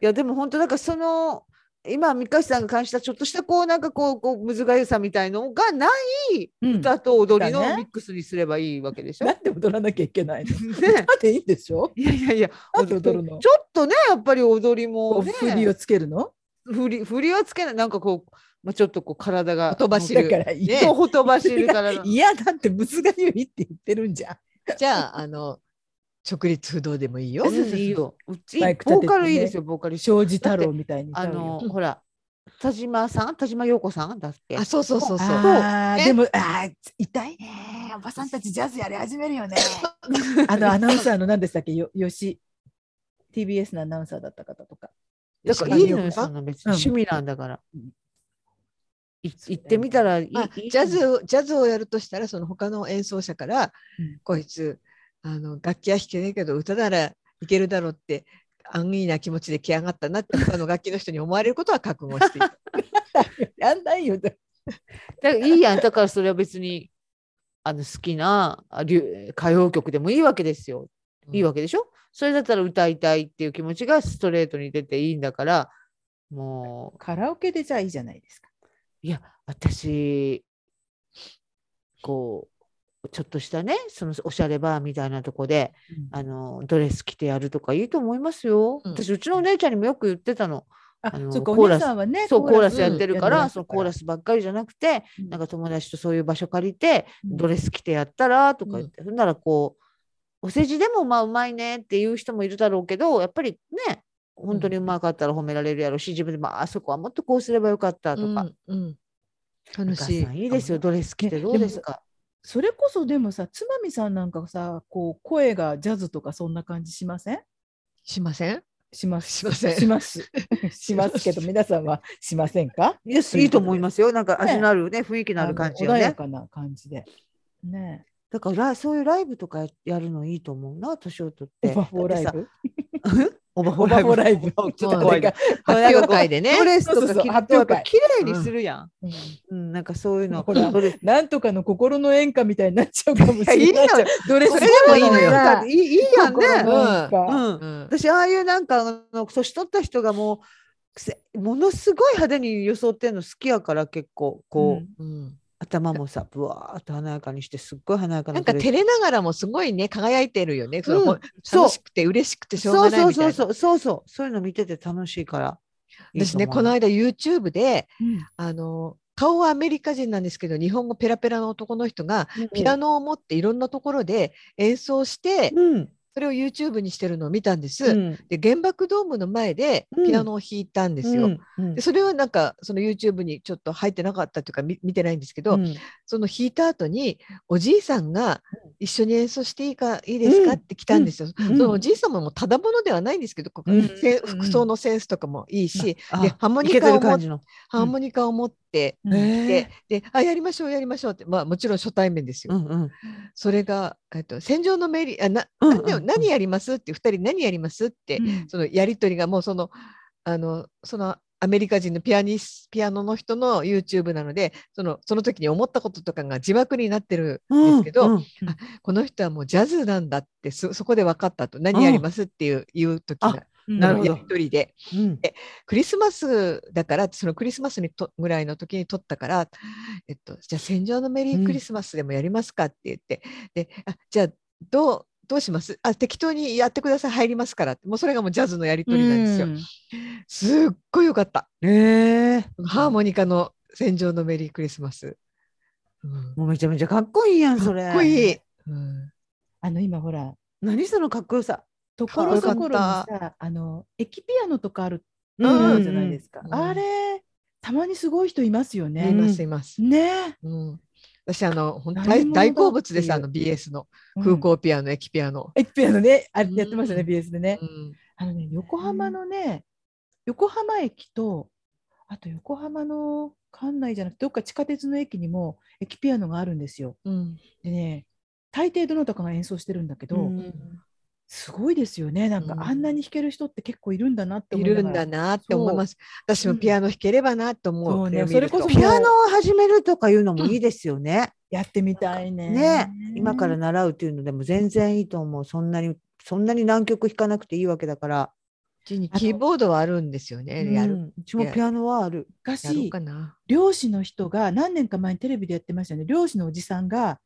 S3: いやでも本当だからその今三橋さんが感じたちょっとしたこうなんかこうこうむずがゆさみたいのがない
S1: うんだ
S3: 歌と踊りの
S1: だね
S3: ミックスにすればいいわけでしょ。
S1: なんで踊らなきゃいけないの
S3: ね
S1: だっていいんでしょ
S3: いやいやいや
S1: なんで踊るの
S3: ちょっとねやっぱり踊りも、
S1: こう
S3: ね、
S1: 振りをつけるの
S3: 振り振りはつけないなんかこう、まあ、ちょっとこう体が
S2: ほとばし
S1: だ
S2: る
S1: からい
S3: ねそうほとばしる体 の
S1: いやだってむずがゆいって言ってるんじゃん。
S2: じゃああの直立不動でもいいよ
S3: う。んいいようち
S1: マイク立ててね
S3: ボーカルいいですよボーカル
S1: 庄司太郎みたいに歌
S3: あ
S1: うよ
S3: の、
S2: うん
S3: ほら田島さん田島陽子さんだっけ
S2: あそうそうそうそう。
S1: あー
S2: ね
S1: でもあー痛いねおばさんたちジャズやり始めるよ ねあのアナウンサーの何でしたっけよよし TBS のアナウンサーだった方とか
S3: だからいいのよ
S2: 吉川美代子さん
S3: そんな別
S1: うん
S3: に趣味なんだから、
S1: うん
S3: い行ってみたらいい,、
S2: まあ、
S3: いい
S2: ジャズをジャズをやるとしたらその他の演奏者から、
S1: うん
S2: こいつあの楽器は弾けねえけど歌ならいけるだろうって安易な気持ちで来やがったなって他の楽器の人に思われることは覚悟していた
S1: やんないよ
S3: だからいいやんだからそれは別にあの好きなあ流歌謡曲でもいいわけですよいいわけでしょ、それだったら歌いたいっていう気持ちがストレートに出ていいんだからもう
S1: カラオケでじゃあいいじゃないですか
S3: いや私こうちょっとしたねそのおしゃれバーみたいなとこであのドレス着てやるとかいいと思いますよ、
S2: うん
S3: 私うちのお姉ちゃんにもよく言ってたの
S1: あ
S3: あの
S1: そっか
S3: コ
S1: お
S3: ーラ
S1: 姉
S3: ス
S1: さんはね
S3: そうコーラスやってるから、
S1: やって
S3: そのコーラスばっかりじゃなくて、
S1: うん
S3: なんか友達とそういう場所借りて、
S1: うん
S3: ドレス着てやったらとか言って、ほんならこうお世辞でもまあうまいねっていう人もいるだろうけどやっぱりね本当にうまかったら褒められるやろうし自分でもああそこはもっとこうすればよかったとか、
S2: うんうん
S3: お
S2: 楽
S3: 母
S2: しい
S3: さんいいですよドレス着てどうですか
S1: それこそでもさつまみさんなんかさこう声がジャズとかそんな感じしません
S2: しません
S1: します
S2: しません
S1: します しますけど皆さんはしませんか
S3: いやいいと思いますよなんか味のあるね雰囲気のあ
S1: あ
S3: る
S1: の
S3: 感じ
S1: 穏
S3: よ
S1: や
S3: ね
S1: かな感じでね
S3: だからそういうライブとかややるのいいと思うな年を取っ
S1: え
S3: て
S1: オバフォーライ
S3: だってさ
S1: ブ
S3: オバフ
S1: オ
S3: ォ
S1: バフォー
S3: ー
S1: ラ
S3: ラ
S1: イ
S3: イ
S1: ブ
S3: ブ
S1: ち
S3: ち
S1: ょ
S3: ょ
S1: っ
S3: っ
S1: と
S3: と
S1: 怖
S3: 怖
S1: いね
S2: 発表会
S3: いな
S2: でね
S3: ド。レスと
S1: そうそうそ
S3: か
S1: う
S3: 着るとやっぱ綺麗にするやん。
S1: うん
S3: うん、なんかそういうの。
S1: ほら
S3: ドレス
S1: なんとかの心の演歌みたいになっちゃうかもしれ ない
S3: いやいいのよ
S1: ドレス
S2: それでもいいのよ
S1: 心
S3: いいいいやん
S1: 心
S3: ね。
S1: の演歌
S3: う。
S2: うんん
S3: 私ああいうなんかあの年取った人がもうくせものすごい派手に装ってんの好きやから結構こう、
S1: うん
S2: うん
S3: 頭もさぶわーっと華やかにしてすっごい華やか
S2: な
S3: なん
S2: か
S3: ドレス
S2: 照れながらもすごいね輝いてるよね、その
S3: うんそう
S2: 楽しくて嬉しくてしょう
S3: そ
S2: が
S3: う
S2: ない
S3: そう
S2: みたい
S3: そ
S2: な
S3: うそうそうそうそういうの見てて楽しいから。
S2: 私ねこの
S3: ない
S2: 間 YouTube であの顔はアメリカ人なんですけど日本語ペラペラの男の人が
S3: と思う
S2: ピアノを持っていろんなところで演奏して
S3: うん
S2: それを YouTube にしてるのを見たんです。
S3: うん
S2: で原爆ドームの前で
S3: うん
S2: ピアノを弾いたんですよ。
S3: うんうん
S2: でそれはなんかその YouTube にちょっと入ってなかったというか見見てないんですけど、
S3: うん
S2: その弾いた後におじいさんが一緒に演奏していいかいいですか、
S3: うん
S2: って来たんですよ。
S3: うん
S2: そのおじいさんももうただものではないんですけど、こう
S3: うん
S2: せ服装のセンスとかもいいし、
S3: あ
S2: でハーモ
S3: い
S2: ニ
S3: けて
S2: カ
S3: る
S2: を持っ
S3: 感じの。
S2: ハーモニカを持って、
S1: うん
S2: でであやりましょうやりましょうって、まあ、もちろん初対面ですよ。
S3: うんうん
S2: それが、えっと、戦場のメリーあな、
S3: うんうん
S2: 何でも何やりますって2人何やりますって、
S1: うん
S2: そのやり取りがもうそのあのそのアメリカ人のピアニスピアノの人の YouTube なのでそのその時に思ったこととかが字幕になってるんですけど、
S3: うんうん
S2: この人はもうジャズなんだってそそこで分かったと何やりますっていう,、いう時
S1: う
S2: の
S1: ん
S3: なるほど
S2: やり取りで。
S3: うん
S2: クリスマスだからそのクリスマスにとぐらいの時に撮ったから、えっと、じゃあ戦場のメリークリスマスでもやりますかって言って、であじゃあどうどうしますあ適当にやってください入りますからってもうそれがもうジャズのやり取りなんですよ。
S1: うん
S2: すっごいよかった
S3: ええ
S2: ハーモニカの戦場のメリークリスマス。うん
S3: もうめちゃめちゃかっこいいやんそれ。
S2: かっこいい。うん
S1: あの今ほら
S3: 何そのかっこよさ。
S1: ところどころに
S2: かっ
S1: さあの駅ピアノとかある
S3: う
S2: うん
S1: あ
S3: ん
S1: るじゃないですか、
S2: うん
S1: あれたまにすごい人いますよ
S2: い
S1: ね、
S2: ますいます。
S1: ね
S2: うん、私あの本当
S1: 何
S2: 大
S1: 者だ
S2: 大好物です
S1: っていう
S2: あの BS の
S1: うん
S2: 空港ピアノ、駅ピアノ。
S1: 駅ピアノねあれやってましたね、
S2: うん
S1: BS でね
S2: うん
S1: あのね横浜のね横浜駅とあと横浜の館内じゃなくてどっか地下鉄の駅にも駅ピアノがあるんですよ
S2: うん
S1: でね大抵どなたかが演奏してるんだけど、
S3: うん
S1: すごいですよねなんか
S2: うん
S1: あんなに弾ける人って結構いるんだなって
S2: い
S1: 思いな
S2: る
S1: が
S2: ん
S1: ら
S2: だなって思います。私もピアノ弾ければなと思う。
S1: そうね
S2: れを見ると
S1: それこそ
S3: ピアノを始めるとかいうのもいいですよね。
S1: やってみたいね
S3: ね、今から習うっていうのでも全然いいと思う。そんなにそんなに難曲弾かなくていいわけだから。
S2: ちに
S1: あと
S2: キーボードはあるんですよね。や
S3: う
S2: る
S3: んうちもピアノはある。
S2: やろう
S1: 昔
S2: かな。
S1: 漁師の人が何年か前にテレビでやってましたよね漁師のおじさんが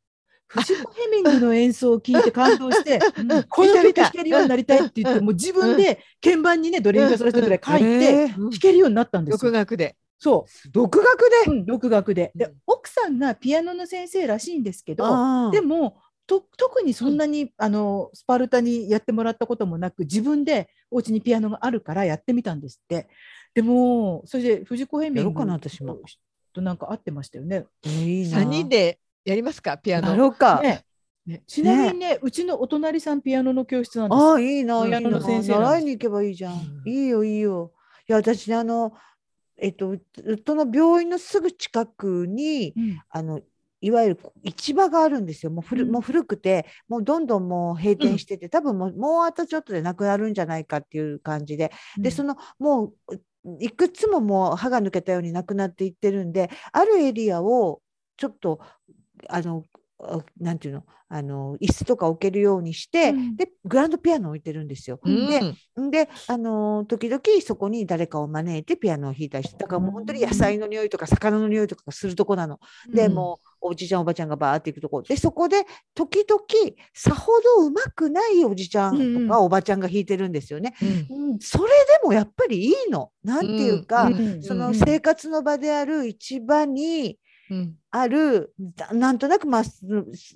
S1: 藤子ヘミングの演奏を聴いて感動して
S2: うん
S1: この曲
S2: 見た見た
S1: 弾けるようになりたいって言って
S2: うん
S1: もう自分で鍵盤にねドレミファソラシドぐらい書い
S3: え
S1: て
S3: ー
S1: 弾けるようになったんです
S2: 独
S1: よ。
S2: 学で。
S1: そ
S3: 独学
S1: う、
S3: で。
S1: うん、独学でで
S2: うん
S1: 奥さんがピアノの先生らしいんですけど
S3: あー
S1: でもと特にそんなに、あのスパルタにやってもらったこともなく自分でお家にピアノがあるからやってみたんですってでもそれで藤子ヘミ
S3: やろ
S1: ン
S3: う
S1: グ
S3: かな私も
S1: となんか合ってましたよね
S3: いいな。
S2: 3人でやりますかピア
S3: や
S2: ノ。
S3: ろうか。
S1: ね
S2: ね
S1: ちなみにねうちのお隣さんピアノの教室なんです
S3: あ
S1: よ。
S3: あいいな。
S1: ピ
S3: い
S1: ア
S3: い
S1: ノ
S3: な
S1: の先生なんです
S3: 習いに行けばいいじゃん。
S2: うん
S3: いいよいいよ。いや私ねあのえっとううっとの病院のすぐ近くに
S1: うん
S3: あのいわゆるこう市場があるんですよ。もう古,、
S1: うん
S3: もう古くてもうどんどんもう閉
S1: う
S3: 店
S1: ん
S3: してて、多分もうもうあとちょっとでなくなるんじゃないかっていう感じででそのもうういくつももう歯が抜けたようになくなっていってるんであるエリアをちょっとあのあなんていうのあの椅子とか置けるようにして、
S1: うん
S3: でグランドピアノ置いてるんですよ。
S2: うん
S3: でであの時々そこに誰かを招いてピアノを弾いたりしてだからもう本当に野菜の匂いとか魚の匂いとかがするとこなの。で
S2: うん
S3: もうおじいちゃんおばちゃんがバーって行くとこでそこで時々さほどうまくないおじちゃ
S1: うんうんん
S3: とかおばちゃんが弾いてるんですよね。
S2: うん
S3: うんそれでもやっぱりいいの。なんていうか、
S2: うん
S1: うん
S3: そ
S1: うん
S3: の生活の場である市場に
S2: うん
S3: ある、だなんとなく、まあ、す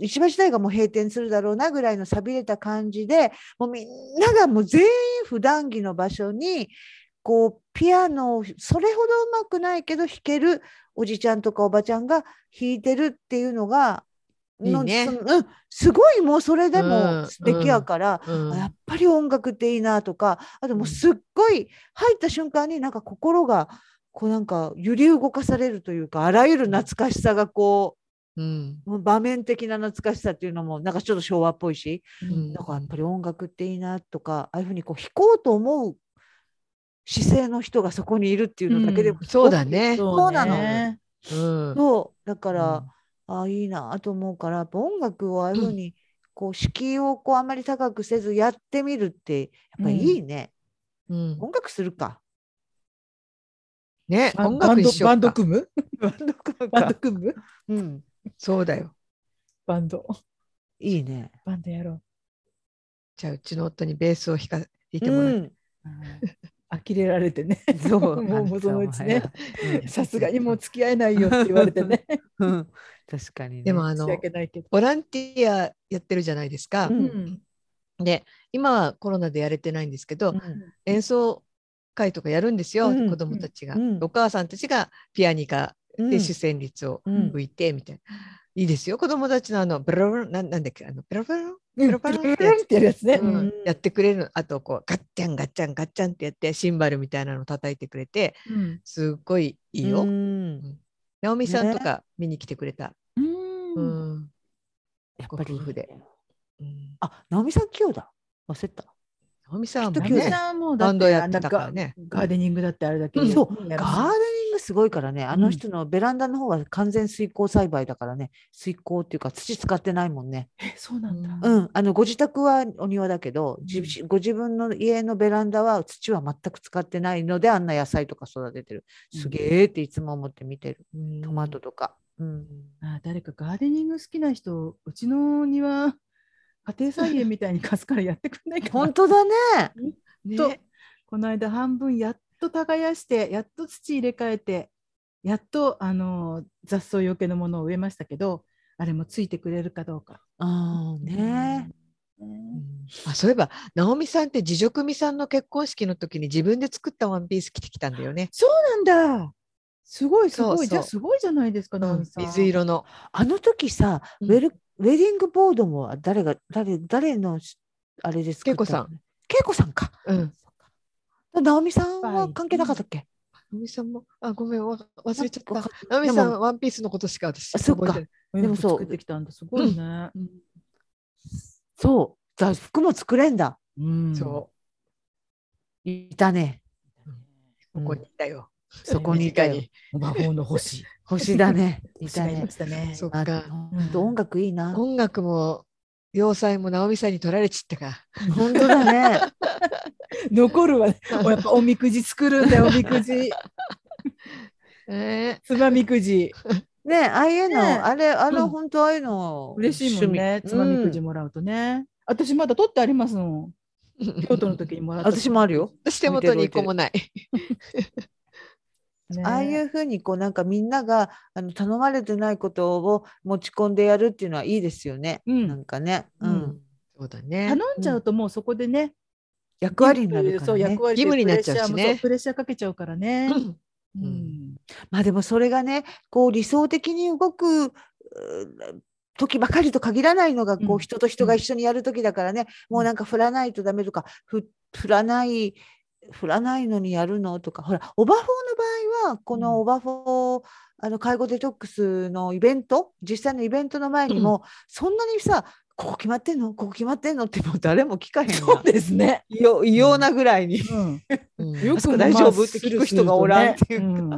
S3: 市場自体がもう閉店するだろうなぐらいの寂れた感じで、もうみんながもう全員普段着の場所に、こう、ピアノをそれほどうまくないけど弾けるおじちゃんとかおばちゃんが弾いてるっていうのが、の
S2: いいね
S3: そのうん、すごいもうそれで
S2: う
S3: も
S2: ん
S3: 素敵やから、
S2: うん
S3: あやっぱり音楽っていいなとかあともううんすっごい入った瞬間になんか心がこうなんか揺り動かされるというかあらゆる懐かしさがこ
S2: うん
S3: うもう場面的な懐かしさっていうのもなんかちょっと昭和っぽいし
S2: うん
S3: なんかやっぱり音楽っていいなとかああいうふうにこう弾こうと思う姿勢の人がそこにいるっていうのだけでも、
S1: う
S2: そうだね。
S3: そうなの
S1: ね
S2: うん
S3: そうだから、
S2: うん
S3: ああいいなと思うからやっぱ音楽をああいうふうにこう敷居をこうあんまり高くせずやってみるってやっぱりいいね、
S2: うん
S3: 音楽するか。
S2: ね、
S1: バン
S2: 音楽一緒
S1: バンドバンド
S2: か。
S1: 組む
S3: バンド組む
S1: バンド
S3: か。
S1: 組む
S3: うん。
S2: そうだよ。
S1: バンド
S3: いいね。
S1: バンドやろ
S2: じゃあうちの夫にベースを弾か弾いてもら
S3: う
S2: って
S3: ん。
S1: う。呆れられてね。
S3: そう
S1: もうもうそのうちね。
S3: うん
S1: さすがにもう付き合えないよって言われて ね。
S3: うん確かにね。
S2: でもあ
S1: 申し
S2: の
S1: 訳ないけど。
S2: ボランティアやってるじゃないですか
S3: う。ん
S2: で今はコロナでやれてないんですけど、
S3: うん
S2: 演奏会とかやるんですよ、
S3: うん
S2: 子どもたちが、
S3: うん
S2: お母さんたちがピアニカ
S3: うん
S2: で主旋律を
S3: うん
S2: 吹いてみたいな、いいですよ子どもたちのあのブロブロなんなんだっけあのブロブロ
S1: ペ
S2: ロパロって
S1: ってやるやつね。
S3: うん
S2: うんやってくれるのあとこうガッチャンガッチャンガッチャンってやってシンバルみたいなの叩いてくれて
S1: うん
S2: すっごいいいよ、
S3: うん
S2: 直美さん
S3: ね
S2: とか見に来てくれた、
S1: うん
S2: うん
S3: やっぱりいい
S2: ご夫
S3: ね
S2: 婦で。うん
S3: あ、直美さん器用だ。忘れた。
S2: 直美さん
S3: きっ
S1: ナ
S2: も
S3: と急
S1: ミ
S3: だ
S2: ね
S1: さんもだ
S2: バ
S1: って
S2: ンド
S1: あ
S2: やっ
S1: ん
S2: て
S1: な
S2: たから
S1: ガ
S2: ね
S1: ガーデニングだってあれだけ
S3: うんそう
S1: やるし
S3: ガーデニングすごいからね。あの人のベランダの方は完全水耕栽培だからね。水耕っていうか土使ってないもんね。
S1: えそうなんだ。
S2: うん
S3: うん。あのご自宅はお庭だけど、じ
S2: うん
S3: ご自分の家のベランダは土は全く使ってないので、あんな野菜とか育ててる。すげえっていつも思って見てる。トマトとか。 うん。
S1: あ誰かガーデニング好きな人、うちの庭、家庭菜園みたいに貸すからやってくんないかな
S3: 本。当 だね。
S2: ね
S1: とこの間半分やっと耕して、やっと土入れ替えて、やっとあの雑草よけのものを植えましたけど、あれもついてくれるかどうか。
S3: ああね
S2: うんあそういえば直美さんって自助組さんの結婚式の時に自分で作ったワンピース着てきたんだよね。
S1: そうなんだ。すごいすごい
S2: そうそう
S1: じゃあすごいじゃないですか、直美さん。
S2: 水色の。
S3: あの時さ、
S2: うん
S3: ウェルウェディングボードも誰が誰誰のしあれですか。
S2: 恵子さん。
S3: 恵子さんか。
S2: うん。
S3: 直美さん
S1: は
S3: はい関係なかったっけ。
S2: 直美さんもあごめんわ忘れちゃっ
S3: わ
S2: た
S3: か。
S2: 直美さ
S3: でも
S2: んワンピースのことしか私
S3: あそっか
S2: 覚えてない
S1: で
S3: で
S1: も
S3: も
S1: そ
S3: そうう
S1: 作ってきたんだすごいね。
S3: そう。じゃあ服も作れんだ。
S1: うん
S2: そ
S3: いたね。
S2: うここにいたよ。
S3: そこにいた
S2: 身
S3: よ
S2: 近。
S1: う魔法の星。
S3: 星だね。い
S1: 星
S3: た
S1: がいま
S3: ね。
S1: した ね。
S2: そっ
S3: あ
S2: か。
S3: 本当音楽いいな。
S2: 音楽も要塞も直美さんに取られちったか。
S3: 本当だね。
S1: 残るわね。おやっぱおみくじ作るん だよ、おみくじ。
S2: え
S1: つまみくじ。
S3: ねああいうの、
S1: ね
S3: あれあ
S1: う
S3: の
S1: ん
S3: 本当ああいうの
S1: 嬉しいもんね。つまみくじ
S3: も、
S1: もらうとね。私まだ取ってありますの。
S2: ー、
S1: 京都の時にもら
S3: う
S1: っ
S3: ん
S1: た。
S3: 私もあるよ。
S2: 私手元に一個もない。
S1: ね
S3: ああいうふうにこうなんかみんながあの頼まれてないことを持ち込んでやるっていうのはいいですよね。
S1: うん
S3: なんかね、う
S1: うんん
S2: そうだね。
S1: 頼んじゃうともうそこでね。
S3: 役割になるから
S1: そう
S3: ね
S1: 役。割
S2: 義務になっちゃうし
S1: プレッシャーもそ
S2: ね
S1: うプレッシャーかけちゃうからね。
S2: うん
S1: うん
S2: うん
S3: まあでもそれがねこう理想的に動くうー時ばかりと限らないのがこ
S1: う
S3: うん人と人が一緒にやる時だからね、もうなんか振らないとダメとかふ振らない振らないのにやるのとかほらオバフォーの場合はこ
S1: うん
S3: のオバフォー、あの介護デトックスのイベント実際のイベントの前にも、そんなにさここ決まってんのここ決まってんのってもう誰も聞かへんわ
S1: そうですね。
S3: 異様異様なぐらいに、
S1: うん
S2: うん
S1: よ
S3: あそこ
S1: く
S3: 大丈夫
S1: まあ
S3: って聞く人がおらんっていうか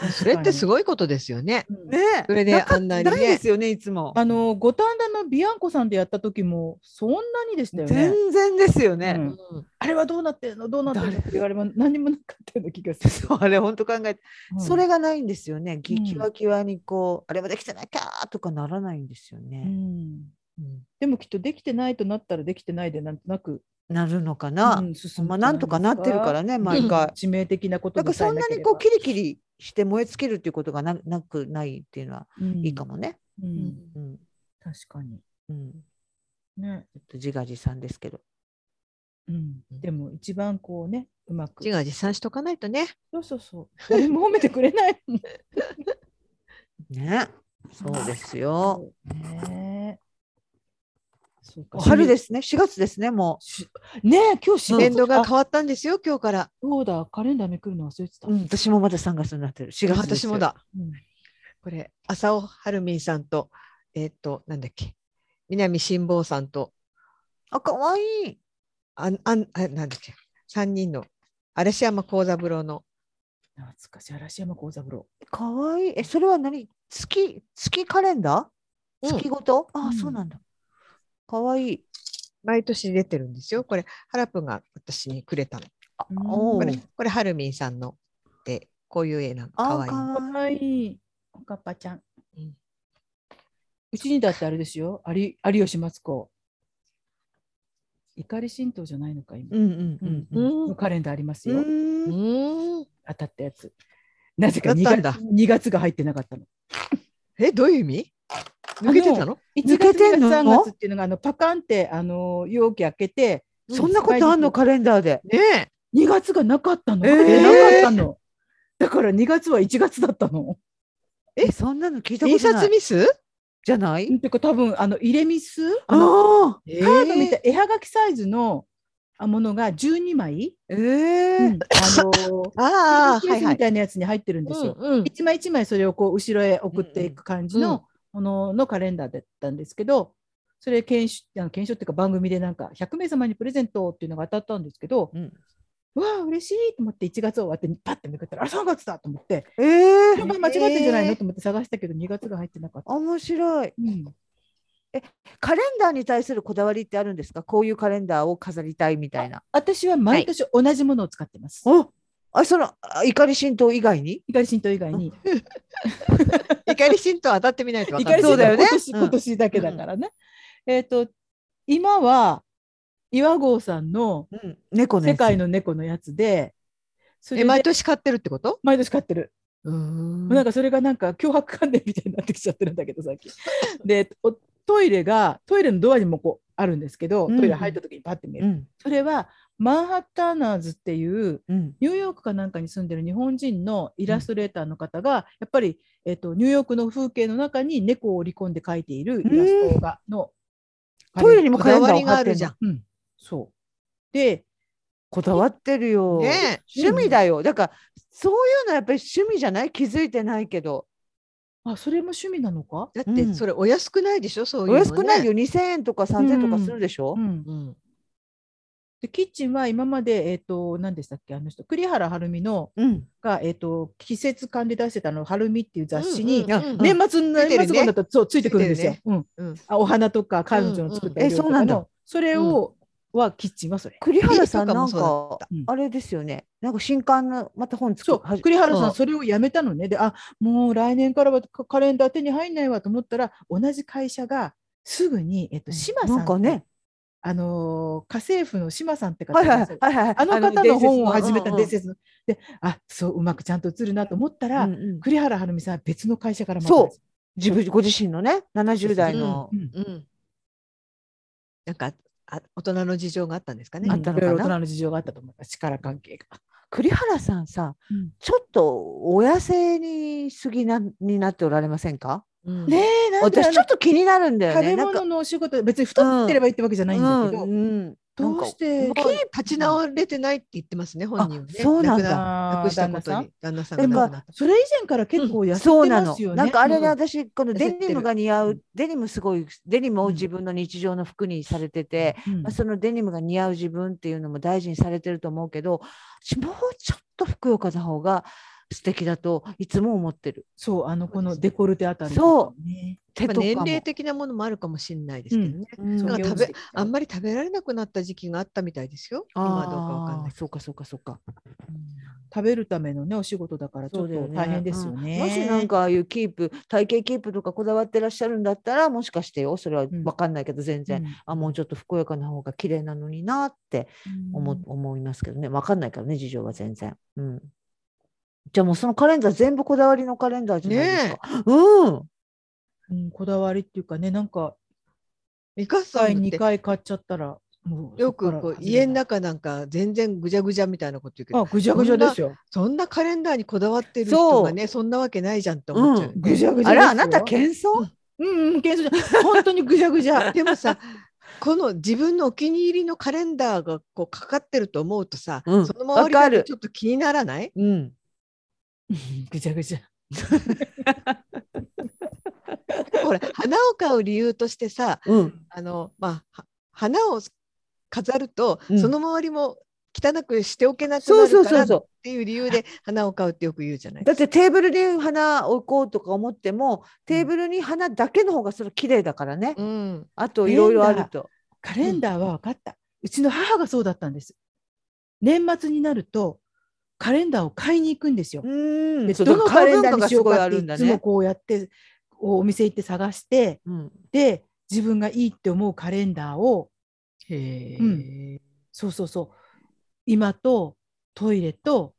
S1: スルーするとねうん
S2: それってすごいことですよね。
S1: うん
S3: ね
S2: それで
S3: なか
S2: あんなに
S3: ないで
S2: ね。
S3: すよねいつも。
S1: あの五反田のビアンコさんでやった時もそんなにでしたよね。
S3: 全然ですよね。
S1: う
S2: うん
S1: んあれはどうなってんのどうなってんのって言われば何もなかったような気がする。
S3: そうあれ本当考えて、
S1: うん
S3: それがないんですよね。
S1: う
S3: ぎ
S1: ん
S3: キワキワにこう、あれはできてなきゃとかならないんですよ
S1: うん
S3: ね。
S2: うん
S1: でもきっとできてないとなったらできてないでなんとなく、
S3: なるのかな。
S1: うん進
S3: ま
S1: む
S3: あ
S1: んじゃ
S3: ないんとかなってるからね
S1: うん
S3: 毎回。
S1: 致命的なこと
S3: なんか
S1: でさえ
S3: そん
S1: な
S3: な
S1: け
S3: に
S1: れば
S3: こうキリキリして燃え尽きるっていうことがななくないっていうのは
S1: うん
S3: いいかもね。
S1: うん
S3: うん
S1: 確かに
S3: うん。
S1: ね、
S3: ちょっと自画自賛ですけど。
S1: うん、でも一番こうねうまく
S2: 自画自賛しとかないとね。
S1: そうそうそう誰も褒めてくれないもん
S3: ね。そうですよ。
S1: ねそうか
S3: 春ですね。4月ですね。も
S1: しねえ今日四
S3: う
S1: 月
S3: ん
S2: 年度が
S1: あ
S2: 変わったんですよ今日から。
S1: そうだカレンダーめくるの忘れてた、
S3: う。うん、私もまだ3月になってる。4月です
S2: 私
S3: よ
S2: も。だ。
S1: うん
S2: これ浅尾晴美さんとえーっとなんだっけ南辛坊さんと
S3: あ、可愛いい。
S2: あんあんあなんだっけ三人の嵐山幸三郎の
S1: 懐かしい嵐山幸三郎
S3: 可愛いい。え、それは何月、月カレンダー
S2: うん
S3: 月ごと、あ
S1: う
S3: あ、
S1: ん
S3: そうなんだ。かわいい。
S2: 毎年出てるんですよ。これハラプが私にくれたの。
S1: うん
S3: お
S2: こ
S3: う
S2: れこれハルミンさんのでこういう絵なの。
S3: あ
S2: 可
S3: あ、
S1: かわ
S2: 愛いい
S3: かわ
S1: いい。おかっぱちゃん
S2: うん。
S1: うちにだってあれですよ。有有吉松子。怒り神道じゃないのか、今。
S3: いい。うんうんうんうん。
S1: のカレンダーあります
S3: う
S1: よ。
S2: うんーん。
S1: 当たったやつ。なぜか2
S2: 当たったん
S1: 月
S2: だ
S1: ,2 月が入ってなかったの。
S2: えどういう意味？抜けてたの？
S1: 1
S3: け
S1: 月
S3: てんの
S1: 2月3月っていうのがあのパカンってあの容器開けて
S3: そんなことあんのカレンダーで。
S2: ね
S1: 2月がなかったの。
S3: えー
S1: カレンダーなかったの。だから2月は1月だったの。
S3: え、そんなの聞いた
S2: え。
S3: こ
S2: 印
S3: とな
S2: 刷
S3: い。
S2: ミス？
S3: じゃな
S1: う
S3: い
S1: んていうか多分あの入れミス
S3: あ
S1: あの
S3: あ。
S2: え
S1: カードみたい絵はがきサイズのあものが12枚、
S3: え
S1: うん
S3: え。
S1: あのー
S2: ああ
S1: ケ
S2: は
S1: ー
S2: い
S1: ス
S2: は
S1: み
S2: い。
S1: たいなやつに入ってるんですよ。
S2: うんうん
S1: 一枚一枚それをこう後ろへ送っていく感じのもののカレンダーだったんですけど、それ研修あの研修っていうか番組でなんか100名様にプレゼントっていうのが当たったんですけど、
S3: うん
S1: うわあ嬉しいと思って1月終わってパッてめくったらあ3月だと思って
S3: ええ
S1: こ。の間間違ってんじゃない
S2: えー
S1: のと思って探したけど2月が入ってなかった。
S3: 面白い。
S1: うん
S3: カレンダーに対するこだわりってあるんですかこういうカレンダーを飾りたいみたいな。
S1: 私は毎年同じものを使ってます。
S3: おあ、その、あ怒り浸透以外に
S1: 怒り神道以外に
S2: 怒り神道当たってみないとわ
S1: 怒
S2: かんない。
S1: り
S3: そ
S1: そうう
S3: だ
S1: だ
S3: よ
S1: よ
S3: ね
S1: ね。今年
S3: うん
S1: 今年だけだからね。えっ、と今は岩合さんの
S3: うん。
S1: 「
S3: 猫ね。
S1: 世界の猫」のやつで、それ
S2: え毎
S1: で
S2: 年買ってるってこと？
S1: 毎年買ってる。
S2: うーん
S1: なんかそれがなんか脅迫観念みたいになってきちゃってるんだけど最近。でおトイレがトイレのドアにもこうあるんですけど、
S3: うん
S1: トイレ入った時にパッて見え
S3: う
S1: る。
S3: ん。
S1: それはマンハッターナーズっていう
S3: うん。
S1: ニューヨークかなんかに住んでる日本人のイラストレーターの方が、やっぱり、えっとニューヨークの風景の中に猫を織り込んで描いているイラストがの、
S3: トイレにもカレンダー
S2: こだ
S3: を
S2: わりが
S3: 貼っ
S2: あ
S3: て
S2: る
S3: ん
S2: じ
S3: の
S2: ゃん
S1: うん、そうで
S3: こだわってるよ。
S2: ね
S3: 趣味だよ。だからそういうのはやっぱり趣味じゃない気づいてないけど。
S1: あそれも趣味なのか、
S2: だって
S3: うん
S2: それお安くないでしょそういうの
S3: お
S2: ね
S3: 安くないよ。。2000円とか3000円とかするでしょ、
S1: うん、
S2: うん。
S1: でキッチンは今まで、えっと何でしたっけあの人栗原はるみの
S3: うん、
S1: が、えっと季節感で出してたあの「はるみ」っていう雑誌
S2: う
S1: に
S2: ん、うんうん
S1: 年末の
S2: ついて
S1: 年
S2: るね
S1: 末号になったらそうついてくるんですよ。
S2: ついて
S1: うん
S2: うん
S1: あお花とか彼女の作った
S2: う
S1: 料理と
S2: ん
S3: え
S1: か
S3: そうなんだ
S1: のそれをはキッチンはそれ。
S3: 栗原さん
S2: ビールとか
S3: な
S2: も
S3: ん
S2: そうだ
S3: か
S1: ったうん
S3: あれですよねなんか新刊のまた本作
S1: そう
S3: はじ
S1: 栗原さ
S2: そ
S1: ん
S2: う
S1: それをやめたのねであもう来年からはカカレンダー手に入んないわと思ったら同じ会社がすぐに、えっと、島さん
S3: なんかね
S1: あのー家政婦の島さんって方
S3: はい
S1: が
S3: はいはいはい
S1: あの方の本を始めた
S3: ん
S1: 伝説のであそううまくちゃんと映るなと思ったら、
S3: うんうん
S1: 栗原はるみさんは別の会社から
S3: そう
S1: う
S3: 自分ご自身のね70代の
S1: うん
S2: うん、なんかあ大人の事情があったんですかね。
S1: あ
S3: あ
S1: っ
S3: ったた
S1: の
S3: の
S1: か
S3: か
S1: な大
S3: な
S1: 人の事情があったと思います力関係が。
S3: 栗原さんさ
S1: うん
S3: ちょっとお痩せに過ぎなになっておられませんか
S2: うん
S1: ねえなんであ
S3: 私
S1: の
S3: ちょっと気になるんだよ
S1: 食べ
S3: ねなんか
S1: 物のお仕事別に太ってればいいってわけじゃないんだけど、
S3: うんうんなんか
S1: どうして
S3: もう
S2: き立ち直れてないって言ってますね本人はね。
S3: あそうなん
S2: 亡
S3: だ
S2: くな
S1: あ
S2: な
S1: ー
S2: くしたことに旦那さんが
S3: でも
S2: 亡くなった。
S1: それ以前から結構痩せ
S3: そう
S1: て
S3: な
S1: ま
S3: の
S1: すよね。
S3: なんかあれ
S1: う
S3: ね、
S1: ん
S3: 私、このデ
S1: 痩せて
S3: ニ
S1: る
S3: ムが似合
S1: うん
S3: う、デニムすごい、デニム
S1: う
S3: を
S1: ん
S3: 自分の日常の服にされてて、
S1: うん
S3: まあ、そのデニムが似合う自分っていうのも大事にされてると思うけど、私もうちょっとふくよかな方が素敵だといつも思ってる。
S1: そう、あの、このデコルテあたり、。
S3: そう
S1: ね。
S3: 手
S2: まあ
S3: とか
S2: 年
S3: も
S2: 齢的なものもあるかもしれないですけどね。
S3: うん
S1: そう
S2: なんか食べあん
S1: ま
S2: まり食べられなくなった時期があったみたいですよ。今はどうかわかんな
S3: あ
S2: い
S3: ー。そうかそうかそうか。
S1: 食べるためのね、お仕事だから、ちょっ
S3: そうだ
S1: と
S3: よね
S1: 大変ですよね。
S3: もしなん、かああいうキープ、体型キープとかこだわってらっしゃるんだったら、もしかしてよ、それは
S1: ん
S3: わかんないけど、全然、あ、もうちょっとふくよかな方が綺麗なのになって思,、思いますけどね分かんないからね事情は全然、うん、じゃあもうそのカレンダー全部こだわりのカレンダーじゃないですか、うん
S1: うん、こだわりっていうかね、なんか、
S2: ミカ
S1: 一
S2: さ
S1: 回
S2: んっ
S1: 二
S2: て
S1: 回買っちゃったら、もう
S2: よくこう家の中なんか全然ぐじゃぐじゃみたいなこと言うけど
S1: あ、ぐじゃぐじゃですよ。
S2: そんなカレンダーにこだわってる人がねそんなわけないじゃんって思っちゃうよね、
S3: うん
S1: ぐじゃぐじゃ
S3: あ
S1: ですよ。
S3: らあなた謙遜、
S1: うん、うん、謙遜じゃん、本当にぐじゃぐじゃ。
S2: でもさ この自分のお気に入りのカレンダーがこうかかってると思うとさ、
S3: うん
S2: その周り
S3: わ
S2: が
S3: かる
S2: ちょっと気にならない
S3: うん、
S1: ぐじゃぐじゃ。
S2: ほら花を買う理由としてさ
S3: うん、
S2: あの、まあ、は花を飾ると、
S3: うん
S2: その周りも汚くしておけなく
S3: そ
S2: な
S3: うそ
S2: る
S3: う
S2: か
S3: そ
S2: ら
S3: う
S2: っ
S3: そ
S2: ていう理由で花を買うってよく言うじゃな
S3: う
S2: い
S3: だってテーブルに花置こうとか思ってもテーブルに花だけの方がそれ綺麗だからね、
S2: うん、
S3: あといろいろあると
S1: カレンダーは分かった、うちの母がそうだったんです。年末になると、カレンダーを買いに行くんですよ。
S3: うん
S1: で
S3: そう
S1: どの
S3: カ
S1: カレ
S3: レ
S1: ン
S3: ン
S1: ダー
S3: ダー
S1: に
S3: が
S1: し
S3: す
S1: よう
S3: ごい
S1: かっ
S3: あ
S1: て
S3: る
S1: い
S3: んだ
S1: つも
S3: ね、
S1: こうやってお店行って探して
S3: うん、
S1: で自分がいいって思うカレンダーを
S2: へ
S1: うんそうそうそう今とトイレと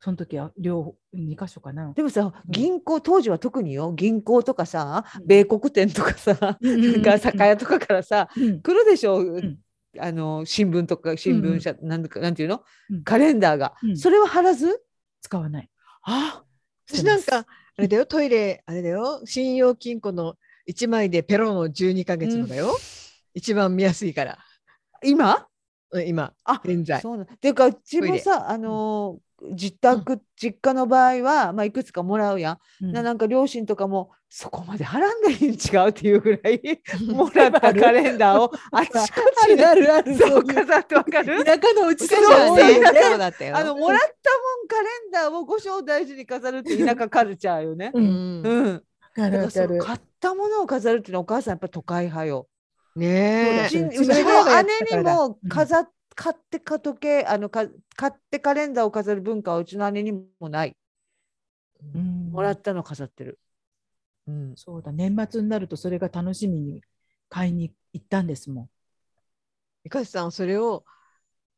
S1: その時は両方2箇所かな。
S3: でもさ銀行当時は特によ銀行とかさ米国店とかさ、
S1: うんうんうん
S3: なんか酒屋とかからさ、
S1: うん
S3: 来るでしょ、
S1: ん
S3: あの新聞とか新聞社、なんだかなんていうの、
S1: うん
S3: カレンダーが、
S1: うん
S3: それは貼らず
S1: 使わない。
S3: あ
S2: 私なんか、あれだよ、トイレ、あれだよ、信用金庫の1枚でペロの12ヶ月のだよ。一番見やすいから、
S3: 今
S2: うん今、
S3: あ
S2: 現在。
S3: そうなんていうかうちもさあのー実宅、実家の場合は、まあ、いくつかもらうやん、
S1: うん
S3: ななんか両親とかもそこまではらんでいいん違うっていうぐらいもらったカレンダーをあちこちに
S1: あるある
S3: そうかだってわかる
S1: 田舎のうち
S2: 昔
S1: か
S2: は
S1: ら多いよ
S2: ね
S1: ね
S2: そうだったよ。
S3: あのもらったもんカレンダーを五章大事に飾るって田舎カルチャーよね。
S2: う
S1: うん
S2: ん
S3: うん、
S1: わかる
S3: だ
S1: わから
S3: かその
S1: る
S3: 買ったものを飾るっていうのはお母さんやっぱ都会派よ。
S2: ね
S3: うち
S2: え。
S1: そう
S3: う
S1: だ
S3: ちの
S1: 自分のやつだ
S3: 姉
S1: から
S3: に
S1: だ
S3: も
S1: うん
S3: 飾っ買ってか時計あのか買ってカレンダーを飾る文化はうちの姉にもない。
S1: うん
S3: もらったの飾ってる。うん、
S1: そうだ年末になるとそれが楽しみに買いに行ったんですもん。
S2: ミカさんはそれを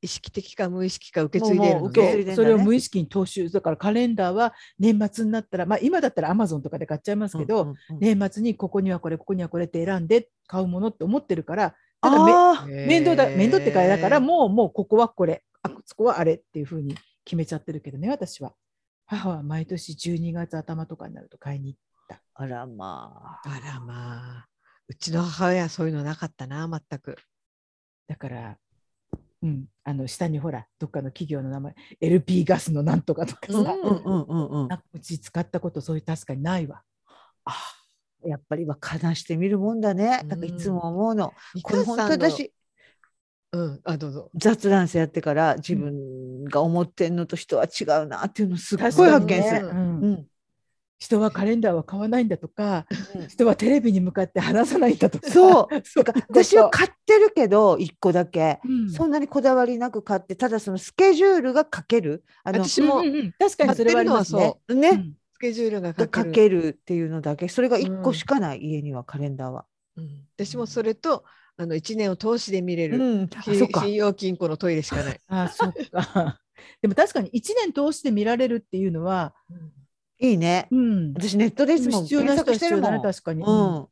S2: 意識的か無意識か受け
S3: もう
S2: 継いでる
S3: も
S2: の
S3: う受け継
S2: で
S3: いでんだ
S1: そ
S3: ね
S1: れを無意識に踏襲だからカレンダーは年末になったら、まあ、今だったらアマゾンとかで買っちゃいますけど、
S3: うんうんうん
S1: 年末にここにはこれここにはこれって選んで買うものって思ってるからただめ
S3: あー
S1: 面倒だ面倒ってかだからも
S2: も
S1: うもうここはこれあそこはあれっていうふうに決めちゃってるけどね私は母は毎年12月頭とかになると買いに行っ
S3: あらまあ。
S2: あらまあ、うちの母親はそういうのなかったな、全く。
S1: だから、うん、あの下にほらどっかの企業の名前 LP ガスのなんとかとかさ、
S2: う
S1: なん
S3: うんうんうんうん。
S1: んかうち使ったことそういう確かにないわ。
S3: あやっぱりは話してみるもんだね。なんかいつも思うの。
S2: ミ
S3: こ
S2: カ
S3: れ
S2: さん
S3: 本
S2: の
S3: 当私
S2: うん、あ、どうぞ。
S3: 雑談性やってから自分が思ってんのと人は違うなっていうのすっ
S1: 確
S3: ごい
S1: かに
S3: 発
S1: ね
S3: 見する。
S1: うん
S3: うん
S1: 人はカレンダーは買わないんだとか、人はテレビに向かって話さないんだとか。。
S3: そう
S1: そうか。
S3: 私は買ってるけど1個だけ、
S1: うん
S3: そんなにこだわりなく買ってただそのスケジュールが書けるあの
S2: 私も
S1: うんうんうん確か
S2: 買
S1: に
S2: っ
S1: そ
S2: て
S1: れはあ
S2: る
S1: り
S2: のは
S1: ますね
S2: そ。
S3: うね、
S1: う
S2: うスケジュールが書
S3: が
S2: け
S3: 書
S2: る
S3: けるっていうのだけそれが1
S2: う
S3: 個
S2: ん
S3: しかない、家にはカレンダーは。
S2: うん私もそれとあの1年を通しで見れる、
S3: ん、あ
S2: 信
S3: そっか
S2: 信用金庫のトイレしかない。
S1: あ、そっか。 でも確かに一年通して見られるっていうのは、
S3: いいね。
S1: うん、
S3: 私ネットですもん
S1: 必要な人は必要だね、
S3: 検
S1: 確
S3: 索
S1: かに。
S3: してるもん。うん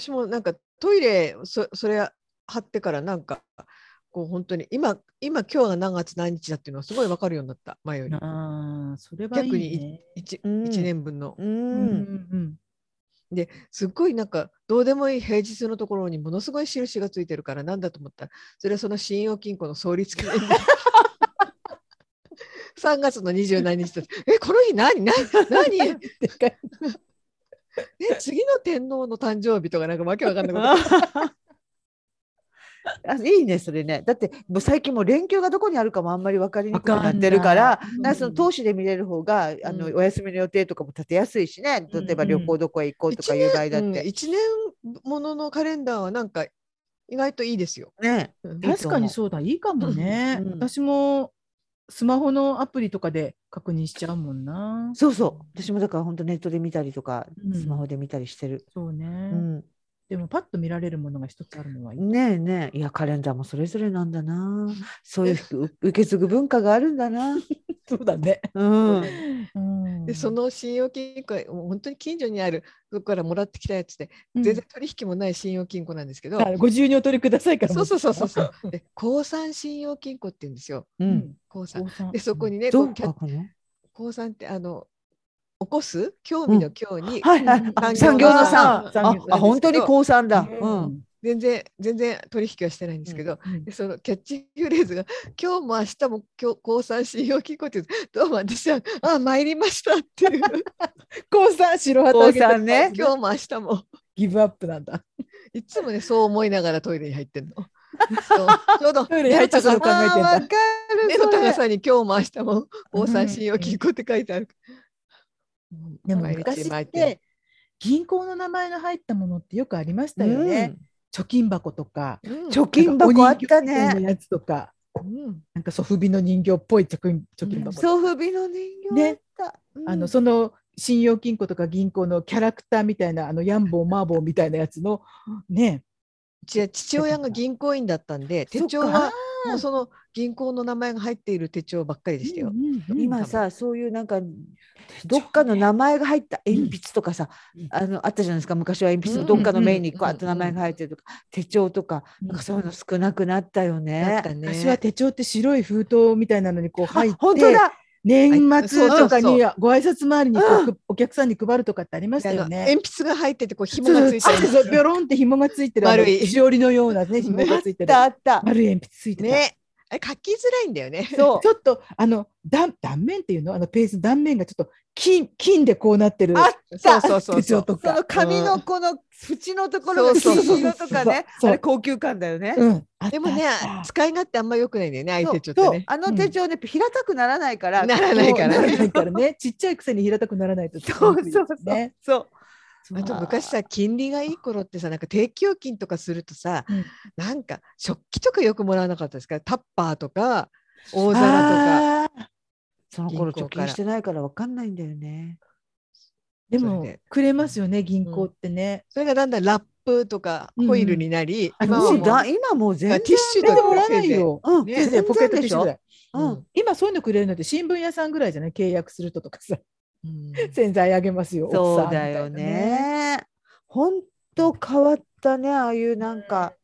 S2: 私もなんかトイレそそれ貼ってからなんかこう本当に今今今日が何月何日だっていうのはすごい分かるようになった前より
S1: ああ、それはいい
S2: 逆に
S1: ね。
S2: 1,、
S3: うん
S2: 一年分の。
S3: う
S1: うん
S3: ん
S1: うん
S2: ですっごいなんかどうでもいい平日のところにものすごい印がついてるからなんだと思ったらそれはその信用金庫の創立記念日 3月の2十何日だってえこの日何何何え次の天皇の誕生日とかなんかわけわかんないこと
S3: あいいねそれねだってもう最近もう連休がどこにあるかもあんまり分かりにくく
S1: わか
S3: なんっ
S1: ない
S3: てるから
S1: うん
S3: だからその投資で見れる方が、あの
S2: うん
S3: お休みの予定とかも立てやすいしね例えば
S1: うん
S3: 旅行どこへ行こうとかいう場合だって、
S2: 1年もののカレンダーはなんか意外といいですよ。
S3: ね
S2: うん
S3: いい
S1: 確
S3: と思
S1: か
S3: う
S1: にそうだ、いいかもね。
S3: うん
S1: 私もスマホのアプリとかで確認しちゃうもんな。
S3: そうそう私もだから本当ネットで見たりとか、
S1: うん
S3: スマホで見たりしてる、
S1: そうね、
S3: うん、
S1: でもパッと見られるものが一つあるのはいい。
S3: ねえねえいやカレンダーもそれぞれなんだなそういうう受け継ぐ文化があるんだ な、
S1: そうだね。
S3: うん、
S1: うん、
S2: でその信用金庫はもう本当に近所にあるそこからもらってきたやつで
S1: うん、
S2: 全然取引もない信用金庫なんですけど、
S1: あご自由にお取りくださいから。
S2: そうそうそうそうそう。で、鉱山信用金庫って言うんですよ。
S3: う、。
S1: うん
S2: 鉱山。
S1: 高三
S2: で、そこにね、こ
S3: どう
S2: うキャ
S3: 書くの
S2: 鉱山って、あの。起こす興味の興に。
S3: はいはいあ産業の産
S1: あ
S3: あ
S1: 産業
S3: あ本当に高三だ、
S1: う
S3: うん
S1: ん
S2: 全然、全然取引はしてないんですけど。でそのキャッチフレーズが「今日も明日も今日鉱山信用金庫」って言うと どうも私は「あ参りました」っていう
S1: 高三白旗
S3: 高
S1: あげて
S3: 三ね
S2: 今日も明日も
S1: ギブアップなんだ。
S2: いつもねそう思いながらトイレに入ってんの。そうちょうど
S1: トイレに入ったこと考えてんだ
S2: あーわかる目の
S3: それ
S2: 高さに今日も明日も防
S1: うん
S2: 災信用金庫って書いてある。
S1: でも
S2: 毎日
S1: 昔っ
S2: 毎
S1: て
S2: 日
S1: 銀行の名前の入ったものってよくありましたよね。貯金箱とか、
S2: うん
S3: 貯金箱あった
S1: なんかお人形みたい
S3: ね
S1: なやつとか、
S2: うん
S1: なんかソフビの人形っぽい貯金貯金
S2: うん
S1: 箱。
S3: 送風美の人形あった、うん
S1: あのその信用金庫とか銀行のキャラクターみたいなあのヤンボーマーボーみたいなやつのね
S2: うちは父親が銀行員だったんで
S3: そっか
S2: 手帳はもうその銀行の名前が入っている手帳ばっかりでしたよ。
S1: うんうんうん
S3: 今さそういうなんかどっかの名前が入った鉛筆とかさ、
S1: うん
S3: あのあったじゃないですか昔は鉛筆
S2: う
S3: の
S2: ん
S3: どっかの面に
S2: うん
S3: こうあっと名前が入ってるとか、手帳とか
S1: うん
S3: なんかそういうの少なくなったよ
S2: だ
S3: ね
S2: っ。たね。
S1: 私は手帳って白い封筒みたいなのにこう入って
S3: あ本当だ
S1: 年末とかに
S2: は
S1: ご挨拶回りにこう
S3: う
S1: お客さんに配るとかってありました
S2: あの
S1: よね。
S2: 鉛筆が入っててこう紐がついて
S1: そうそうそうそうビョ
S2: る。
S1: ロンって紐がついてる
S2: 丸い
S1: あのしおりのようなね紐がついてる
S3: あったあった
S1: 丸い鉛筆ついてた、
S2: ね。あれ書きづらいんだよね。
S3: そう
S1: ちょっとあの断断面っていうのあのペース断面がちょっと金金でこうなってる
S3: あ
S2: そうそうそう
S1: 手
S2: そ
S1: 帳
S2: う。
S1: と
S3: そ
S1: か
S3: の紙のこの縁のところの
S2: そう
S1: そうそう
S3: 金色とかね
S1: そう
S3: あれ高級感だよね。
S1: うん、あった
S2: でもね
S1: あった
S2: 使い勝手あんま良くないんだよね相手ちょっ
S3: そ
S2: と
S3: う
S2: ね。
S3: あの手帳ね、平たくならないから
S2: ならないから
S1: そうなら
S2: ね。
S1: ないからねちっちゃいくせに平たくならないと
S3: そうそうそう
S1: ね、
S3: そう
S1: そう
S2: あと昔さ金利がいい頃ってさなんか定期預金とかするとさ、
S1: うん
S2: なんか食器とかよくもらわなかったですかタッパーとか大皿とか
S1: とか
S3: その頃
S2: 銀
S3: 貯
S2: 行から
S3: 金してないからわかんないんだよね。
S1: で
S2: そ
S1: も
S2: れで
S1: くれますよね銀行ってね、
S2: それがだんだんラップとか
S1: うん
S2: ホイルになり、
S1: あ
S2: 今は
S1: う
S2: も
S1: ん
S2: う
S3: だ今もう全
S2: ティ
S3: 然
S2: ッシュ
S1: 全
S2: と
S1: 然
S2: か
S1: もらわないよ
S3: うん、
S2: ね
S1: 全然ポケットティッシュぐらい
S3: うん
S2: うん
S1: 今そういうのくれるのって新聞屋さんぐらいじゃない契約するととかさ
S2: うん
S1: 洗剤あげますよ奥
S3: そ
S1: さん
S3: う
S1: みた
S3: だ
S1: いな
S3: よね。本当変わったね、ああいうなんか。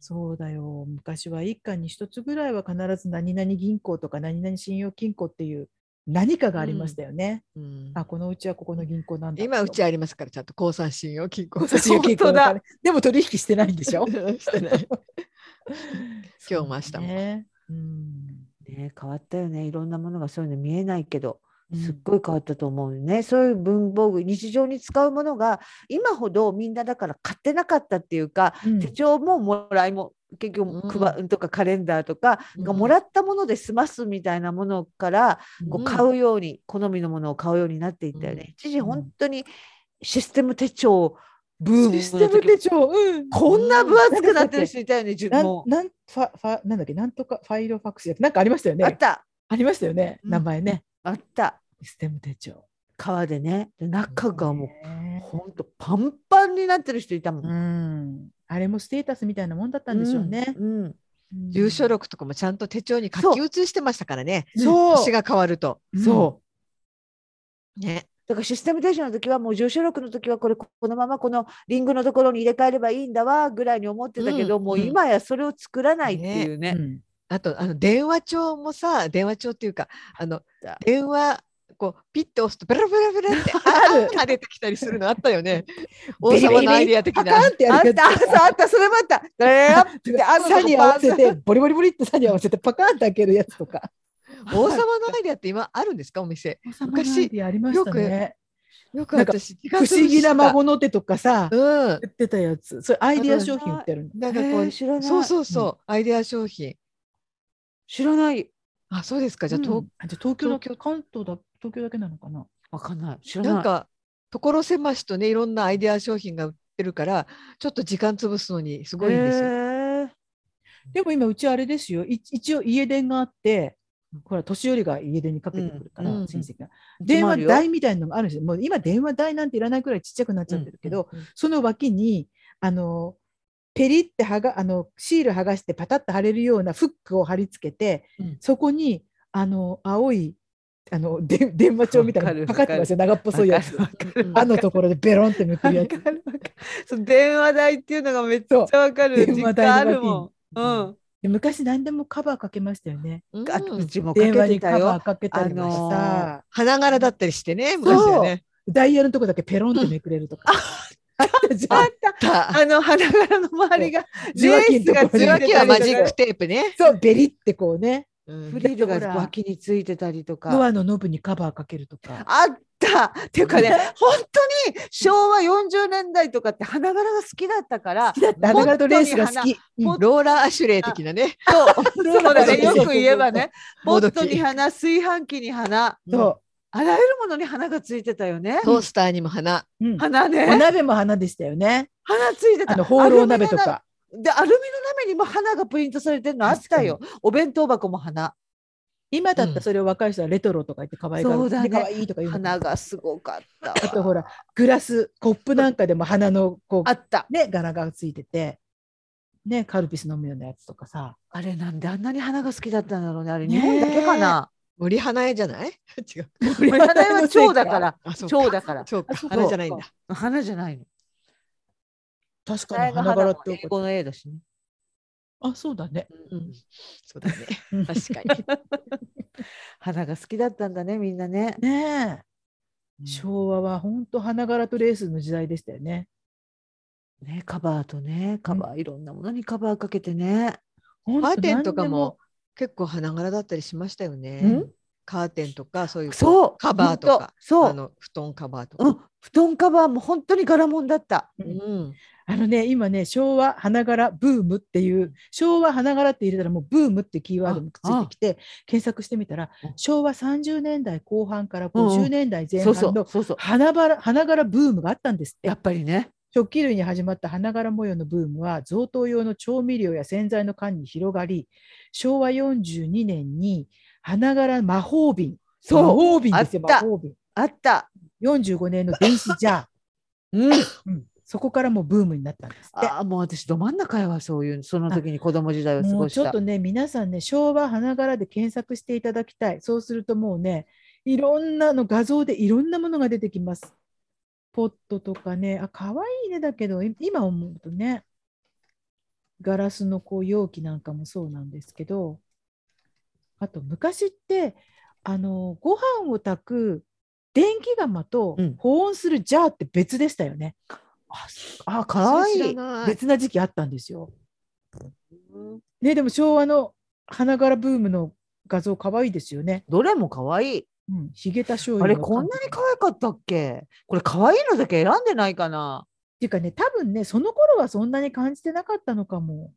S1: そうだよ昔は一家に一つぐらいは必ず何々銀行とか何々信用金庫っていう何かがありましたよね、
S2: うん
S1: あこのうちはここの銀行なんだ
S2: 今うち
S1: は
S2: ありますからちゃんと鉱山信用金庫
S1: 信用金庫
S3: 本当だ
S1: だからでも取引してないんでしょ
S2: してない 今日も明日も、
S1: ねうん
S3: ね、変わったよね。いろんなものがそういうの見えないけど、すっ
S1: い
S3: ごい変わったと思うね。そういう文房具、日常に使うものが今ほどみんなだから買ってなかったっていうか、手帳ももらいも結局
S2: うん
S3: くば、とかカレンダーとか、が
S2: うん
S3: もらったもので済ますみたいなものからこう買うように、好みのものを買うようになっていったよね。
S2: うん
S3: 一時
S2: うん
S3: 本当にシステム手帳ブームの時
S1: システム手帳、うん。
S3: こんな分厚くなってる人いたよね、自
S1: なん
S3: 分も。
S1: なんファファなんだっけなんとかファイルファックスじゃなくてなんかありましたよね。
S3: あった
S1: ありましたよね、
S3: うん
S1: 名前ね。
S3: あった
S1: システム手帳。
S3: 川でねで中がもう
S1: ね
S3: ほんとパンパンになってる人いたもん。
S1: うん。あれもステータスみたいなもんだったんでしょうね。
S3: うんうん
S1: うん
S2: 住所録とかもちゃんと手帳に書き写してましたからね
S1: そう
S2: 年が変わると。
S1: そ
S2: うんね、
S3: だからシステム停止の時はもう住所録の時はこれこのままこのリングのところに入れ替えればいいんだわぐらいに思ってたけど、
S2: うん
S3: もう
S2: うん
S3: 今やそれを作らないっていう
S1: う
S3: ね。
S1: ん。
S2: あとあの電話帳もさ電話帳っていうかあの
S3: だ
S2: 電話こうピッと押すとブラブラブラっ て
S1: ある
S2: あが出てきたりするのあった よね。王
S1: ビリビリ
S2: 様のアイディア的
S1: パ
S2: な。
S1: カンって
S3: あ
S1: やる
S3: っ
S1: やつ
S3: たあったあったそれもあった。えー
S1: であ
S3: の
S1: サに合わせてボリボリボリってサに合わせてパカーンって開けるやつとか。
S2: 王様のアイディアって今あるんですかお店。昔
S1: 昔ありましたね。
S2: よく
S1: なんか
S2: 私
S1: 不思議な。孫の手とかさ、
S2: うん
S1: 売。ってたやつ。それアイディア商品売ってるの。
S2: なんかこ
S3: え
S2: う
S3: ー知らない
S2: そうそうそうアイディア商品。
S3: 知らない
S2: あそうですかじゃあ
S1: う
S2: 東
S1: んあじゃあ東京だ
S2: 東京
S1: 関東だ東京だけなのかな。
S3: わかんない知らない。
S2: なんか所狭しとねいろんなアイデア商品が売ってるからちょっと時間潰すのにすごいんですよ。
S3: えー
S1: でも今うちあれですよ。い一応家電があって、ほら年寄りが家電にかけてくるから、
S2: うんうん
S1: 親戚が。電話
S3: いつもある
S1: 台みたいなのがあるんですよ。もう今電話台なんていらないくらいちっちゃくなっちゃってるけど、
S2: うんうん
S1: その脇にあのペリってはがあのシール剥がしてパタッと貼れるようなフックを貼り付けて、
S2: うん
S1: そこにあの青いあので電話帳みたいなの
S3: わ
S1: かか
S3: か
S1: って
S3: る
S1: ますよ長っぽいやつ
S3: わ。かる
S1: あのところでベロンってめく
S3: わ
S1: る
S3: か
S1: や
S3: る
S1: つ。
S3: わかるその電話代っていうのがめっちゃわかる
S1: そう
S3: 実家ある
S1: 電話代の
S3: もん。うん
S1: で昔何でもカバーかけましたよね。
S3: あ
S2: う
S3: うんちもか
S1: 電話
S3: けて
S1: に
S3: た
S1: カ
S3: よ
S1: バー。かけたりました。
S3: あ
S2: 花柄だったりしてね昔はね。
S1: ダイヤルのとこだけペロンってめくれるとか。あった じゃ
S3: あ
S1: ん
S3: っ。た
S2: た
S3: あの花柄の周りが
S1: 受話器のところ
S2: 受
S1: に
S2: 話器はマ
S3: ジ
S2: ジ
S3: ッ
S2: ッ
S3: ク
S2: クテープね。
S1: そうベリってこうね。
S2: うん
S3: フリルが脇についてたりと
S1: ノ
S3: か。
S1: アのノブにカバーかけるとか。
S3: あったっていうかね本当に昭和40年代とかって花柄が好きだったから
S1: 好きだった。
S3: も
S1: 花
S3: っと
S1: 柄とレースが好き。うん
S2: ローラーアシュレイ的なね。
S3: そうそうだねよく言えばねポ
S2: ボード
S3: ッ
S2: キ
S3: トに花炊飯器に花
S1: そ
S3: あらゆるものに花がついてたよね。
S2: トースターにも花。
S1: う。 うん
S3: 花
S1: お
S3: ね
S1: 鍋も花でしたよね。
S3: 花ついてた
S1: あのホーロー鍋とか。
S3: でアルミの鍋にも花がプリントされてるのあったよお弁当箱も花
S1: 今だったらそれを若い人はレトロとか言って可愛が
S3: そ
S1: る
S3: うだ
S1: で
S3: ね
S1: 可愛いとか言うの
S3: 花がすごかったわ
S1: あとほらグラスコップなんかでも花のこ
S3: あった
S1: うね柄がついててねカルピス飲むようなやつとかさ
S3: あれなんであんなに花が好きだったんだろうねあれ
S1: ね
S3: 日本だけ かな
S2: 森花絵じゃない 違う。
S3: 花は蝶だから
S2: あ、そう
S3: 蝶だから
S2: そうか
S1: あそうか
S2: 花じゃないんだ。
S3: 花じゃないの
S1: 確か
S3: 花
S1: に
S3: が
S1: 花
S3: 花
S1: 柄っ
S3: も
S1: て
S3: 英語の A だしね
S1: あそうだね
S2: うんそうだね。
S1: うん
S2: 確か に。
S3: 花が好きだったんだねみんなね
S1: ねえ
S3: うん
S1: 昭和は本当花柄とレースの時代でしたよね
S3: ねカバーとねカバーいろんなものにカバーかけてね
S1: ほん
S2: カーテン
S1: 何で
S2: とかも結構花柄だったりしましたよね
S3: ん。
S2: カーテンとかそういう
S3: そう
S2: カバーと
S3: ほん
S2: か
S3: そ
S2: あ
S3: う
S2: の布団カバーと
S3: う
S2: か。
S3: ん布団カバーも本当に柄もんだった
S1: うん
S2: うん。
S1: あのね今ね昭和花柄ブームっていう昭和花柄って入れたらもうブームってキーワードもくっついてきて検索してみたら
S3: うん
S1: 昭和30年代後半から
S3: うんうん
S1: 50年代前
S3: そうそ
S1: 半
S3: う
S1: の
S3: そうそう
S1: 花柄花柄ブームがあったんですって
S3: やっぱりね
S1: 食器類に始まった花柄模様のブームは贈答用の調味料や洗剤の缶に広がり昭和42年に花柄魔法瓶
S3: そう
S1: 魔法瓶ですよ
S3: あっ
S1: 魔
S3: た
S1: 法瓶
S3: あった
S1: 45年の電子ジャー、
S3: うん
S1: うん、そこからもうブームになったんですって。
S3: ああもう私ど真ん中やわそういうその時に子供時代を過
S1: も
S3: ご
S1: う
S3: し
S1: ちょったとね皆さんね昭和花柄で検索していただきたいそうするともうねいろんなの画像でいろんなものが出てきますポットとかねあ可愛いねだけどい今思うとねガラスのこう容器なんかもそうなんですけどあと昔ってあのご飯を炊く電気釜と
S3: うん
S1: 保温するジャーって別でしたよね、
S3: あかわい
S2: それ
S3: い
S2: 知らない
S1: 別な時期あったんですよね、でも昭和の花柄ブームの画像可愛いですよね。
S3: どれもかわいい
S1: うん、ヒゲタ醤
S3: あ
S1: 油
S3: れ
S1: の
S3: こん
S1: 缶
S3: な
S1: と
S3: に可愛かったっけこれ可愛いのだけ選んでないかな
S1: っていうかね、多分ね、その頃はそんなに感じてなかったのかも。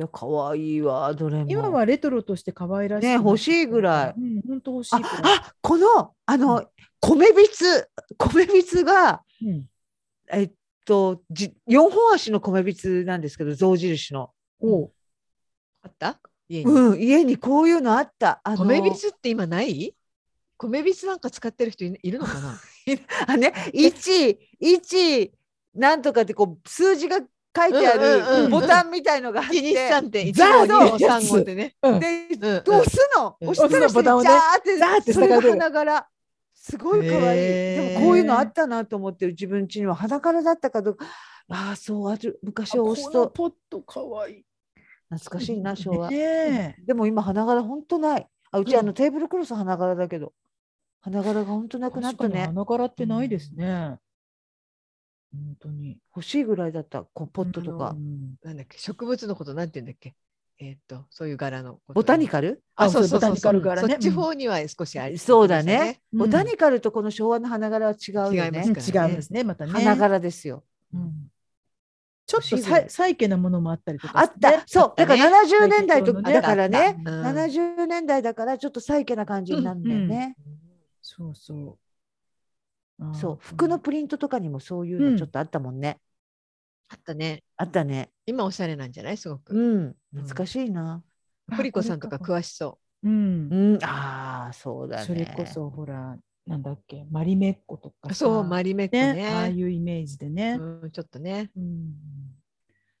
S3: いや可愛いわどれも
S1: 今はレトロとして可愛らしい。
S3: ね欲しいぐらい
S1: うん、本当欲しい
S3: あ
S1: くらい。
S3: あこのあ
S1: う
S3: の米びつ米びつが
S1: うん、
S3: えっとじ4本足の米びつなんですけど象印の、
S1: おう
S2: あった家に、
S3: うん、家にこういうのあったあの
S2: 米びつって今ない米びつなんか使ってる人いいるのかな
S3: あね一一なんとかってこう数字が書いてあ
S2: うんうん
S1: う
S3: る
S1: ん
S3: ボタンみたいのがあって、
S2: 1日3って1
S3: ザー
S2: 号2号
S3: っ
S1: てやつ
S2: 3号ってね。
S3: で、
S2: うんうん
S3: どう押すの、
S2: うん
S3: 押したら
S1: 押すのボタンをね
S3: ジャ
S1: ザ
S3: ー
S1: ーっ
S3: っ
S1: てて
S3: それが
S1: 下がる
S3: 花柄すごい可愛い、
S2: へー
S3: でもこういうのあったなと思って自分家には花柄だったかどうかああそうある昔は押す
S1: あ
S3: と
S1: このポット可愛い。
S3: 懐かしいな昭和、
S1: ねえ
S3: でも今花柄ほんとないあうち、
S1: うん
S3: あのテーブルクロス花柄だけど花柄がほんとなくなった
S1: 確かに
S3: ね
S1: 花柄ってないですね。本当に。
S3: 欲しいぐらいだったこうポットとか、
S1: うん
S2: なんだっけ植物のことなんて言うんだっけえーっとそういう柄のこと
S3: ボタニカル
S2: あ
S1: あ
S2: そう
S1: そ
S2: そう
S1: う
S2: そ
S1: ボ
S2: う
S1: タニカル柄ね
S2: そっち方には少しあり
S3: そうだね、
S1: うん
S3: ボタニカルとこの昭和の花柄は違うよね
S2: 違い
S1: うん
S2: ま
S1: 違う
S2: す
S1: ん
S2: か
S1: です
S2: らね
S1: ねまたね。
S3: 花柄ですよ
S1: うんちょっ
S3: 欲しい
S1: と
S3: ぐら
S1: さ
S3: い
S1: いけなものもあったりとか
S3: あ
S1: し
S3: って
S1: ね、
S3: た、そう、だから70年代とか、
S1: 最近のね
S3: だから
S1: あ
S3: ね
S1: っ、
S2: う
S1: た
S2: ん
S3: 70年代だからちょっとサイケな感じになるんだよね。
S1: そうそう。あー
S3: そう、服のプリントとかにもそういう
S1: う
S3: の
S1: ん
S3: ちょっとあったもんね。
S2: あったね
S3: あったね。
S2: 今おしゃれなんじゃないすごく、
S3: うん、懐かしいな。
S2: プリコさんとか
S1: あこれ
S2: 詳しそう
S1: うん
S3: うん、ああ、そうだね。
S1: それこそほらなんだっけマリメッコとかさ
S2: そうマリメックね
S1: ねああいうイメージでね、
S2: うん、ちょっとね
S1: うん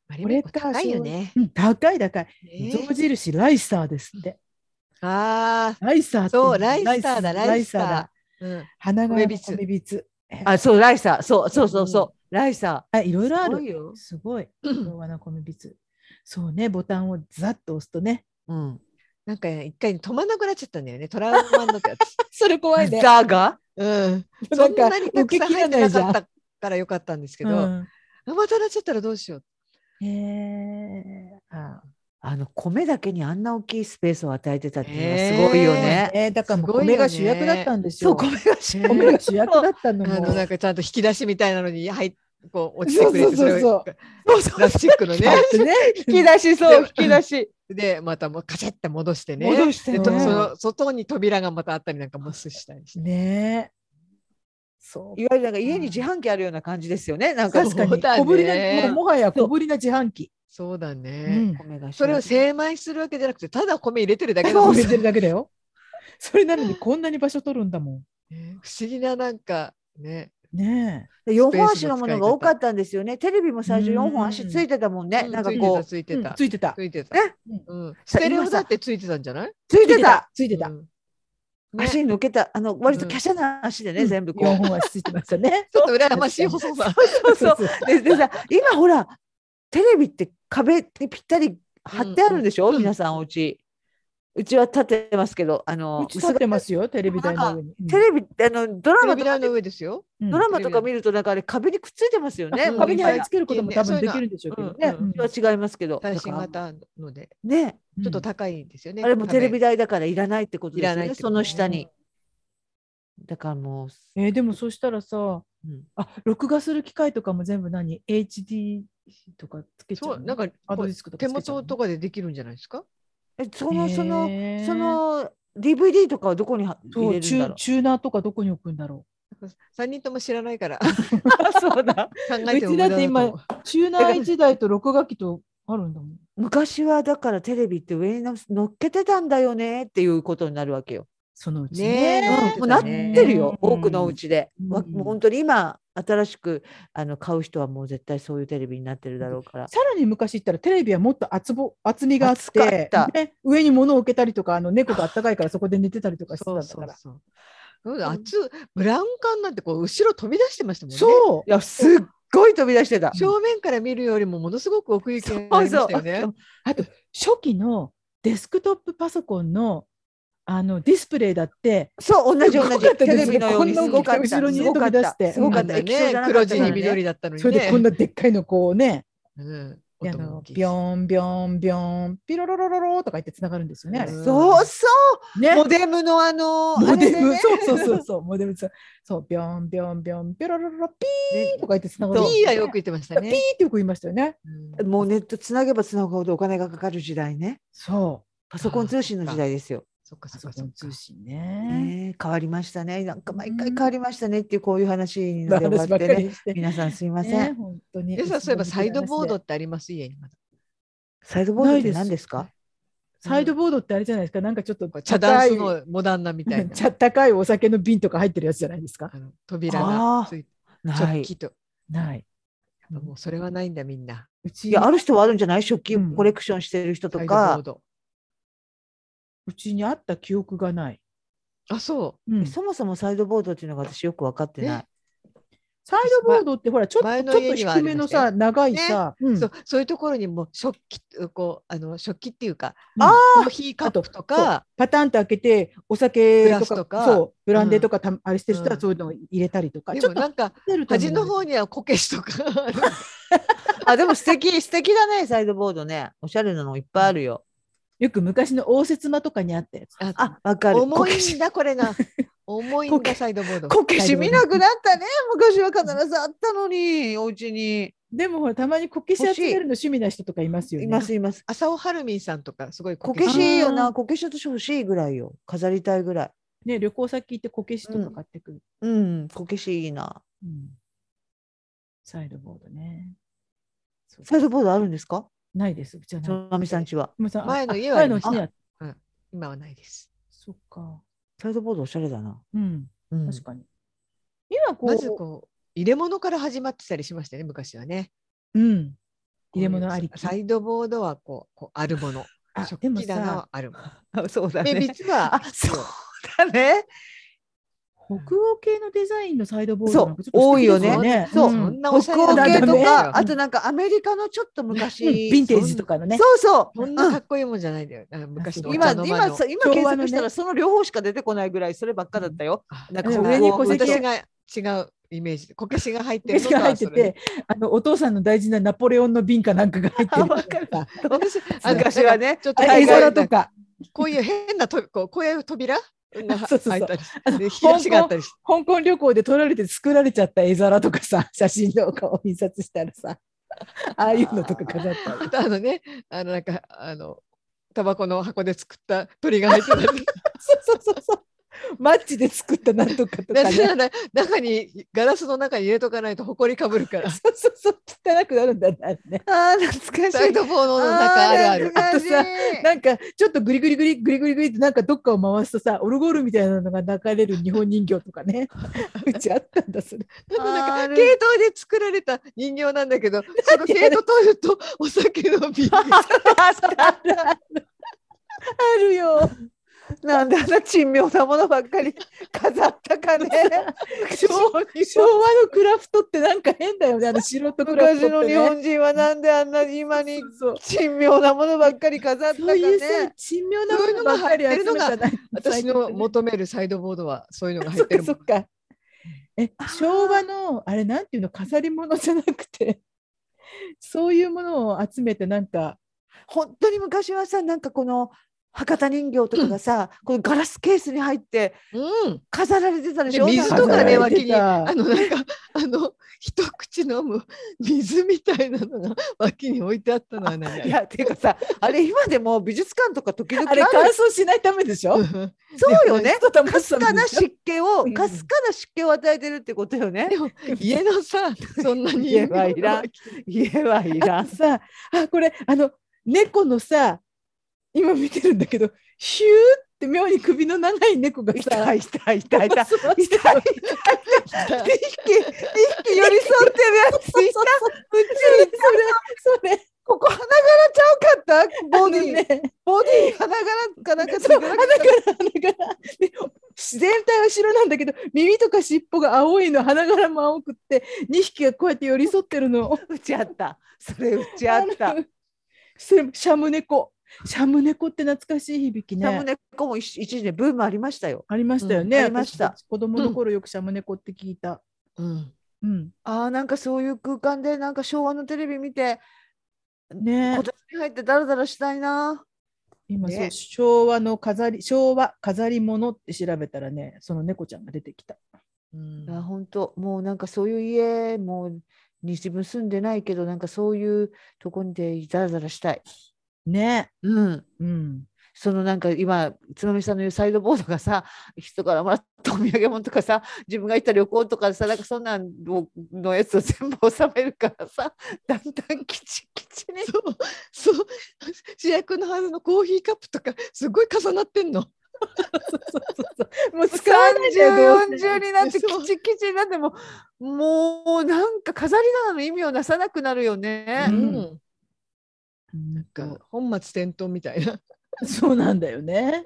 S2: マリ
S1: こ
S2: メ
S1: れ
S2: ック高いよね、
S1: うん高い高い、
S2: ね
S1: 象印ライサーですって
S2: あ
S1: ライサーっていの
S2: そうライサーだライサーだ
S1: だ
S2: ー、うん、
S1: 花
S2: 米
S1: 柄
S2: び
S1: の
S2: つ
S1: 米びつえ
S3: あ、そう、ライサー、そう、そう、そう、そう、ライサ
S1: あいろいろ
S3: ー。
S1: あ
S3: すごい
S1: る
S3: よ。
S1: すごい
S2: うん
S1: 昭和の米びつそうねボタンをザッと押すと ね
S3: うん。
S2: なんか一回止まんなくなっちゃったんだよねトラウマになってやつ
S1: それ怖
S3: ザーが。
S2: うん
S1: な
S2: そん
S1: んか
S2: なにたく
S1: 受
S2: さ
S1: け切ら
S2: ん入っ
S1: な
S2: てない
S1: じゃ
S2: か
S1: ん
S2: ったからよかったんですけ
S1: け
S2: ど、あまたなっちゃったらどうしよう
S1: へえあ
S3: あの米だけにあんな大きいスペースを与えてたっていうのはすごいよね。
S1: えーだからもう
S2: すごいよね
S1: 米が主役だったんです
S3: そう、
S1: よ
S3: 米が主役
S2: ね
S1: 米が主役だったの
S2: あ
S1: も
S2: のなんかちゃんと引き出しみたいなのに入っこう落ちてくれて
S1: そうそうそうそう
S2: れをプラスチックのね
S1: ね
S3: 引き出し、そう、引き出し。
S2: でまたもうカチャって戻してね
S3: 戻して
S2: で
S3: ね
S2: とその外に扉がまたあったりなんかもすしたりして
S1: ねえ。そう
S3: い。わゆるなんか家に自販機あるような感じですよね。なんか
S1: 確か
S2: そう
S1: に
S2: だね
S1: 小ぶりな、もうもはや小ぶりな自販機。
S2: そうだ
S1: う
S2: ね、
S1: ん。
S3: 米が
S2: それを
S3: 主役
S2: 精米するわけじゃなくてただ米入れてるだけだ
S1: そ
S2: もん
S1: う入
S2: ね
S1: れてるだけだよ。それなのにこんなに場所取るんだも
S2: ね不思議ななんかね
S1: ん。ね
S3: で4本足のものが多かったんですよね。テレビも最初
S1: うん
S3: 4本足ついてたもんね。
S2: う
S3: なんか
S2: ついて
S3: こ
S2: た
S3: う、
S2: つい
S1: え。
S2: てた、
S1: うんついてた。
S2: ついてた
S3: ね
S2: うん、ス
S3: さ
S2: テレオだってついてたんじゃない
S3: ついてた。
S1: ついてた
S2: う。んね
S3: 足に抜けた、あの、割と
S2: うん。
S3: 華奢な足でね、全部こ
S1: 4
S3: う。
S1: 本足ついてましたね
S2: ちょっと羨ましい細さ
S3: そうそう。ででさ、今ほら、テレビって壁にぴったり貼ってあるんでしょ、
S2: うんうん
S3: 皆さんお家。うちは立てますけど、あの、
S1: うち立ってますよ、テレビ台の上に。
S3: 薄テレビってあの、ドラ
S2: テレ
S3: マ
S2: ビ
S3: と
S2: 台
S3: か、
S2: の上ですよ
S1: うん
S3: ドラマとか見ると、なんかあれ壁にくっついてますよね。
S2: うん
S1: 壁に貼り
S3: ね
S1: 付けることも多分できるんでしょうけどね。
S2: うん
S1: うん
S3: うちは違いますけど。
S2: 最新
S3: だから
S2: 型ので
S3: ね。
S2: ちょっと高いんですよね。
S3: あれもテレビ
S2: で。
S3: 台だからいらないってことですよ
S2: いらない
S3: ね、
S2: ってこと
S3: その下に。だからもう、
S1: えーでもそしたらさ、
S3: うん
S1: あ録画する機械とかも全部何 ?HD とかつけちゃ
S2: そうう、
S1: の
S2: なんか、
S1: ハー
S2: こ
S1: ドデ
S2: う
S1: ィスクとか
S2: 手
S1: つけちゃう
S2: 元
S1: の
S2: とかでできるんじゃないですか。
S3: えその、その、
S1: へー
S3: その DVD とかはどこには
S1: そ
S3: 入
S1: う
S3: れるん
S1: チ
S3: だ
S1: ュ
S3: ろ
S1: チューナーとかどこに置くんだろ
S2: 三人とも知らないから、
S3: うそうだ。
S2: 考えても無駄だと思う
S1: うう。チューナー1台と録画機とあるんだもん。
S3: 昔はだからテレビって上にの乗っけてたんだよねっていうことになるわけよ。
S1: そのうち
S2: ねえ
S1: ね。
S2: うん
S3: もうなってるよ、多くのお
S1: うち。
S3: 家で。わ
S1: うん
S3: もう本当に今、新しくあの買う人はもう絶対そういうテレビになってるだろうから。
S1: さらに昔言ったらテレビはもっと厚ぼ厚みがあっ
S3: 厚かってた
S1: ね、上に物を置けたりとかあの猫があったかいからそこで寝てたりとかしてたん
S2: そう
S1: だ
S2: そ
S1: か
S2: う
S1: ら。
S2: そう。そうだ熱いブラウン管なんてこう後ろ飛び出してましたもんね。
S1: そう
S3: いや、すっごい飛び出してた。
S2: 正面から見るよりもものすごく奥行きがありましたよね。
S1: あと初期のデスクトップパソコンのあのディスプレイだって
S3: そう、同じ同
S1: すご
S3: じ
S1: か。った
S3: テ
S1: です
S3: レビのように
S1: こんな
S3: すごかった。
S1: 後ろにね
S3: すごかった
S1: 飛び出して
S3: すごか
S2: あ
S3: っ
S2: ん
S3: た。
S2: な
S3: 液晶じゃ
S2: ね
S3: なか
S2: 黒
S3: ったか
S2: 地
S3: らね
S2: に緑だったのに
S1: それでこん
S2: ね。
S1: なでっかいのこうね
S2: うん
S1: であ
S2: 音
S1: の
S2: も大きい
S1: ビョンビョンビョンピロロロロロとか言ってつながるんですよねあれ
S2: うん
S3: そうそう
S1: ね
S3: モデムのあの
S1: モデ
S3: あれで
S1: ム、
S3: ね
S1: そうそうそうそう、モデムそう、そう、ビョンビョンビョン、ピロロロロピーとか言ってつなが
S2: ピ
S1: る。
S2: ーはよく言ってました
S1: ピ
S2: ね
S1: ーっ。てよく言いましたよね。
S2: うん
S3: もうネットつなげばつなぐほどお金がかかる時代ね
S1: そ
S3: パソコン通信の時代ですよ、
S2: そっ
S1: う、
S2: かそ
S1: パ
S2: っ
S1: ソコ
S2: かそっ
S1: ン
S2: か。
S1: 通信ね。
S3: ねえ変わりましたねなんか毎回変わりましたねっていうこういう話にな
S1: な
S3: って終わ
S1: 話ば
S3: っ
S1: ってか
S3: ね
S1: りして。
S3: 皆さんすみません、
S1: ね、本当に。
S2: でさそういえばサイドボ
S1: い
S2: ード
S1: つもの話
S2: っ
S1: で。
S2: てあります家にまだ。
S3: サイドボードっ
S1: ない
S3: て
S1: です
S3: 何ですか
S1: サイドボードってあれじゃないですか、なんかちょっと
S2: こう茶
S1: 高
S2: ダン
S1: い
S2: ス。のモダンなみたいな。
S1: ちゃ高いお酒の瓶とか入ってるやつじゃないですか。
S2: あの扉がついてチ
S3: な
S2: ョ
S3: い
S2: ッキと、
S1: ない。
S2: やっぱもうそれはないんだみんな。
S1: うち
S3: いやある人はあるんじゃない食器
S1: うん
S3: コレクションしてる人と
S2: サイドボ
S3: か
S2: ー、ド。
S1: うちにあった記憶がない。
S2: あそう。
S1: うんサイ
S3: そもそもサイドボードっていうのが私よく分かってない。
S1: ドボードってほらちょっ
S2: 前
S1: と
S2: の
S1: ちょっと
S2: 家にはあ
S1: 低
S2: りま
S1: めの
S2: したよ
S1: さ長いさ、うん
S2: そうそういうところにもう食器こうあの食器っていうか、
S1: うん
S2: あコーヒーカップとか
S1: パタンと開けてお酒
S2: グ
S1: と
S2: ラ
S1: か
S2: スとか
S1: そうブランデーとかた、あれしてる人は
S2: うん
S1: そういうのを入れたりとか、
S2: で
S1: ちょ
S2: も
S1: っと
S2: なんか
S1: 出ると思う
S2: 端の方にはこけしとか
S3: あでも素敵素敵だねサイドボードねおしゃれなのいっぱいあるよ。
S1: よく昔の応接間とかにあったやつ
S2: あ
S3: あわかる。
S2: 重
S3: こけ
S2: い
S3: し
S2: んだこれな重いん
S3: こけ
S2: だサイドボード
S3: こけし見なくなったね昔は必ずあったのにお家に
S1: でもほらたまにこけし集めるの趣味な人とかいますよね
S3: いますいます。
S2: 浅尾晴美さんとかすごい
S3: こ
S2: こ
S3: け
S2: け
S3: し
S2: し
S3: いいよ
S1: あ
S3: な
S1: ー
S3: こけし私欲しいぐらいよ飾りたいぐらい。
S1: ね旅行先行ってこけしとか買ってくる、
S3: うんこけしいいな。
S1: うんサイドボードねそう
S3: サイドボードあるんですか？
S1: ないですうちはない
S3: そのまみさんちは。
S1: でもさあ
S2: 前の家
S1: あ
S2: はあ
S1: 前
S2: り
S1: の
S2: ました
S1: 家には
S2: 今はないです
S1: そっか
S3: サイドボードおしゃれだな。
S1: うん
S3: うん
S1: 確かに、今こう、
S2: まずこう入れ物から始まってたりしましたね昔はね
S1: うん入れ物ありき
S2: サイドボードはこうこうあるもの
S1: あ
S2: 食
S1: でも
S2: 器棚
S1: さ
S2: はあるもの
S3: あそうだ
S2: で
S3: ね。
S2: 実は
S3: あそうだね。
S1: 北欧系のデザインのサイドボード
S3: そ
S1: なん
S3: う
S1: かちょっと素
S3: 多い
S1: 敵
S3: よ
S1: です
S3: ね。
S2: そう
S3: う
S2: そ
S3: ん
S2: んな
S3: 北
S2: おしゃれ
S3: 欧
S1: な
S3: 系
S1: んだ
S3: と
S1: ね
S3: か、
S2: うん
S3: あとなんかアメリカのちょっと昔、
S1: うんヴィンテージとかのね
S3: そう
S2: そ
S3: そうんう
S2: なんかっこいいもんじゃないんだよ。あ昔のお
S3: 今
S2: 茶
S3: 今
S2: の
S3: 今
S2: 間の。
S3: 今
S1: 昭
S3: 検
S1: 和のね
S3: 索したらその両方しか出てこないぐらいそればっかだったよ。
S2: あ
S3: なん
S1: か
S2: でも
S1: こう
S2: 上に
S1: こう
S2: 私が違うイメージで、こけしが入って
S1: メ
S2: る
S1: ス
S2: の
S1: が
S2: が
S1: 入って
S2: それ
S1: て、あのお父さんの大事なナポレオンの瓶かなんかが入って
S3: あ
S1: る。
S3: わかる
S1: あ
S2: 私あの
S3: 昔はね
S2: ちょっと
S1: あ
S3: 海
S1: 絵
S3: 外
S1: 皿
S2: 外
S1: と
S2: と
S1: か、
S2: こういう変なとこうこういう扉が
S1: そうそうそう
S2: 開いたり
S1: あの
S2: で引き出しがあったりして。
S1: 香港旅行で撮られて作られちゃった絵皿とかさ、写真とかを印刷したらさ、ああいうのとか飾ってある。
S2: あとあのね、あのなんかあのタバコの箱で作った鳥が 入ってたり、
S1: そうそうそうそう。マッチで作ったなんとかとか ね。
S2: なぜ
S1: そう
S2: なら中にガラスの中に入れとかないと埃かぶるか ら。
S1: そうそう。汚くなるんだなね。
S3: あー懐か
S2: サ
S3: し
S2: イ
S3: い。
S2: ドボードの中あるある。
S3: ー懐かしい
S1: あと なんかちょっとグリグリグリグリグリグリってなんかどっかを回すとさ、オルゴールみたいなのが流れる日本人形とかね。うちあったんだそれ。
S2: あとなんか
S3: ある
S2: 系統で作られた人形なんだけど、その系統取るとお酒の瓶。
S1: あったあったあるよ。
S3: なんであんな珍妙なものばっかり飾ったかね。
S1: 昭和昭和のクラフトってなんか変だよね、あの素人クラフト
S3: 昔
S1: っ
S3: の
S1: て、
S3: 日
S1: ね。
S3: 本人はなんであんな今に
S1: そう
S3: 珍妙なものばっかり飾ったか
S1: そういうさ
S3: ね、。
S1: 珍妙なものばっかり集めたない。
S2: 私の
S1: 元
S2: 求めるサイドボードはそういうのが入
S1: そ
S2: っ
S1: ってか
S2: るも
S1: そっ
S2: ん。
S1: か。え、昭和のあれなんていうの飾り物じゃなくて、そういうものを集めてなんか、
S3: 本当に昔はさなんかこの博多人形とかがさ、このガラスケースに入って
S2: うん。
S3: 飾られてたでし
S2: で
S3: ょ
S2: 水
S1: な
S2: と
S1: んか
S2: か
S1: ね
S2: ね
S1: わ
S2: 脇
S1: 入
S2: に
S1: れてた
S2: あのなんかあの一口飲む水みたいなのが脇に置いてあったの は何あ
S3: い
S2: れ
S3: やていうかさあれ今でも美術館とか時々
S1: あ
S3: あ
S1: れ
S3: る
S1: 乾燥しないためでしょ
S2: う。ん
S3: そうよね
S1: ずっと
S3: か
S1: 黙って
S3: す
S1: た
S3: か
S1: んで
S3: な
S1: しょ
S3: 湿気を
S1: うん
S3: かすかな湿気を与えてるってことよね
S2: でも家のさそんなに
S3: 家はいらん家はいら
S1: あ
S3: ん
S1: とさあこれあの猫のさ今見てるんだけどヒューって妙に首の長い猫が
S3: い
S1: さ
S3: たいたいたいた
S1: そ
S3: いう
S1: そう
S3: たいた 一
S1: そう
S2: 脇
S3: 匹一匹寄り添ってるやついたう
S1: そう
S3: ちに
S1: それ
S3: ここ花柄ちゃうかったボデ
S1: あ
S3: ィ、
S1: のね
S3: ボディ花柄かなんかついて
S1: そう
S3: な
S1: 鼻
S3: か
S1: か
S3: っ
S1: ら鼻からで全体は白なんだけど耳とか尻尾が青いの花柄も青くって2匹がこうやって寄り添ってるの
S3: たうちあったそれうちあった
S1: のそれシャム猫シャム猫って懐かしい響き
S3: シャム
S1: ね
S3: ネコも一一時ねブームありましたよ。
S1: ありましたよね、
S3: うんありました
S1: 私子供の頃よくシャム猫って聞いた、
S2: うん
S1: うん、
S3: ああなんかそういう空間でなんか昭和のテレビ見て
S1: ね
S3: 今年に入ってダラダラしたいな。
S1: 今そう
S2: ね
S1: 昭和の飾り昭和飾り物って調べたらねその猫ちゃんが出てきた。
S2: うん
S3: いや本当もうなんかそういう家もうに自分住んでないけどなんかそういうとこにでダラダラしたい。
S1: ね。
S3: うん。
S1: うん。
S3: そのなんか今つまみさんの言うサイドボードがさ人からもらったお 土産物とかさ自分が行った旅行とかさなんかそんなんののやつを全部収めるからさ だんだんきちきちね。
S2: そうそう主役のはずのコーヒーカップとかすごい重なってんの。
S1: そうそうそうそうもう
S3: 30、
S1: 使わないでどうせ
S3: 40になってき
S2: そう
S3: ちきちになってもうもうなんか飾りなの意味をなさなくなるよね。
S1: うん
S2: なんか本末転倒みたいな。
S1: そうなんだよね。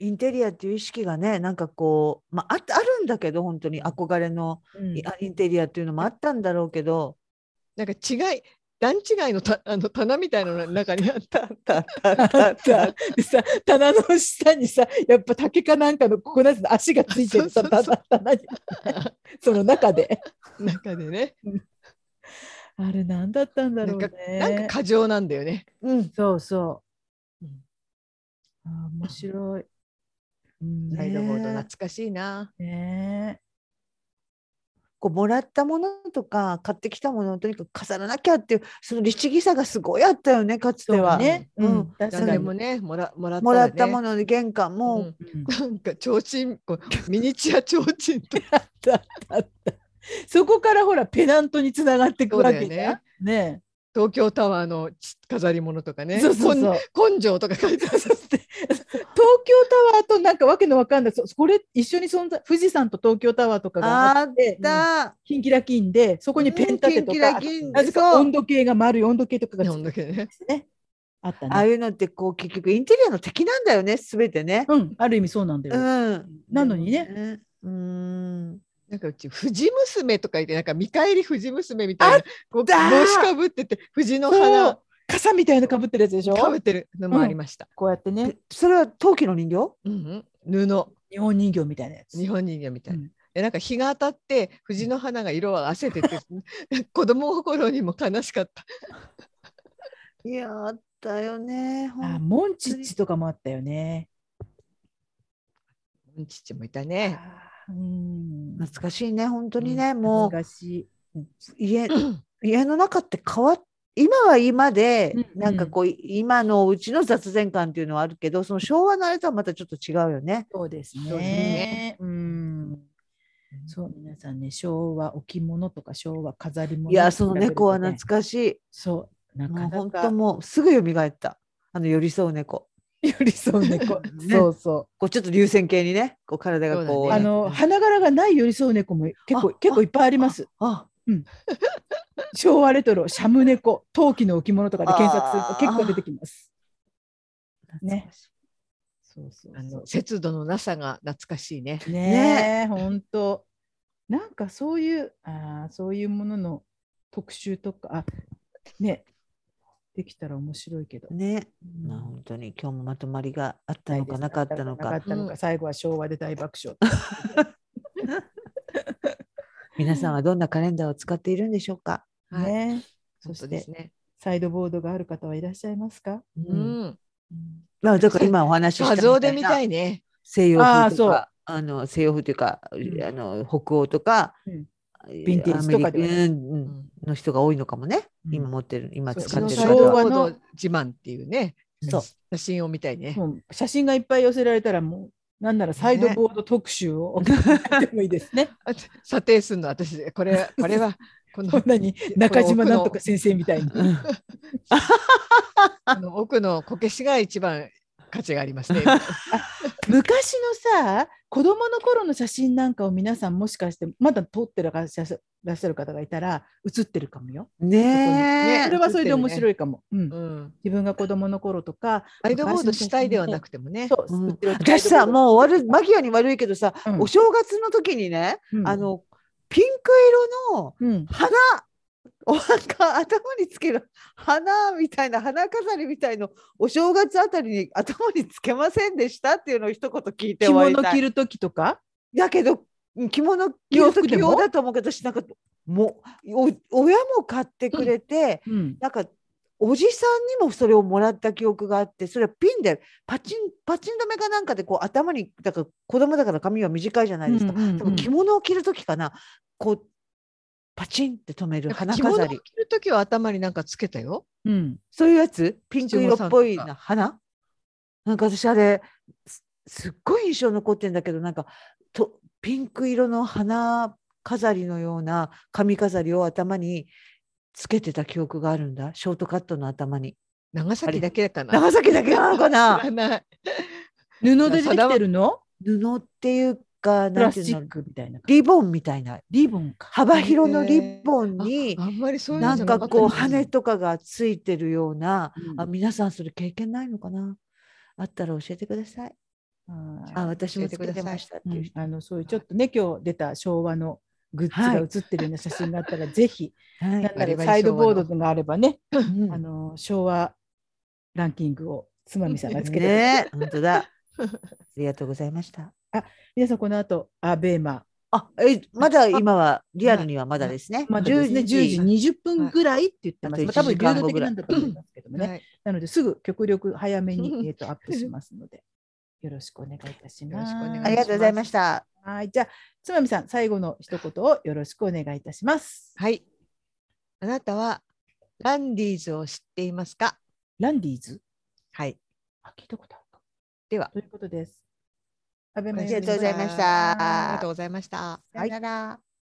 S3: インテリアっていう意識がねなんかこう、まあ、ああるんだけど本当に憧れの
S1: うん
S3: いあインテリアっていうのもあったんだろうけど。
S2: なんか違い段違いのたあの棚みたいなのの中にあった。
S1: あったでさ棚の下にさやっぱ竹かなんかのここのやつの足がついてるさ
S2: そうそうそう
S1: た棚に その中で
S2: 中でね、
S1: あれ何だったんだろうね
S2: なんか過剰なんだよね。
S3: うん、
S1: そうそう、
S2: うん
S1: あー面白い、うん
S2: サイドボード懐
S1: ね
S2: かしいな。
S1: ね
S3: こうもらったものとか買ってきたものをとにかく飾らなきゃっていうその律儀さがすごいあったよねかつては。
S2: そうね
S1: う
S3: うん
S1: ん、確かに
S2: 誰もねもらもらった
S3: もらったも
S2: の
S3: ので玄関も、
S2: も
S1: うん
S2: なんか提灯こうミニチュア提灯 とか
S1: あったあったあったそこからほらペナントにつながっていくわけ
S2: そうだよ
S1: ねね
S2: 東京タワーのち飾り物とかね。
S1: そうそうそう
S2: こん根性とか書いてある。
S1: 東京タワーとなんかわけのわかんないそこれ一緒に存在富士山と東京タワーとかがあって
S3: だ
S1: キンキラキンでそこにペン立てと
S3: キンキ
S1: か
S3: ラキン
S1: なぜか
S3: そう
S1: 温度計が丸い温度計とかが
S2: 日
S1: つい
S2: 本だけどね。
S1: てねあった
S3: ああ
S1: ね
S3: いうのってこう結局インテリアの敵なんだよね全てね。
S1: うんある意味そうなんだ
S3: う
S1: よ、
S3: ん、
S1: なのにね
S3: ね。うん
S2: なんかうち藤娘とか言ってなんか見返り藤娘みたいなこう
S3: たー
S2: 帽子かぶってて藤の
S1: そ
S2: 花
S1: う傘みたいなのかぶってるやつでしょ
S2: かぶってるのもありました。
S1: こうやってね
S3: えそれは陶器の人形
S2: うんうん、布
S1: 日本人形みたいなやつ
S2: 日本人形みたいな。
S1: うん
S2: えなんか日が当たって藤の花が色をあせてて 子供心にも悲しかった。
S3: いやあったよね。ほん
S1: あモンチッチとかもあったよね
S2: うん父もいたね。
S1: あーうん
S3: 懐かしいね本当
S1: 当
S3: にね、もう
S1: 難し
S3: 家家の中って変わっ今は今で、
S1: うんうん
S3: なんかこう今のうちの雑然感っていうのはあるけどその昭和のあれとはまたちょっと違うよね。
S1: そうです
S2: そうですね
S1: ねうんそう皆さんね昭和置物とか昭和飾り物
S3: いやその
S1: って調べると
S3: 猫は
S1: ね
S3: 懐かし。
S1: そうないか
S3: もう
S1: な
S3: 本当
S1: か
S3: もうすぐ蘇ったあの寄り添う猫。
S1: 寄り添う猫
S3: ね
S1: そうそ
S3: こうちょっと流線形にねこう体がこ
S1: う
S3: う。
S2: そうだ
S1: あ
S2: ね
S1: の花柄がない寄り添う猫も結構
S3: あ
S1: 結構いっぱいあります
S3: あ
S1: 昭和レトロシャム猫陶器の置物とかで検索すると
S3: あー
S1: 結構出てきますね
S3: 懐かしい
S1: そうそう
S2: あ
S1: そう
S2: の節度のなさが懐かしいね。
S1: ねえ、本当。なんかそういう、あーそういうものの特集とか、あね、できたら面白いけど。
S3: ね、
S1: うん
S3: まあ、本当に今日もまとまりがあったのかなかったの
S1: な
S3: か
S1: かったの
S2: う
S1: か、最後は昭和で大爆笑。
S3: 皆さんはどんなカレンダーを使っているんでしょうか
S2: はい、
S1: ね。そ
S2: 本
S1: し
S2: 当
S1: て
S2: です、ね。
S1: サイドボードがある方はいらっしゃいますか
S3: う
S2: うんん、
S3: まあだから今お話しし
S2: 画
S3: た
S2: 像で見
S3: な
S2: たいね。
S3: 西洋
S1: ああ
S3: 風と
S1: そう
S3: かあの西洋風というか、
S1: ん
S3: あの北欧とか、
S1: うん
S3: ヴ
S1: ィンテージとかではな
S3: うんう
S2: うんん
S3: の人が多いのかもね、
S1: うん
S3: 今持ってる今使
S1: そう
S3: ってる
S1: そ
S3: 方
S1: う昭
S3: は
S1: 和
S2: 昭
S1: の
S2: 和の自慢っていうね
S3: そう
S2: 写真を見たいね。
S1: もう写真がいっぱい寄せられたら、もう、なんならサイドボード特集を、でもいいですね。
S2: あ査定するの私これこれ はこの
S1: こんなに中島なんとか先生みたいに。
S3: うん
S2: あの奥のこけしが一番価値があり ますね。
S1: 昔のさ子供の頃の写真なんかを皆さんもしかしてまだ撮ってらっしゃるらっしゃる方がいたら写ってるかもよ。
S3: ねえ
S1: それはそれで面白いかも。うん
S2: うん、
S1: 自分が子供の頃とか
S2: サイドボード主体ではなくてもね。
S1: そう、
S3: うん
S1: 写ってる
S3: 私さもう終わる間際に悪いけどさ、
S1: うん
S3: お正月の時にね、
S1: うん
S3: あのピンク色の
S1: うん
S3: 花お墓頭につける花みたいな花飾りみたいのお正月あたりに頭につけませんでしたっていうのを一言聞いて
S1: 着
S3: 終わり
S1: 物
S3: たい
S1: 着る時とか
S3: だけどうん着物着
S1: 洋
S3: る
S1: 服
S3: 時
S1: でも
S3: 用だと思うけど私なんかもうお親も買ってくれて、
S1: うん
S3: なんかおじさんにもそれをもらった記憶があってそれはピンでパチンパチン止めかなんかでこう頭にだから子供だから髪は短いじゃないですか、
S1: うんうんうん
S3: 多分着物を着る時かなこうパチンって止める
S2: なんか
S3: 花
S2: 着物
S3: 飾
S2: を
S3: り
S2: 着るときは頭になんかつけたよ。
S1: うん、
S3: そういうやつピンク色っぽい
S2: 七五三と
S3: な花なんか私あれすすっごい印象残ってんだけどなんかとピンク色の花飾りのような髪飾りを頭につけてた記憶があるんだショートカットの頭に
S2: 長崎だけかな。
S3: 長崎だけなのかな
S2: 知らない。
S1: 布でできてるの
S3: 布っていうか
S1: プ
S3: な
S1: ラ
S3: んて
S1: ス
S3: いう
S1: チ
S3: の
S1: ックみたいな
S3: リボンみたいな
S1: リボンか。
S3: 幅広のリボンに
S2: ああんまりそういうの
S3: な
S2: じゃ
S3: ん
S2: な
S3: か
S2: かった
S3: こう
S2: ですね
S3: 羽とかがついてるような
S1: うん
S3: あ皆さんそれ経験ないのかなあったら教えてください。
S1: あ
S3: あ私もつけ
S2: 教えて
S3: て
S2: ください
S3: ましたって
S1: う
S3: いうん人。
S1: あのそういうちょっとね今日出た昭和のグッズが写ってるような写真があったら、ぜひ
S3: はい
S1: なんだ
S2: バ
S1: ろ
S2: リ
S1: う
S2: バリ
S1: サイドボー
S2: 昭
S1: ド
S2: 和の
S1: があればね、
S3: うん
S1: あの昭和ランキングをつまみさんがつけて、
S3: ねえ本当だ。ありがとうございました。
S1: 皆さんこの後アベーマ
S3: あえまだ今はリアルにはまだですね。
S1: まだですね10
S3: 10
S1: 時20分ぐらいって言ってます、
S3: はい
S1: まあ、多分
S3: あと1時間
S1: 流動
S3: 後
S1: 的
S3: ぐら
S1: な
S3: い
S1: んだと思いますけどもね、
S2: はい
S1: なのですぐ極力早め に、えー、とアップしますのでよろしくお願いいたします
S2: よろしくお願いします
S3: ありがとうございました。
S1: はいじゃあつまみさん最後の一言をよろしくお願いいたします
S2: はい。あなたはランディーズを知っていますか
S1: ランディーズ
S2: はい。
S1: あ聞いたことあるか
S2: では
S1: ということですアベ
S2: お
S1: マ
S2: や
S1: や
S2: す
S1: す
S2: み
S1: み
S2: な
S1: な
S2: さ
S1: さい
S2: い
S3: ありがとうございました
S2: ありがとうございました。
S3: さよなら。